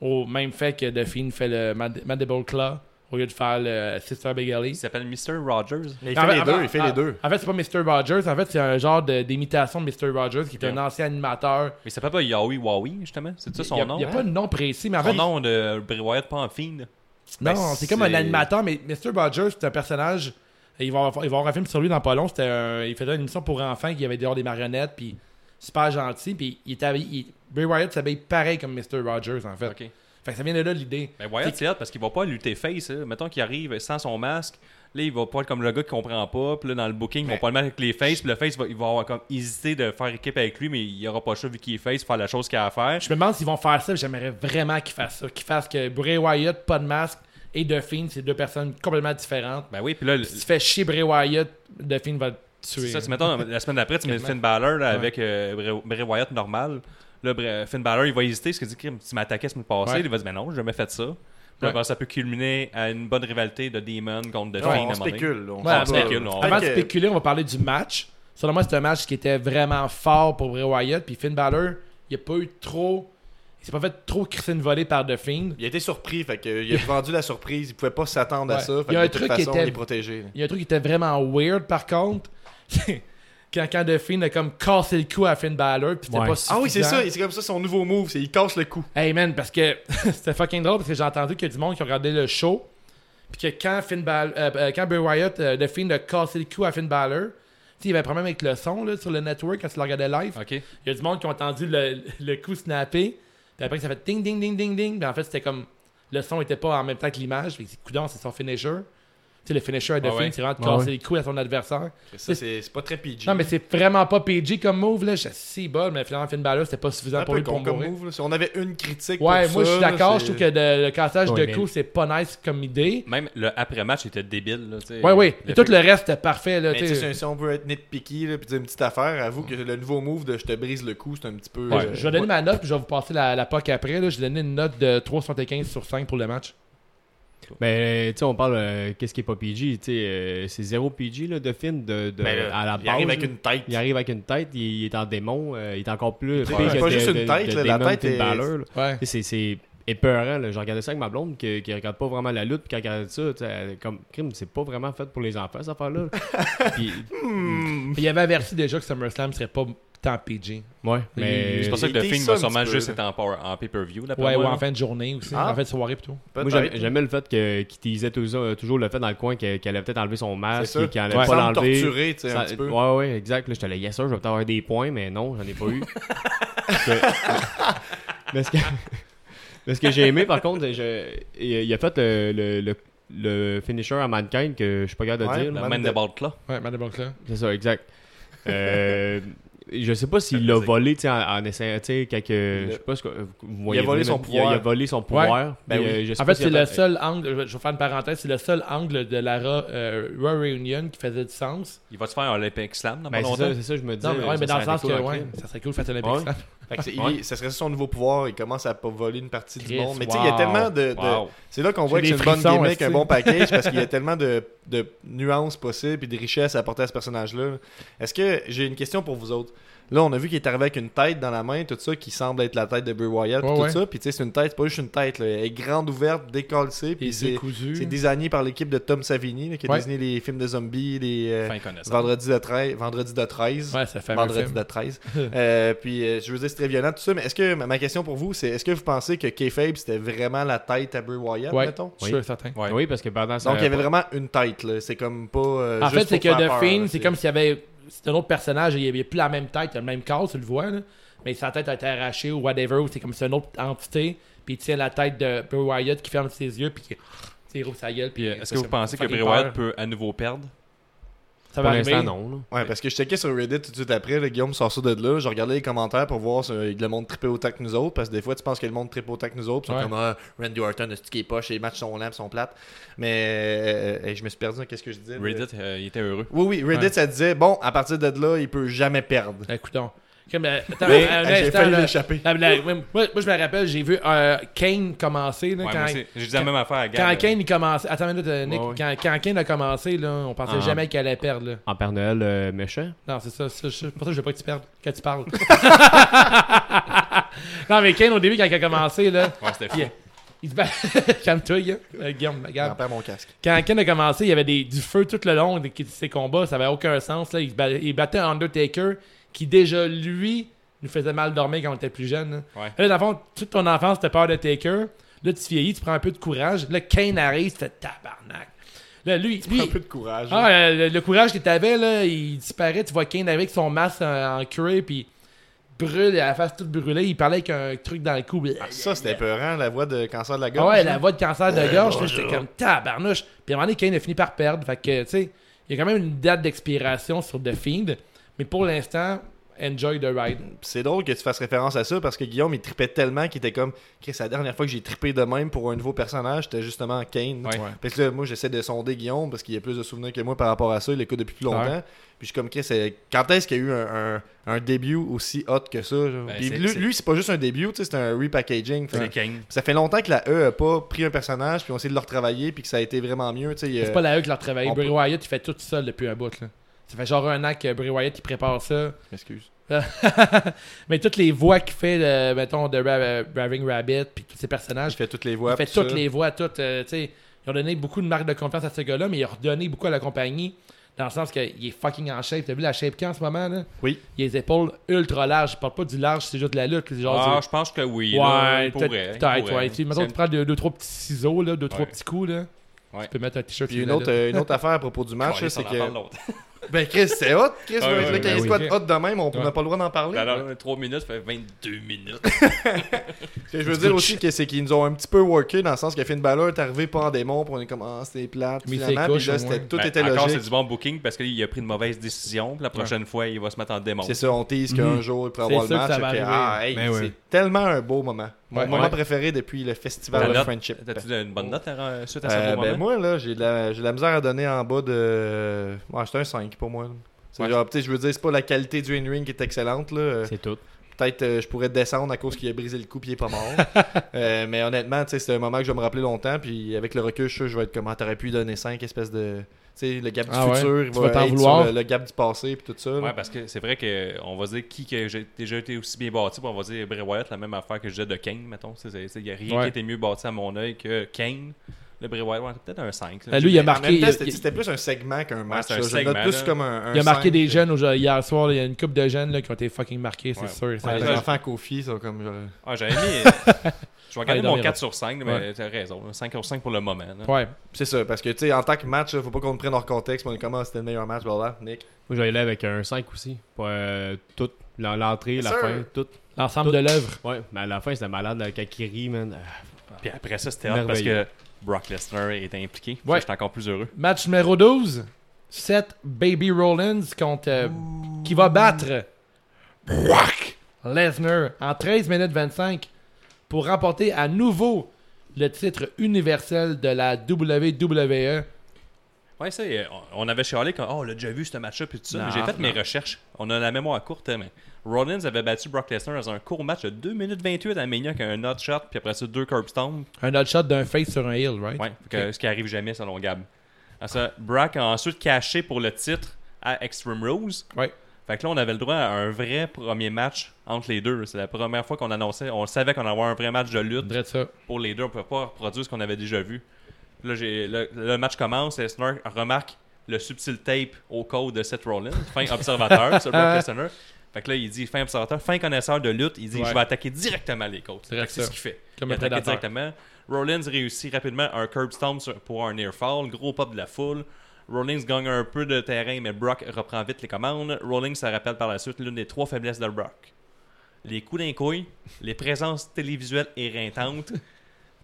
Au même fait que The Fiend fait le Mad- Mandible Claw au lieu de faire le Sister Big Alley. Il
s'appelle Mr. Rogers.
il
Ah,
fait les deux, il fait les deux.
En fait, c'est pas Mr. Rogers. En fait, c'est un genre de- d'imitation de Mr. Rogers qui est un ancien animateur.
Mais il s'appelle pas Yaoi Wawi, justement. C'est ça son
Il y a-
nom. hein?
Il n'y a pas de nom précis, mais en
Son
fait,
nom de Bray Wyatt, pas en fiend. Ben,
Non, c'est comme un animateur, mais Mr. Rogers, c'est un personnage. Il va, avoir, il va avoir un film sur lui dans pas long. C'était un- il faisait une émission pour enfants qui avait dehors des marionnettes, puis super gentil. Puis il était habillé- il- Bray Wyatt s'habille pareil comme Mr. Rogers, en fait. Fait que ça vient de là l'idée.
Mais Wyatt, c'est hot parce qu'il va pas lutter face. hein. Mettons qu'il arrive sans son masque, Là, il va pas être comme le gars qui comprend pas. Puis là, dans le booking,
Ben.
ils vont pas le mettre avec les faces. Puis le face, va, il va avoir comme hésité de faire équipe avec lui, mais il aura pas le choix vu qu'il est face, faire la chose qu'il a à faire.
Je me demande s'ils vont faire ça, j'aimerais vraiment qu'ils fassent ça. Qu'ils fassent que Bray Wyatt, pas de masque, et Duffin, c'est deux personnes complètement différentes.
Ben oui, puis là, le-
Si tu fais chier Bray Wyatt, Duffin va te tuer.
C'est ça, tu mettons, la semaine d'après, tu mets
hein. Quasiment.
Finn Balor là,
Ouais.
avec euh, Bray- Bray Wyatt normal. Là, Bray- euh, Finn Balor, il va hésiter parce qu'il dit Crime, Tu m'attaquais la semaine passée.
Ouais.
Il va dire Mais non, j'ai jamais fait ça. Puis là,
Ouais.
ben, ça peut culminer à une bonne rivalité de Demon contre The
Ouais, on
Fiend. à un moment donné.
spécule, là, on
Ouais, on
sait pas.
spécule. là, on-
Avant de
Fait que-
spéculer, on va parler du match. Selon moi, c'est un match qui était vraiment fort pour Bray Wyatt. Puis Finn Balor, il a pas eu trop. Il s'est pas fait trop crisser une volée par The Fiend.
Il a été surpris, fait que, il a vendu la surprise, il pouvait pas s'attendre à
Ouais.
ça.
Il
Fait
y a
que
un
de toute
truc qui
façon,
était-
il est protégé. là.
Il y a un truc qui était vraiment weird par contre. C'est quand, quand The Fiend a comme cassé le cou à Finn Balor. Puis c'était
Ouais.
pas suffisant.
Ah oui, c'est ça, c'est comme ça son nouveau move, c'est il casse le cou.
Hey man, parce que c'était fucking drôle parce que j'ai entendu qu'il y a du monde qui regardait le show. Puis que quand Finn Bal- euh, euh, quand Bray Wyatt, euh, The Fiend a cassé le cou à Finn Balor, tu sais, il y avait un problème avec le son là, sur le network quand tu le regardais live.
Ok.
Il y a du monde qui ont entendu le, le coup snapper. Puis après, ça fait ding, ding, ding, ding, ding. Puis en fait, c'était comme. Le son était pas en même temps que l'image. Fait que coudonc, c'est son finisher. Tu sais, le finisher à The
Ah ouais.
Fiend, c'est vraiment de
Ah
casser
ouais.
les couilles à son adversaire.
Ça, c'est c'est pas très PG.
Non, mais c'est vraiment pas PG comme move, là. Je si bol, mais finalement, Finn Balor, c'était pas suffisant
un
pour
peu
lui pour
con comme
mourir.
move. là. Si on avait une critique.
Ouais,
pour
moi,
ça,
je suis d'accord.
là,
Je trouve que de- le cassage
Ouais,
de
mais-
cou, c'est pas nice comme idée.
Même le après-match était débile. Là, tu sais.
Ouais, ouais. Et
Le
tout
fait-
le reste, c'était parfait, là.
Mais
tu
Ben, tu
sais.
sais, si on veut être nitpicky là, puis dire une petite affaire, avoue que le nouveau move de je te brise le cou, c'est un petit peu.
Ouais,
euh,
je vais donner ma note, puis je vais vous passer la, la POC après. Là. Je vais donner une note de 3,75 sur 5 pour le match.
Mais tu sais, on parle euh, qu'est-ce qui est pas PG, tu sais, euh, c'est zéro PG là, de film de, de-
Ben, là,
à la base.
il arrive avec
là.
une tête.
Il arrive avec une tête, il, il est en démon, euh, il est encore plus.
C'est
pire
pas-
que
c'est pas
de-
juste une
de-
tête,
de
là, la
Damon
tête
Finn
est-
Balor, là.
Ouais.
Tu sais, C'est c'est épeurant. Là. Je regardais ça avec ma blonde qui, qui regarde pas vraiment la lutte, puis qui regarde ça, tu sais, elle est comme crime, c'est pas vraiment fait pour les enfants cette affaire-là. puis,
Puis il avait averti déjà que SummerSlam serait pas tant PG.
ouais, mais.
C'est pour ça que
Il
le
tease
Fiend
ça
va
un
sûrement
petit peu,
juste
là.
être en, power- en pay-per-view. d'après
Ouais,
moi,
ou
là.
en fin de journée aussi,
Ah.
en fin de soirée plutôt.
Moi,
peut-être.
j'aimais j'aimais le fait que- qu'il teasait tout ça- toujours le fait dans le coin que- qu'elle allait peut-être enlever son masque
C'est ça.
et qu'elle allait
Ouais.
pas
Semble
l'enlever.
torturé, tu sais, un petit peu.
Ouais, ouais, exact. Là, J'étais là, yes, sir, je vais peut-être avoir des points, mais non, j'en ai pas eu. Que- mais ce que, mais ce que j'ai aimé, par contre, je- il il a fait le, le, le- le finisher à Mankind que je suis pas capable de
Ouais,
dire. là.
Le Man de Bolt, là.
Ouais, Madame Blanca.
C'est ça, exact. Euh, je sais pas s'il l'a volé, tu sais, en, en essayant, tu sais, quand que- je sais pas ce que vous vous voyez.
volé son
mais il a- Il a
pouvoir.
volé son pouvoir.
Ben
puis,
oui.
euh, je sais
En
pas
fait,
s'il a
c'est le seul angle, je vais- je vais faire une parenthèse, c'est le seul angle de la Raw, euh, Raw Reunion qui faisait du sens.
Il va se faire un Olympic Slam dans pas
Ben, c'est ça,
longtemps.
c'est ça, je me dis.
Non, mais, ouais,
ça
mais dans le
serait
sens
cool,
que,
ok.
ouais, ça serait cool de faire un
Ouais.
Olympic
Fait que c'est- il- ça serait son nouveau pouvoir. Il commence à pas voler une partie du
Chris,
monde. Mais tu sais, il y a
wow,
tellement de. de-
wow.
C'est là qu'on
J'ai
voit que
des
c'est une bonne
frissons,
gimmick,
esti.
un bon package, parce qu'il y a tellement de, de nuances possibles et de richesses à apporter à ce personnage-là. Est-ce que j'ai une question pour vous autres? Là, on a vu qu'il est arrivé avec une tête dans la main, tout ça, qui semble être la tête de Bray Wyatt, puis
Ouais,
tout
ouais.
ça. Puis tu sais, c'est une tête, c'est pas juste une tête. là. Elle est grande ouverte, décalcée, puis
Les yeux
c'est
cousus.
c'est désigné par l'équipe de Tom Savini, là, qui a
Ouais.
désigné les films de zombies, les euh,
Fin connaissant.
Vendredi de 13, Vendredi de 13.
Ouais, ça fait un
Vendredi
film.
de 13. Euh, puis euh, je veux dire, c'est très violent tout ça, mais est-ce que ma ma question pour vous, c'est est-ce que vous pensez que K-Fabe c'était vraiment la tête à Bray Wyatt,
Ouais,
mettons
je suis certain.
Ouais.
Oui, parce que pendant ça.
Donc il y avait vraiment une tête, là. C'est comme pas. euh,
En
juste
fait, c'est
pour
que
faire
The
peur,
Fiend,
là,
c'est comme s'il y avait. C'est un autre personnage, il avait plus la même tête, le même corps, tu le vois, là. mais sa tête a été arrachée ou whatever, ou c'est comme c'est une autre entité, puis il tient la tête de Bray Wyatt qui ferme ses yeux, puis qui tu sais, il rouvre sa gueule.
Puis,
Puis
euh, Est-ce que vous pensez que
fucking peur.
Bray Wyatt peut à nouveau perdre
ça
Pour
va
l'instant,
arriver?
non. là.
Ouais, parce que je checkais sur Reddit tout de suite après, là, Guillaume sort ça de là. Je regardais les commentaires pour voir si euh, le monde tripait autant que nous autres, parce que des fois tu penses que le monde tripe autant que nous autres, puis ils
Ouais.
sont comme ah, Randy Orton, est-ce qu'il est poche, les matchs sont lents, puis sont plates. Mais euh, euh, je me suis perdu, dans qu'est-ce que je disais là.
Reddit, euh, il était heureux.
Oui, oui, Reddit,
Ouais.
ça disait, bon, à partir de là, il peut jamais perdre.
Un coup d'on. Ben, Comme, euh, attends,
Mais,
un
j'ai
instant,
failli
là.
l'échapper.
La- la- moi, moi, je me rappelle, j'ai vu euh, Kane commencer là,
Ouais, moi
quand,
aussi, J'ai dit la même affaire à
quand
Gab.
Kane il commençait. Attends une minute, euh, Nick.
Ouais, ouais.
Quand, quand Kane a commencé, là, on pensait
Uh-huh.
Ah.
jamais qu'il allait perdre. Là.
En Père Noël euh, méchant.
Non, c'est ça. C'est c'est pour ça que je veux pas que tu perdes quand tu parles. non, mais Kane, au début, quand il a commencé, là,
Ouais, c'était fou.
il, il se bat. Calme-toi, Guillaume. Euh, Guillaume,
J'en
regarde.
perds mon casque.
Quand Kane a commencé, il y avait des, du feu tout le long de de ses combats. Ça avait aucun sens. Là. Il, se bat- il battait Undertaker, qui déjà, lui, nous faisait mal dormir quand on était plus jeune. Là,
Ouais.
Là, dans le fond, toute ton enfance, t'as peur de Taker. Là, tu vieillis, tu prends un peu de courage. Là, Kane arrive, tu fais tabarnak. Là, lui, lui-
Un peu de courage.
ah, euh, le, le courage que t'avais, là, il disparaît. Tu vois Kane avec son masque en, en cuir, puis brûle, il a la face toute brûlée. Il parlait avec un truc dans le cou.
Ah, Ça, c'était peurant, la voix de cancer de la
Ah
gorge. hein.
ouais,
là.
la voix de cancer de gorge, là, j'étais comme tabarnouche. Puis à un moment donné, Kane a fini par perdre. Fait que, tu sais, il y a quand même une date d'expiration sur The Fiend. Mais pour l'instant, enjoy the ride.
Puis C'est drôle que tu fasses référence à ça parce que Guillaume, il tripait tellement qu'il était comme Chris, la dernière fois que j'ai trippé de même pour un nouveau personnage, c'était justement Kane.
Ouais.
Parce que là, moi, j'essaie de sonder Guillaume parce qu'il a plus de souvenirs que moi par rapport à ça. Il l'écoute depuis plus longtemps.
Ouais.
Puis je suis comme Chris, euh, quand est-ce qu'il y a eu un, un- un début aussi hot que ça genre?
Ben,
Puis
c'est-
lui,
c'est-
lui, c'est pas juste un début, tu sais, c'est un repackaging. Fait-
C'est Kane.
Ça fait longtemps que la E a pas pris un personnage, puis on essaie de le retravailler, puis que ça a été vraiment mieux. tu sais,
C'est
euh,
pas la E qui l'a travaillé.
on
Bray
peut-
Wyatt, il fait tout seul depuis un bout. Là. Ça fait genre un an que Bray Wyatt, il prépare ça.
Excuse.
Mais toutes les voix qu'il fait, euh, mettons, de Ra- Raving Rabbit, puis tous ces
Il
personnages,
fait toutes les voix.
il fait
puis tout
toutes
ça.
les voix, toutes. euh, tu sais, ils ont donné beaucoup de marques de confiance à ce gars-là, mais ils ont redonné beaucoup à la compagnie. Dans le sens qu'il est fucking en shape. T'as vu la shape qu'il a en ce moment? Là?
Oui.
Il a les épaules ultra larges. Je parle pas du large, c'est juste de la lutte. C'est genre
Ah,
du-
je pense que oui. là,
Ouais,
il pourrait, il
peut-être, ouais.
pourrait.
Tu sais, mettons,
C'est-
tu prends deux, deux, trois petits ciseaux, là, deux, trois
Ouais.
petits coups, là.
Ouais.
Tu peux mettre un t-shirt
Puis
sur
une
la
autre,
lutte.
euh, une autre affaire à propos du match,
Ouais,
là,
ça
c'est
en
que.
parle d'autre.
Ben Chris, c'est hot. Chris,
Ah
on va
ouais,
être là
ouais,
qu'il y a
ouais. Ben
des squats hot de même, on n'a pas le droit d'en parler.
La dernière 3 minutes, ça fait 22 minutes.
Ce que je veux dire aussi, que c'est qu'ils nous ont un petit peu worké dans le sens que Finn Balor est arrivé pas en démon, puis on est comme, ah, c'était plate,
Mais
finalement,
c'est
puis
coche,
là,
au
c'était-
moins.
tout
Ben,
était
Encore, c'est
logique.
du bon booking parce qu'il a pris une mauvaise décision. puis La prochaine fois, il va se mettre en démon.
C'est ça, on tease qu'un
Mhm.
jour, il pourrait
C'est
avoir le
sûr que
match,
ça va
et puis,
arriver.
ah, hey,
Ben
c'est
oui.
tellement un beau moment. Mon
Ouais.
moment
Ouais.
préféré depuis le
Ta
Festival
note,
of Friendship.
T'as-tu une bonne note euh, suite à ce
Euh,
beau
ben
moment?
moi, là, j'ai de la, j'ai de la misère à donner en bas de... Ouais, c'est un 5 pour moi. là. C'est
Ouais.
genre, tu sais, je veux dire, c'est pas la qualité du in-ring qui est excellente, là. Euh,
C'est tout.
Peut-être euh, je pourrais descendre à cause qu'il a brisé le cou puis il est pas mort. Euh, mais honnêtement, tu sais, c'est un moment que je vais me rappeler longtemps. Puis avec le recul, je suis sûr que je vais être comment t'aurais pu lui donner 5 espèces de. Tu sais, le gap du
Ah ouais?
futur,
Tu
il va
vas t'en
être
vouloir?
sur le, le gap du passé puis tout ça. là.
Ouais, parce que c'est vrai qu'on va dire qui que j'ai déjà été aussi bien bâti, puis on va dire Bray Wyatt, la même affaire que je disais de Kane, mettons. Il n'y a rien
Ouais.
qui était mieux bâti à mon œil que Kane. Le Bray Wyatt, ouais, peut-être un 5.
Ben, lui, il a
Mais en
marqué.
même temps,
il-
c'était,
il-
c'était plus un segment qu'un match.
c'est un
là. je le
segment,
note plus
là.
comme euh, un. un
Il a marqué
cinq,
des
puis-
jeunes aujourd'hui- hier soir. là, il y a une couple de jeunes là, qui ont été fucking marqués, c'est
Ouais.
sûr. et
Ouais,
certain.
les enfants Kofi, ça comme. euh, genre-
Ah, j'avais mis. Je vais
Ouais,
regarder mon
dormira.
4 sur 5, mais
Ouais.
t'as raison. 5 sur 5 pour le moment. là.
Ouais.
C'est ça, parce que tu sais, en tant que match, là, faut pas qu'on le prenne hors contexte. mais On est comme, Ah, c'était le meilleur match, voilà, Nick.
Moi, j'allais là avec un 5 aussi. Pour, euh, tout. L'en- L'entrée, la
Sir.
fin, tout.
L'ensemble
Tout-
de l'œuvre.
Ouais, mais à la fin, c'était malade, le Kakiri, man. Ah,
Puis après ça, c'était hot parce que
Merveilleux.
Brock Lesnar était impliqué. Ça,
Ouais.
J'étais encore plus heureux.
Match numéro 12. 7 Baby Rollins contre. euh, qui va battre. Brock Lesnar en 13 minutes 25 pour remporter à nouveau le titre universel de la E. WWE.
Ouais, ça, euh, on on avait chialé quand oh, on l'a déjà vu ce match-up et tout ça. mais J'ai fait mes recherches. On a la mémoire courte, hein, mais Rollins avait battu Brock Lesnar dans un court match de 2 minutes 28 à Mania avec un hot shot, puis après ça, deux curb stones.
Un hot shot d'un face sur un heel, right?
Ouais, fait que ce qui arrive jamais selon Gab. Alors ça, Brock a ensuite caché pour le titre à Extreme Rules.
Ouais.
Fait que là, on avait le droit à un vrai premier match entre les deux. C'est la première fois qu'on annonçait, on savait qu'on allait avoir un vrai match de lutte
Drette ça.
pour les deux. On pouvait pas reproduire ce qu'on avait déjà vu. Là, j'ai, le, le match commence, Lesnar remarque le subtil tape au code de Seth Rollins, fin observateur sur Brock Lesnar. Fait que là, il dit fin observateur, fin connaisseur de lutte. Il dit
Ouais.
je vais attaquer directement les côtes. Fait
Direct
que C'est
ça.
ce qu'il fait.
Comme
il
un
attaque
prédateur.
directement. Rollins réussit rapidement un curb stomp sur- pour un near fall, gros pop de la foule. Rollins gagne un peu de terrain, mais Brock reprend vite les commandes. Rollins se rappelle par la suite l'une des trois faiblesses de Brock les coups d'un couille, les présences télévisuelles éreintantes,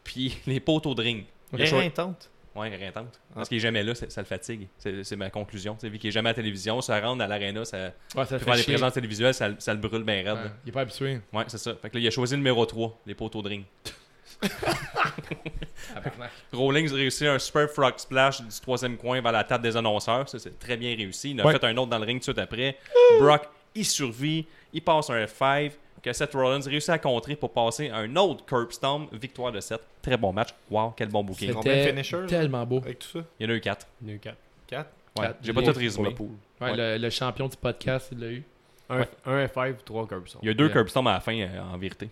puis les poteaux de ring.
Éreintante.
Ouais, éreintantes.
Ah.
Parce qu'il est jamais là, ça, ça le fatigue. C'est c'est ma conclusion. C'est vu qu'il est jamais à la télévision, se rendre à l'aréna, ça.
Ouais, ça
puis faire
fait
les
chier.
présences télévisuelles, ça, le- ça le brûle bien raide.
Ouais, Il est pas habitué.
Ouais, c'est ça. Fait que là, il a choisi le numéro 3, les poteaux de ring. Rowlings réussit un super frog splash du troisième coin vers la table des annonceurs. Ça, c'est très bien réussi. Il en a
Ouais.
fait un autre dans le ring tout de suite après. Brock, il survit. Il passe un F5 que Seth Rollins réussit à contrer pour passer un autre curb stomp. Victoire de Seth. Très bon match. Wow, quel bon booking.
combien de
C'était
finishers, là?
tellement beau.
Avec tout ça.
Il y en a eu quatre.
il y en a eu quatre.
Quatre.
Ouais,
Quatre.
j'ai pas
Pour-
tout
Pour
résumé.
le pool.
Ouais,
Ouais.
Le, le champion du podcast, il l'a eu.
Un, un F5, trois Curb
Il y a eu deux
Yeah.
curb stomps à la fin, euh, en vérité.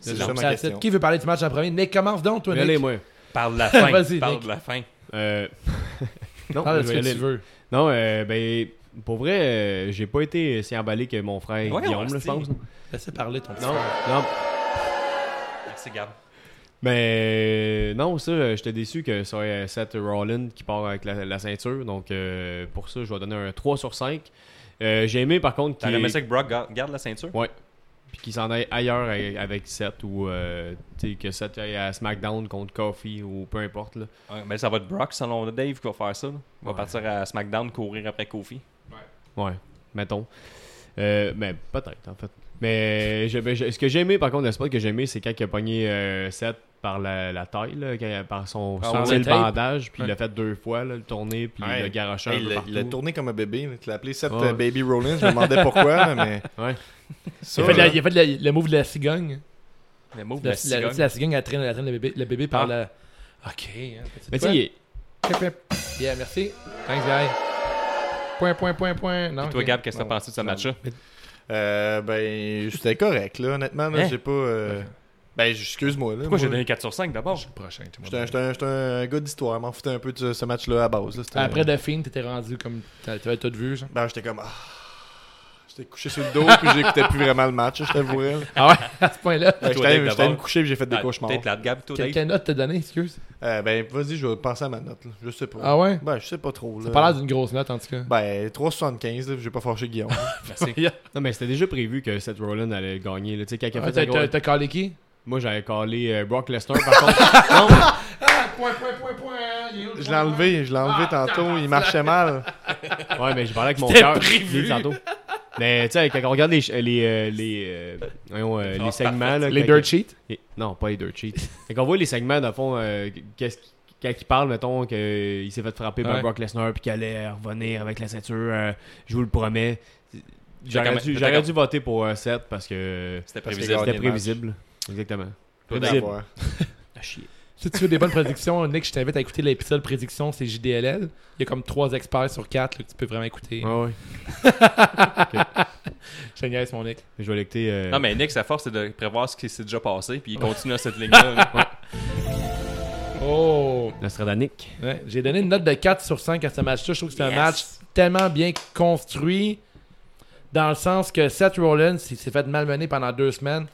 C'est
Donc,
ça ma
c'est la
question.
titre. Qui veut parler du match en premier Mais commence donc, toi, Nick.
Allez, moi.
Parle de la fin.
Vas-y,
Parle
Nick.
de la fin.
Euh, non,
Parle de
je
ce
vais y
Ah, que
aller.
tu veux.
Non, euh, ben, pour vrai, euh, j'ai pas été si emballé que mon frère
Voyons,
Guillaume, là, je
hostie.
pense.
Laissez parler ton petit
Non,
frère.
non.
Merci, Gab.
Mais euh, non, ça, euh, j'étais déçu que ce euh, soit Seth Rollins qui part avec la, la ceinture. Donc, euh, pour ça, je vais donner un 3 sur 5. Euh, J'ai aimé par contre.
T'aurais
qu'il-
aimé ça que Brock ga- garde la ceinture?
Ouais. Puis qu'il s'en aille ailleurs a- avec Seth ou euh, tu sais, que Seth aille à SmackDown contre Kofi ou peu importe. Là.
Ouais, Mais ça va être Brock, selon Dave, qui va faire ça. là. Il va
Ouais.
partir à SmackDown courir après Kofi.
Ouais, mettons. Euh, mais peut-être, en fait. Mais je- ben, je- ce que j'ai aimé, par contre, le spot que j'ai aimé, c'est quand il a pogné euh, Seth par la, la taille, là, quand il a- par son
Ah
son-
ouais,
le
tape.
bandage, puis il l'a fait deux fois, là, le tourner, puis
Ouais.
le garoché
Hey,
un peu
il,
partout.
il a tourné comme un bébé. là. Tu l'as appelé Seth
Ouais.
euh, Baby Rollins. Je me demandais pourquoi, là, mais.
Ouais.
Ça,
Il a fait, de la-
là,
il a fait de la- le move de la cigogne.
Le move de
La,
la
la,
cigogne.
la cigogne, elle traîne, elle traîne le bébé, le bébé par
Ah.
la. Ok. hein, petit
Mais tu
point.
sais, il est-
Pip, pip. Yeah, merci. Thanks, guy. Point, point, point, point. Non,
Toi,
ok.
Gab, qu'est-ce que t'as
Bon.
pensé de ce match-là?
euh, ben, c'était correct, là, honnêtement. là,
Hein?
J'ai pas. euh, Ben, j- excuse-moi, là.
Pourquoi j'ai
moi,
donné 4 sur 5 d'abord?
Prochain, tout le
J'étais un-
monde.
j'étais un, j'étais un gars d'histoire. M'en foutais un peu de ce match-là à la base. là. C'était-
Après The Fiend, t'étais rendu comme. t'avais- T'avais tout vu, ça.
Ben, j'étais comme. ah. J'étais couché sur le dos, puis j'écoutais plus vraiment le match, je t'avouerais. là.
Ah ouais, à ce point-là.
Ben,
Toi, Dave,
J'étais j'étais
d'abord.
me coucher, puis j'ai fait des cauchemars.
Ah, Peut-être la Gab, toi,
Quelle
Dave.
quelle note t'as donné, excuse
Euh, ben, vas-y, je vais penser à ma note. là. Je sais pas.
Ah ouais
Ben, je sais pas trop.
T'as
là.
pas l'air d'une grosse note, en tout cas.
Ben, 3,75, là, j'ai pas fâché Guillaume.
Merci.
Non, mais c'était déjà prévu que Seth Rollins allait gagner. Là, tu sais, quand il a
Ah,
fait la
t'as-
grosse-
T'as t'as callé qui
Moi, j'avais callé euh, Brock Lesnar, par contre. Non, mais-
Point, point, point, point.
je l'ai enlevé, je l'ai enlevé tantôt, il marchait mal.
Ouais, mais je parlais avec mon
C'était
cœur.
prévu.
j'ai dit tantôt. Mais tu sais, quand on regarde les, ch- les, euh, les, euh, voyons, euh, les segments. Là,
Les
quand-
dirt sheets.
Et- Non, pas les dirt sheets. quand on voit les segments, dans le fond, euh, qu'est-ce qui- quand il parle, mettons, qu'il s'est fait frapper
Ouais.
par Brock Lesnar puis qu'il allait revenir avec la ceinture, euh, je vous le promets. J'aurais
comme-
dû,
t'es
j'aurais
comme-
dû voter pour euh, Seth parce que
C'était
Parce que
prévisible.
gagné
c'était
le
prévisible. Exactement.
Toi,
Prévisible.
Dave.
D'avoir.
Ah, chier.
Si tu veux des bonnes prédictions, Nick, je t'invite à écouter l'épisode Prédiction, c'est JDLL. Il y a comme trois experts sur quatre là, que tu peux vraiment écouter.
Ah ouais.
Je te niaise, mon Nick.
Je vais électer. euh,
Non, mais Nick, sa force, c'est de prévoir ce qui s'est déjà passé, puis il continue à cette ligne-là. là.
Oh!
Nostradanic.
Ouais, J'ai donné une note de 4 sur 5 à ce match-là. Je trouve que c'est
Yes.
un match tellement bien construit dans le sens que Seth Rollins il s'est fait malmener pendant deux semaines.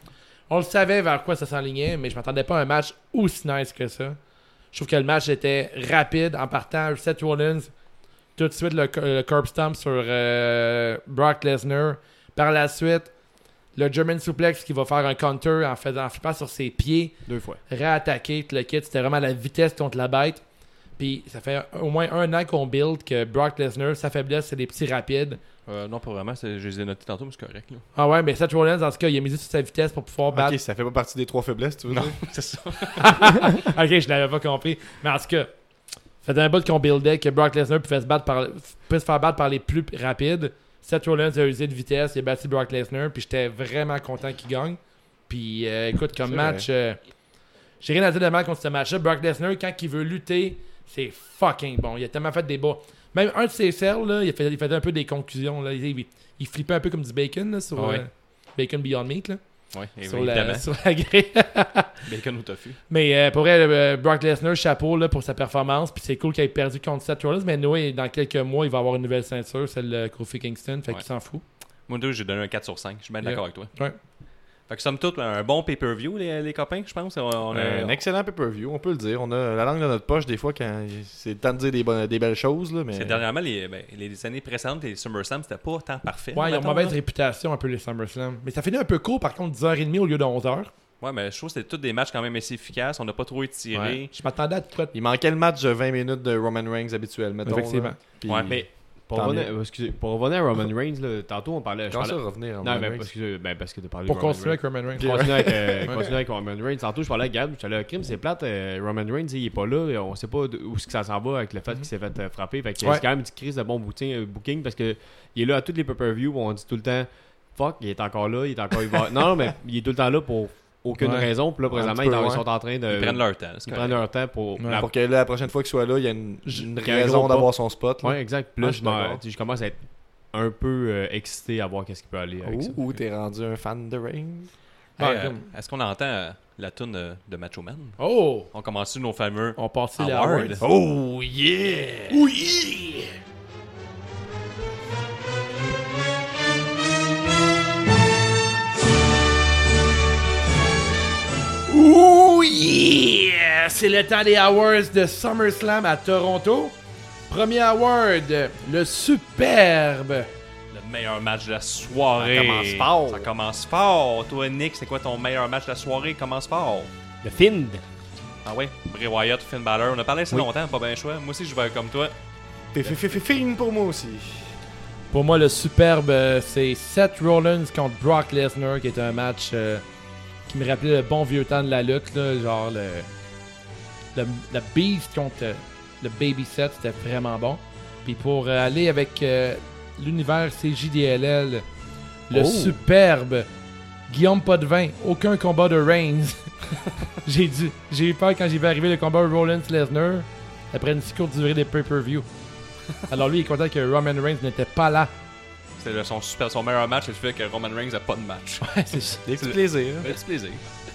On le savait vers quoi ça s'enlignait, mais je m'attendais pas à un match aussi nice que ça. Je trouve que le match était rapide en partant. Seth Rollins, tout de suite le, co- le curb stomp sur euh, Brock Lesnar. Par la suite, le German suplex qui va faire un counter en faisant en flippant sur ses pieds
Deux fois.
réattaquer tout le kit. C'était vraiment la vitesse contre la bête. Puis ça fait au moins un an qu'on build que Brock Lesnar, sa faiblesse, c'est les petits rapides.
Euh, non, pas vraiment. c'est- Je les ai notés tantôt, mais c'est correct. Là.
Ah ouais, mais Seth Rollins, en tout cas, il a misé sur sa vitesse pour pouvoir battre.
Ok, ça fait pas partie des trois faiblesses, tu veux dire?
C'est ça.
ok, je l'avais pas compris. Mais en tout cas, ça faisait un bout qu'on buildait que Brock Lesnar pouvait se, battre par, pouvait se faire battre par les plus rapides. Seth Rollins a usé de vitesse, il a battu Brock Lesnar, puis j'étais vraiment content qu'il gagne. Puis euh, écoute, comme
C'est
match, euh, j'ai rien à dire de mal contre ce match-là. Brock Lesnar, quand il veut lutter, c'est fucking bon. Il a tellement fait des bas. Même un de ses selles, là, il, faisait, il faisait un peu des conclusions. Là. Il, il- il flippait un peu comme du bacon là, sur
Ouais. Eh
euh, Bacon Beyond Meat là,
Oui,
sur, la,
évidemment.
sur la grille.
Bacon ou tofu.
Mais euh, pour vrai, euh, Brock Lesnar, chapeau là, pour sa performance. Puis c'est cool qu'il ait perdu contre Seth Rollins. Mais Noé, dans quelques mois, il va avoir une nouvelle ceinture, celle de Kofi Kingston. Fait
Ouais.
qu'il s'en fout.
Moi, deux, j'ai donné un 4 sur 5. Je suis bien
Yeah.
d'accord avec toi.
Ouais.
Fait que somme toute, un bon pay-per-view, les, les copains, je pense. On, on a-
Un excellent pay-per-view, on peut le dire. On a la langue dans notre poche des fois quand c'est le temps de dire des, bonnes- des belles choses. Là, mais...
Euh,
c'est dernièrement, les, ben, les années précédentes, les SummerSlam, c'était pas tant parfait.
Ouais, ils ont
mettons,
mauvaise
là.
réputation un peu les SummerSlam. Mais ça finit un peu court, par contre, 10h30 au lieu de 11h.
Ouais, mais je trouve que c'était tous des matchs quand même assez efficaces. On n'a pas trop étiré.
Je m'attendais à tout
Il manquait le match de 20 minutes de Roman Reigns habituel, mettons.
Effectivement.
là. Puis-
Ouais,
Mais pour
Tant
revenir, euh, excusez, pour revenir à Roman Reigns, là, tantôt on parlait. je
Comment ça,
parlais-
revenir à Roman
Non, ben,
Reigns?
parce que, ben, parce que t'as parlé
pour
de Roman
continuer avec
Reigns.
Roman Reigns.
Continuer avec, euh, continuer avec Roman Reigns. Tantôt, je parlais à Gab, j'étais là, crime, c'est plate. euh, Roman Reigns, il est pas là. On sait pas d- où est-ce que ça s'en va avec
Mhm.
le fait qu'il s'est fait euh, frapper. Fait que
Ouais.
c'est quand même une petite crise de bon booting, euh, booking parce que il est là à toutes les pay-per-views où on dit tout le temps fuck, il est encore là, il est encore. il va- non, mais il est tout le temps là pour aucune
Ouais.
raison. Puis là, présentement,
petit
ils,
peu,
en- ils
ouais.
sont en train de.
euh,
Ils prennent leur temps. c'est
ils
correct.
prennent leur temps pour.
Ouais.
la-
Pour que là, la prochaine fois qu'il soit là, il y a une, une
qu'il y a un
raison
gros
d'avoir son spot. là.
Ouais, exact. Puis
Ah,
là,
je
je,
suis
m'en-
d'accord.
tu sais, je commence à être un peu euh, excité à voir qu'est-ce qui peut aller avec ça.
Ouh, ouh, t'es rendu un fan de Reigns?
Hey,
Ouais,
euh,
comme-
Est-ce qu'on entend euh, la toune euh, de Macho Man
Oh!
On commence sur nos fameux
On passe les
awards.
awards.
Oh yeah! Ouh yeah!
Ouh yeah! Euh, C'est le temps des awards de SummerSlam à Toronto. Premier award, le superbe,
Le meilleur match de la soirée.
Ça commence fort.
Ça commence fort. Toi, Nick, c'est quoi ton meilleur match de la soirée? Commence fort.
Le Find.
Ah ouais, Bray Wyatt, Finn Balor. On a parlé assez
Oui.
longtemps, pas bien choix. Moi aussi, je vais comme toi.
Fine pour moi aussi.
Pour moi, le superbe, euh, c'est Seth Rollins contre Brock Lesnar, qui est un match euh, qui me rappelait le bon vieux temps de la lutte. là, genre le, le, le Beast contre euh, le Baby Seth, c'était vraiment bon. Puis pour euh, aller avec euh, l'univers CJDLL, le
Oh.
superbe Guillaume Potvin, aucun combat de Reigns. j'ai dû, j'ai eu peur quand j'ai vu arriver le combat Rollins-Lesnar après une si courte durée des pay-per-view. Alors lui, il est content que Roman Reigns n'était pas là.
C'est le- son, super, son meilleur match, c'est le fait que Roman Reigns a pas de match.
C'est ça.
Des
C'est
petits
le-
plaisirs. hein.
Un petit plaisir. Ah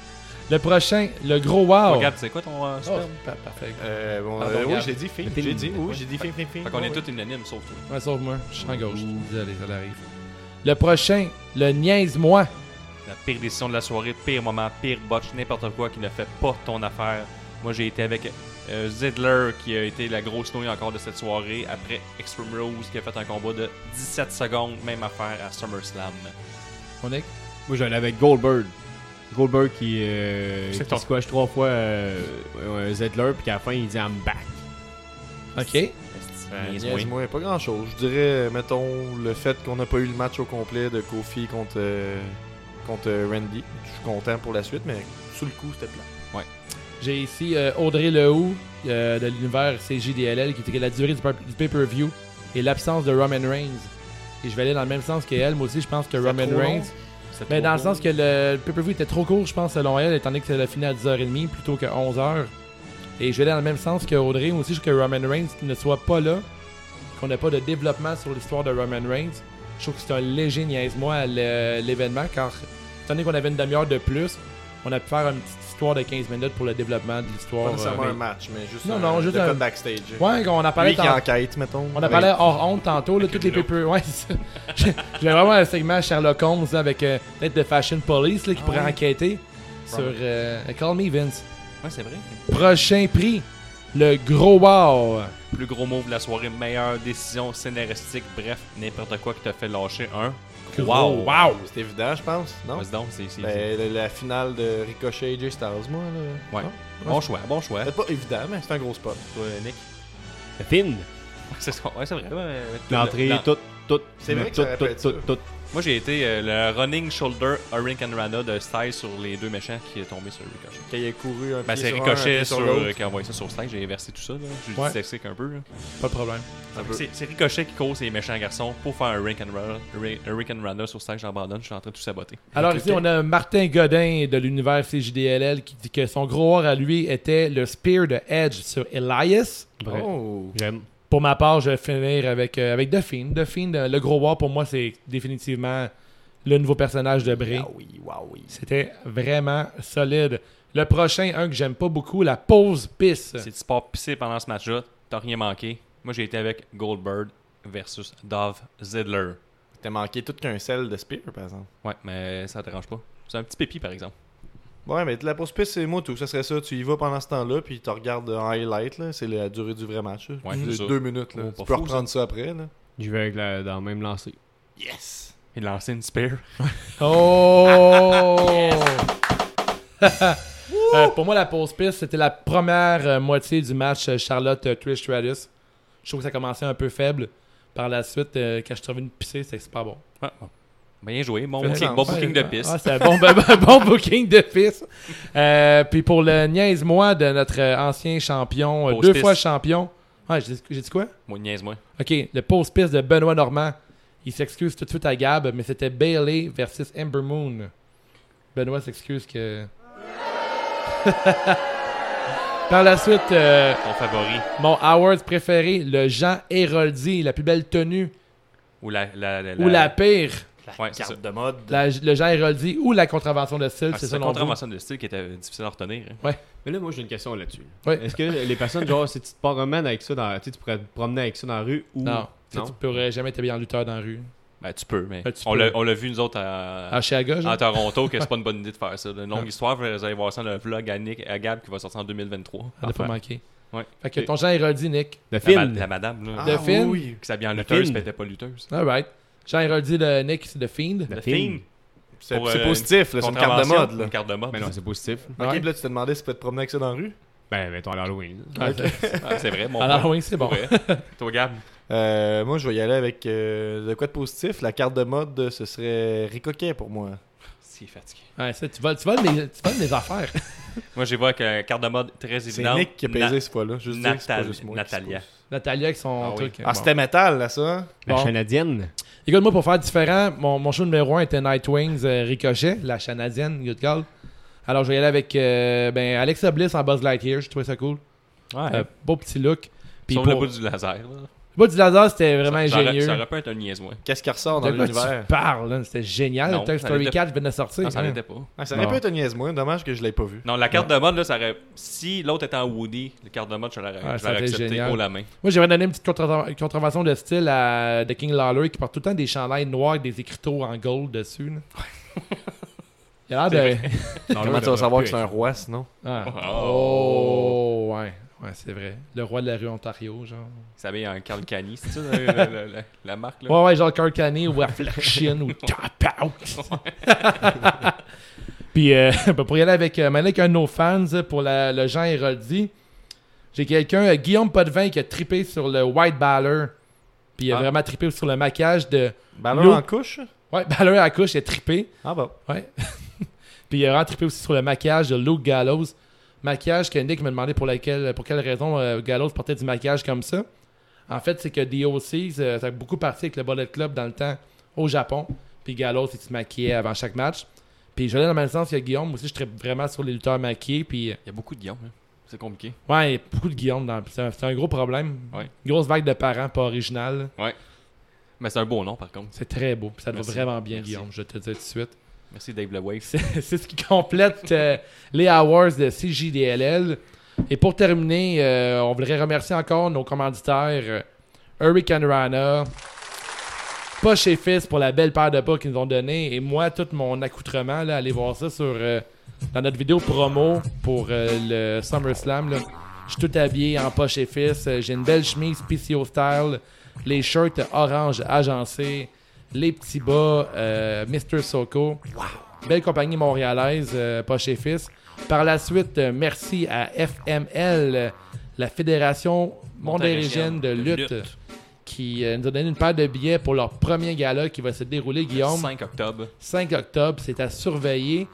Le prochain, le gros wow.
Regarde, c'est quoi ton
Ah,
euh,
Oh,
superbe?
pa- parfait.
Euh, bon,
Ah,
Pardon,
euh, oui,
Gab.
je l'ai dit, Fine.
Le Finn.
J'ai dit, oui, j'ai dit, Fine, Fine, Fine.
Fait qu'on
Ouais,
est
Ah ouais.
tous unanimes, sauf toi.
Ouais, sauf moi, je suis en gauche. Désolé, ça arrive. Le prochain, le niaise-moi.
La pire décision de la soirée, pire moment, pire botch, n'importe quoi qui ne fait pas ton affaire. Moi, j'ai été avec euh, Zidler, qui a été la grosse nouille encore de cette soirée, après Extreme Rose, qui a fait un combat de 17 secondes, même affaire à SummerSlam.
On est.
Moi, j'allais avec Goldberg. Goldberg qui, euh,
C'est
qui
ton-
squash trois fois euh, euh, Zettler, puis qu'à la fin, il dit I'm back.
Ok.
Euh, oui.
Niaise-moi, pas grand chose. Je dirais, mettons, le fait qu'on n'a pas eu le match au complet de Kofi contre, euh, contre euh, Randy. Je suis content pour la suite, mais sous le coup, c'était plat.
J'ai ici euh, Audrey Lehou euh, de l'univers CJDLL qui était que la durée du, pay- du pay-per-view et l'absence de Roman Reigns. Et je vais aller dans le même sens qu'elle. Moi aussi, je pense que Roman
trop long?
Reigns.
C'était
Mais
trop
dans le
cool.
sens que le pay-per-view était trop court, je pense, selon elle, étant donné que c'est le final à 10h30 plutôt que 11h. Et je vais aller dans le même sens que Audrey. Moi aussi, je trouve que Roman Reigns ne soit pas là, qu'on n'ait pas de développement sur l'histoire de Roman Reigns. Je trouve que c'est un léger niaise-moi à l'é- l'événement, car étant donné qu'on avait une demi-heure de plus, on a pu faire une petite histoire de 15 minutes pour le développement de l'histoire.
Pas
euh,
nécessairement
mais-
un match, mais juste
Non,
un,
non, juste
le
un-
fait backstage.
Ouais, on en parlait
Lui qui
tant-
enquête, mettons.
On en parlait hors honte tantôt, là, toutes les
une
pay Ouais, c'est ça. J'ai j'ai vraiment un segment Sherlock Holmes là, avec euh, peut-être de Fashion Police là, qui pourrait enquêter sur euh, Call Me Vince.
Ouais, c'est vrai.
Prochain prix, le gros wow.
Plus gros move de la soirée, meilleure décision scénaristique, bref, n'importe quoi qui t'a fait lâcher un. Wow!
Wow! C'est évident, je pense, non?
Vas-y donc, c'est- c'est-
Ben, la, la finale de Ricochet et Jay Styles, moi, là.
Ouais.
Non?
Bon choix, bon choix.
C'est pas évident, mais c'est un gros spot.
Toi, Nick.
Le Find.
C'est ça, ouais, c'est vrai. ouais, ouais, ouais.
L'entrée,
Non.
tout, tout.
C'est vrai que
tout,
ça
tout,
répète
tout,
ça.
tout.
Moi, j'ai été euh, le running shoulder Hurricane Rana de Styles sur les deux méchants qui est tombé sur Ricochet.
Quand il a couru un
Ben,
pied
c'est
sur un, un
Ricochet
pied
sur, euh,
sur l'autre.
qui a envoyé ça sur Styles. J'ai versé tout ça. là. J'ai
Ouais.
dit dyslexique un peu. là.
Pas de problème.
C'est c'est Ricochet qui cause les méchants garçons pour faire un Hurricane Rana, Hurri- Hurricane Rana sur Styles. J'abandonne, je suis en train de tout saboter.
Alors ici, on a Martin Godin de l'univers CJDLL qui dit que son gros war à lui était le spear de Edge sur Elias.
Bref.
Oh!
J'aime.
Pour ma part, je vais finir avec, euh, avec The Fiend. The Fiend, euh, le gros war pour moi, c'est définitivement le nouveau personnage de Bray.
oui, wow, oui.
C'était vraiment solide. Le prochain, un que j'aime pas beaucoup, la pause pisse.
Si tu pars pisser pendant ce match-là, t'as rien manqué. Moi, j'ai été avec Goldberg versus Dove Zidler.
T'as manqué tout qu'un sel de Spear, par exemple.
Ouais, mais ça te dérange pas. C'est un petit pépi, par exemple.
Ouais, mais la pause piste, c'est moi tout. Ça serait ça. Tu y vas pendant ce temps-là, puis tu regardes en highlight. là. C'est la durée du vrai match. là.
Ouais,
Deux-
c'est ça.
deux minutes. Là.
Oh,
tu
pas
peux
fou,
reprendre ça, après. Là.
Je vais avec la, dans le même lancer.
Yes!
Il lançait une spear. Ah,
Oh! Euh, pour moi, la pause piste, c'était la première euh, moitié du match euh, Charlotte euh, Trish Stratus. Je trouve que ça commençait un peu faible. Par la suite, euh, quand je suis revenu pisser, c'était super bon.
Ouais, ouais. Ah. Bien joué, bon
Fait
booking,
sens.
bon booking de
Ouais,
piste.
Ah, c'est un bon, bon- bon booking de piste. Euh, puis pour le niaise-moi de notre euh, ancien champion, euh,
Pause
deux
piste.
fois champion. Ouais, j'ai j'ai dit quoi?
Moi, niaise-moi.
OK, le pause piste de Benoît Normand. Il s'excuse tout de suite à Gab, mais c'était Bailey versus Ember Moon. Benoît s'excuse que. Par la suite, euh,
Ton favori.
mon Howard préféré, le Jean Héroldi, la plus belle tenue,
Ou la. la, la,
ou la pire,
Ouais, c'est ça.
Carte de mode.
la- le Jean Héroldi, ou la contravention de style,
Ah,
c'est
c'est la
selon vous.
contravention de style qui était difficile à retenir. hein.
Mais là, moi, j'ai une question là-dessus.
Ouais.
Est-ce que les personnes, genre, si tu te promènes avec ça dans la- tu sais, tu pourrais te promener avec ça dans la rue ou.
Non, tu sais,
Non.
tu pourrais jamais t'habiller en lutteur dans la rue.
Ben, tu peux, mais.
Ben, tu
on
peux.
l'a- on l'a vu, nous autres, à,
À Chicago, genre.
à Toronto, que c'est pas une bonne idée de faire ça. Une longue histoire, vous allez voir ça dans le vlog à Nick, à Gab qui va sortir en 2023.
On l'a Ah, pas
Enfin.
manqué.
Ouais.
Fait que ton Jean Héroldi, Nick.
Le
La, ma-
film.
la madame, là.
de
ah,
film?
Oui.
Qui s'habille en lutteuse,
film.
mais elle était pas lutteuse.
Alright. Jean redit le Nick, c'est The Fiend.
Le Fiend.
C'est
Pour,
c'est
euh,
positif, là, c'est une carte de
contravention,
mode. Là.
Une carte de mode.
Mais Ben non, c'est positif.
Ok, puis là, tu t'es demandé si tu peux te promener avec ça dans la rue.
Ben, mettons à l'Halloween.
Ah,
Ah, c'est vrai, mon
Alors,
point.
oui, c'est bon.
Ouais. Toi, Gab.
Euh, moi, je vais y aller avec euh, de quoi de positif. La carte de mode, euh, ce serait Ricoquet pour moi.
C'est fatigué.
Ouais, ça, tu voles, tu voles des, tu voles des affaires.
Moi, j'ai vu avec euh, carte de mode très
C'est
évidente.
Nick qui a
Na-
pesé ce fois-là. Juste dire que c'est pas
Natal-
juste moi qui
Natalia.
se pose.
Natalia avec son
Ah oui.
truc.
Ah,
Bon.
c'était métal, là, ça.
La
Bon.
Canadienne.
Écoute, moi, pour faire différent, mon, mon show numéro 1 était Night Wings Ricochet, la canadienne, good call. Alors, je vais y aller avec euh, ben, Alexa Bliss en Buzz Lightyear, je trouvais ça cool. Euh, beau petit look. Puis
Sauf
pour-
le bout du laser. là.
le bout du laser, c'était vraiment
Ça aurait-
ingénieux.
Ça aurait pu être un hein. niaisoin.
Qu'est-ce qui ressort dans
de quoi tu
l'univers
parles, là? C'était génial.
Non,
le Toy
ça
Story
l'était-
4 venait de sortir.
Non, ça
hein.
n'était pas.
Ah, Ça aurait
Non.
pu être un niaise-moi. Dommage que je l'ai pas vu.
Non, la carte de mode, là, ça aurait... si l'autre était en Woody, la carte de mode, je l'aurais
Ah,
je
ça
l'aurais
aurait été
accepté
génial.
haut la main.
Moi, j'aimerais donner une petite contra- contravention de style à The King Lawler qui porte tout le temps des chandails noirs avec des écriteaux en gold dessus. là. Il a l'air de.
Comment tu vas savoir que c'est un roi, sinon
Ah.
Oh.
Oh, ouais. Ouais, c'est vrai. Le roi de la rue Ontario, genre.
Ça avait un Carl Cani, c'est ça, le- le- le- la marque, là?
Ouais, ouais, genre Carl Canny ou Affliction ou Tap Out. Puis, euh, ben, pour y aller avec, euh, maintenant avec un de nos fans euh, pour la- le Jean Héroldi, j'ai quelqu'un, euh, Guillaume Potvin, qui a trippé sur le White Baller. Puis il a
Ah.
vraiment trippé sur le maquillage de.
Ballon
Lou-
en couche
Ouais, Baller à couche, il a trippé.
Ah, bah.
Ouais. Puis il a vraiment trippé aussi sur le maquillage de Luke Gallows. Maquillage que Nick m'a demandé pour, laquelle, pour quelle raison euh, Gallows portait du maquillage comme ça. En fait, c'est que DOC, euh, ça a beaucoup parti avec le Bullet Club dans le temps au Japon. Puis Gallows, il se maquillait avant chaque match. Puis je l'ai dans le même sens que Guillaume. Moi aussi, je trippe vraiment sur les lutteurs maquillés. Puis euh,
Il y a beaucoup de Guillaume, hein. c'est compliqué.
ouais, il y a beaucoup de Guillaume. Dans... C'est un, c'est un gros problème.
Ouais.
Grosse vague de parents, pas original.
Mais c'est un beau nom, par contre.
C'est très beau. Puis ça te va
Merci.
vraiment bien,
Merci.
Guillaume. Je te le dis tout de suite.
Merci, Dave Le Wave.
C'est c'est ce qui complète euh, les hours de CJDLL. Et pour terminer, euh, on voudrait remercier encore nos commanditaires euh, Hurricane Rana, Poche et Fils pour la belle paire de pas qu'ils nous ont donné et moi, tout mon accoutrement. Là, allez voir ça sur euh, dans notre vidéo promo pour euh, le SummerSlam. là. Je suis tout habillé en Poche et Fils. Euh, J'ai une belle chemise PCO style, les shirts orange agencés, les petits bas euh, Mr. Soko. Belle compagnie montréalaise, euh, Poche et Fils. Par la suite, euh, merci à FML, euh, la Fédération Mondérigienne de lutte, qui euh, nous a donné une paire de billets pour leur premier gala qui va se dérouler, Guillaume, 5,
5 octobre.
octobre. C'est à surveiller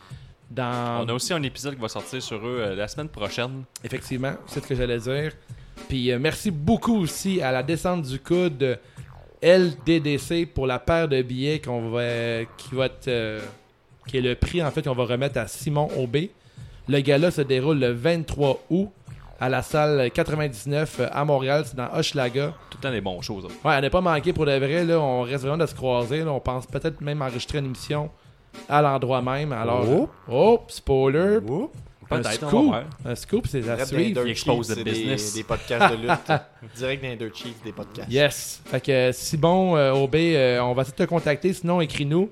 dans...
On a aussi un épisode qui va sortir sur eux euh, la semaine prochaine.
Effectivement, c'est ce que j'allais dire. Puis euh, merci beaucoup aussi à la descente du coude euh, LDDC pour la paire de billets qu'on va, qui va être, euh, qui est le prix en fait qu'on va remettre à Simon Aubé. Le gala se déroule le 23 août à la salle 99 euh, à Montréal, c'est dans Hochelaga.
Tout le temps des bonnes choses. hein.
Ouais, on n'est pas manqué pour de vrai là, on reste vraiment de se croiser, là. on pense peut-être même enregistrer une émission à l'endroit même. Alors
Oh.
oh, spoiler,
Oups.
un
Peut-être, on
scoop,
va voir.
un scoop, c'est à
Direct dans
suivre.
les Dirt
expose
Sheets,
the
des-
business.
Des podcasts de lutte. Direct dans les Dirt Sheets, des podcasts.
Yes. Fait que euh, si bon, euh, OB, euh, on va essayer de te contacter. Sinon, écris-nous.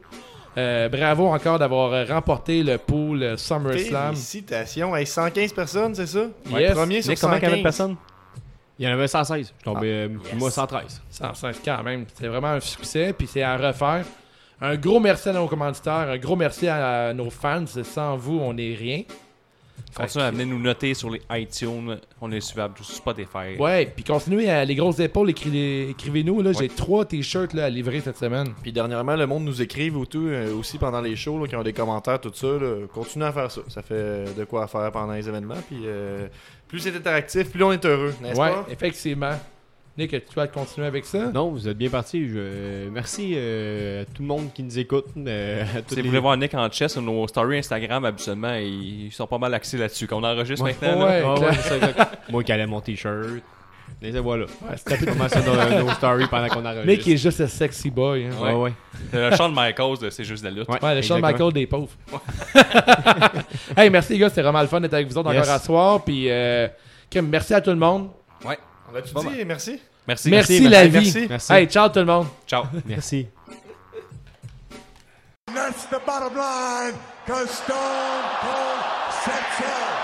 Euh, bravo encore d'avoir euh, remporté le pool euh, SummerSlam.
Félicitations. Hey, 115 personnes, c'est ça
Yes.
Premier sur
Nick, comment
115.
Il y en avait 116. Je suis tombé, euh,
Ah.
moi, 113.
105 quand même. C'est vraiment un succès, puis c'est à refaire. Un gros merci à nos commanditaires, un gros merci à, à nos fans. Sans vous, on n'est rien.
Continuez à venir nous noter sur les iTunes. On est suivable sur Spotify.
Ouais, puis continuez à les grosses épaules, écri- écrivez-nous. là. J'ai trois t-shirts là, à livrer cette semaine.
Puis dernièrement, le monde nous écrive ou tout, euh, aussi pendant les shows, là, qui ont des commentaires, tout ça. là. Continuez à faire ça. Ça fait euh, de quoi à faire pendant les événements. Puis euh, plus c'est interactif, plus on est heureux, n'est-ce
Ouais,
pas
effectivement. Nick, tu dois continuer avec ça?
Non, vous êtes bien partis. Je- Merci euh, à tout le monde qui nous écoute. euh, à tous
Si
les-
vous voulez voir Nick en chess sur nos stories Instagram, habituellement, ils sont pas mal axés là-dessus. Qu'on enregistre
Ouais.
maintenant. là.
Ouais,
Ah ouais,
clair.
c'est ça, exact. moi qui allais mon t-shirt. Les voilà.
Ouais, c'est un peu-
Comment ça dans nos stories pendant qu'on enregistre.
Nick est juste un sexy boy. hein.
Ouais, ouais.
C'est le chant de Michaels de C'est juste de la lutte.
Ouais, le Shawn
exactement.
Michael des pauvres. hey, merci les gars, c'était vraiment le fun d'être avec vous autres
Yes.
encore à soir. Puis, euh, Kim, merci à tout le monde.
On a-tu
Pas
dit merci
Merci.
Merci, la vie.
merci.
Merci.
Hey, ciao tout le monde.
Ciao.
Merci.
And that's the bottom line, because Stone Cold sets out.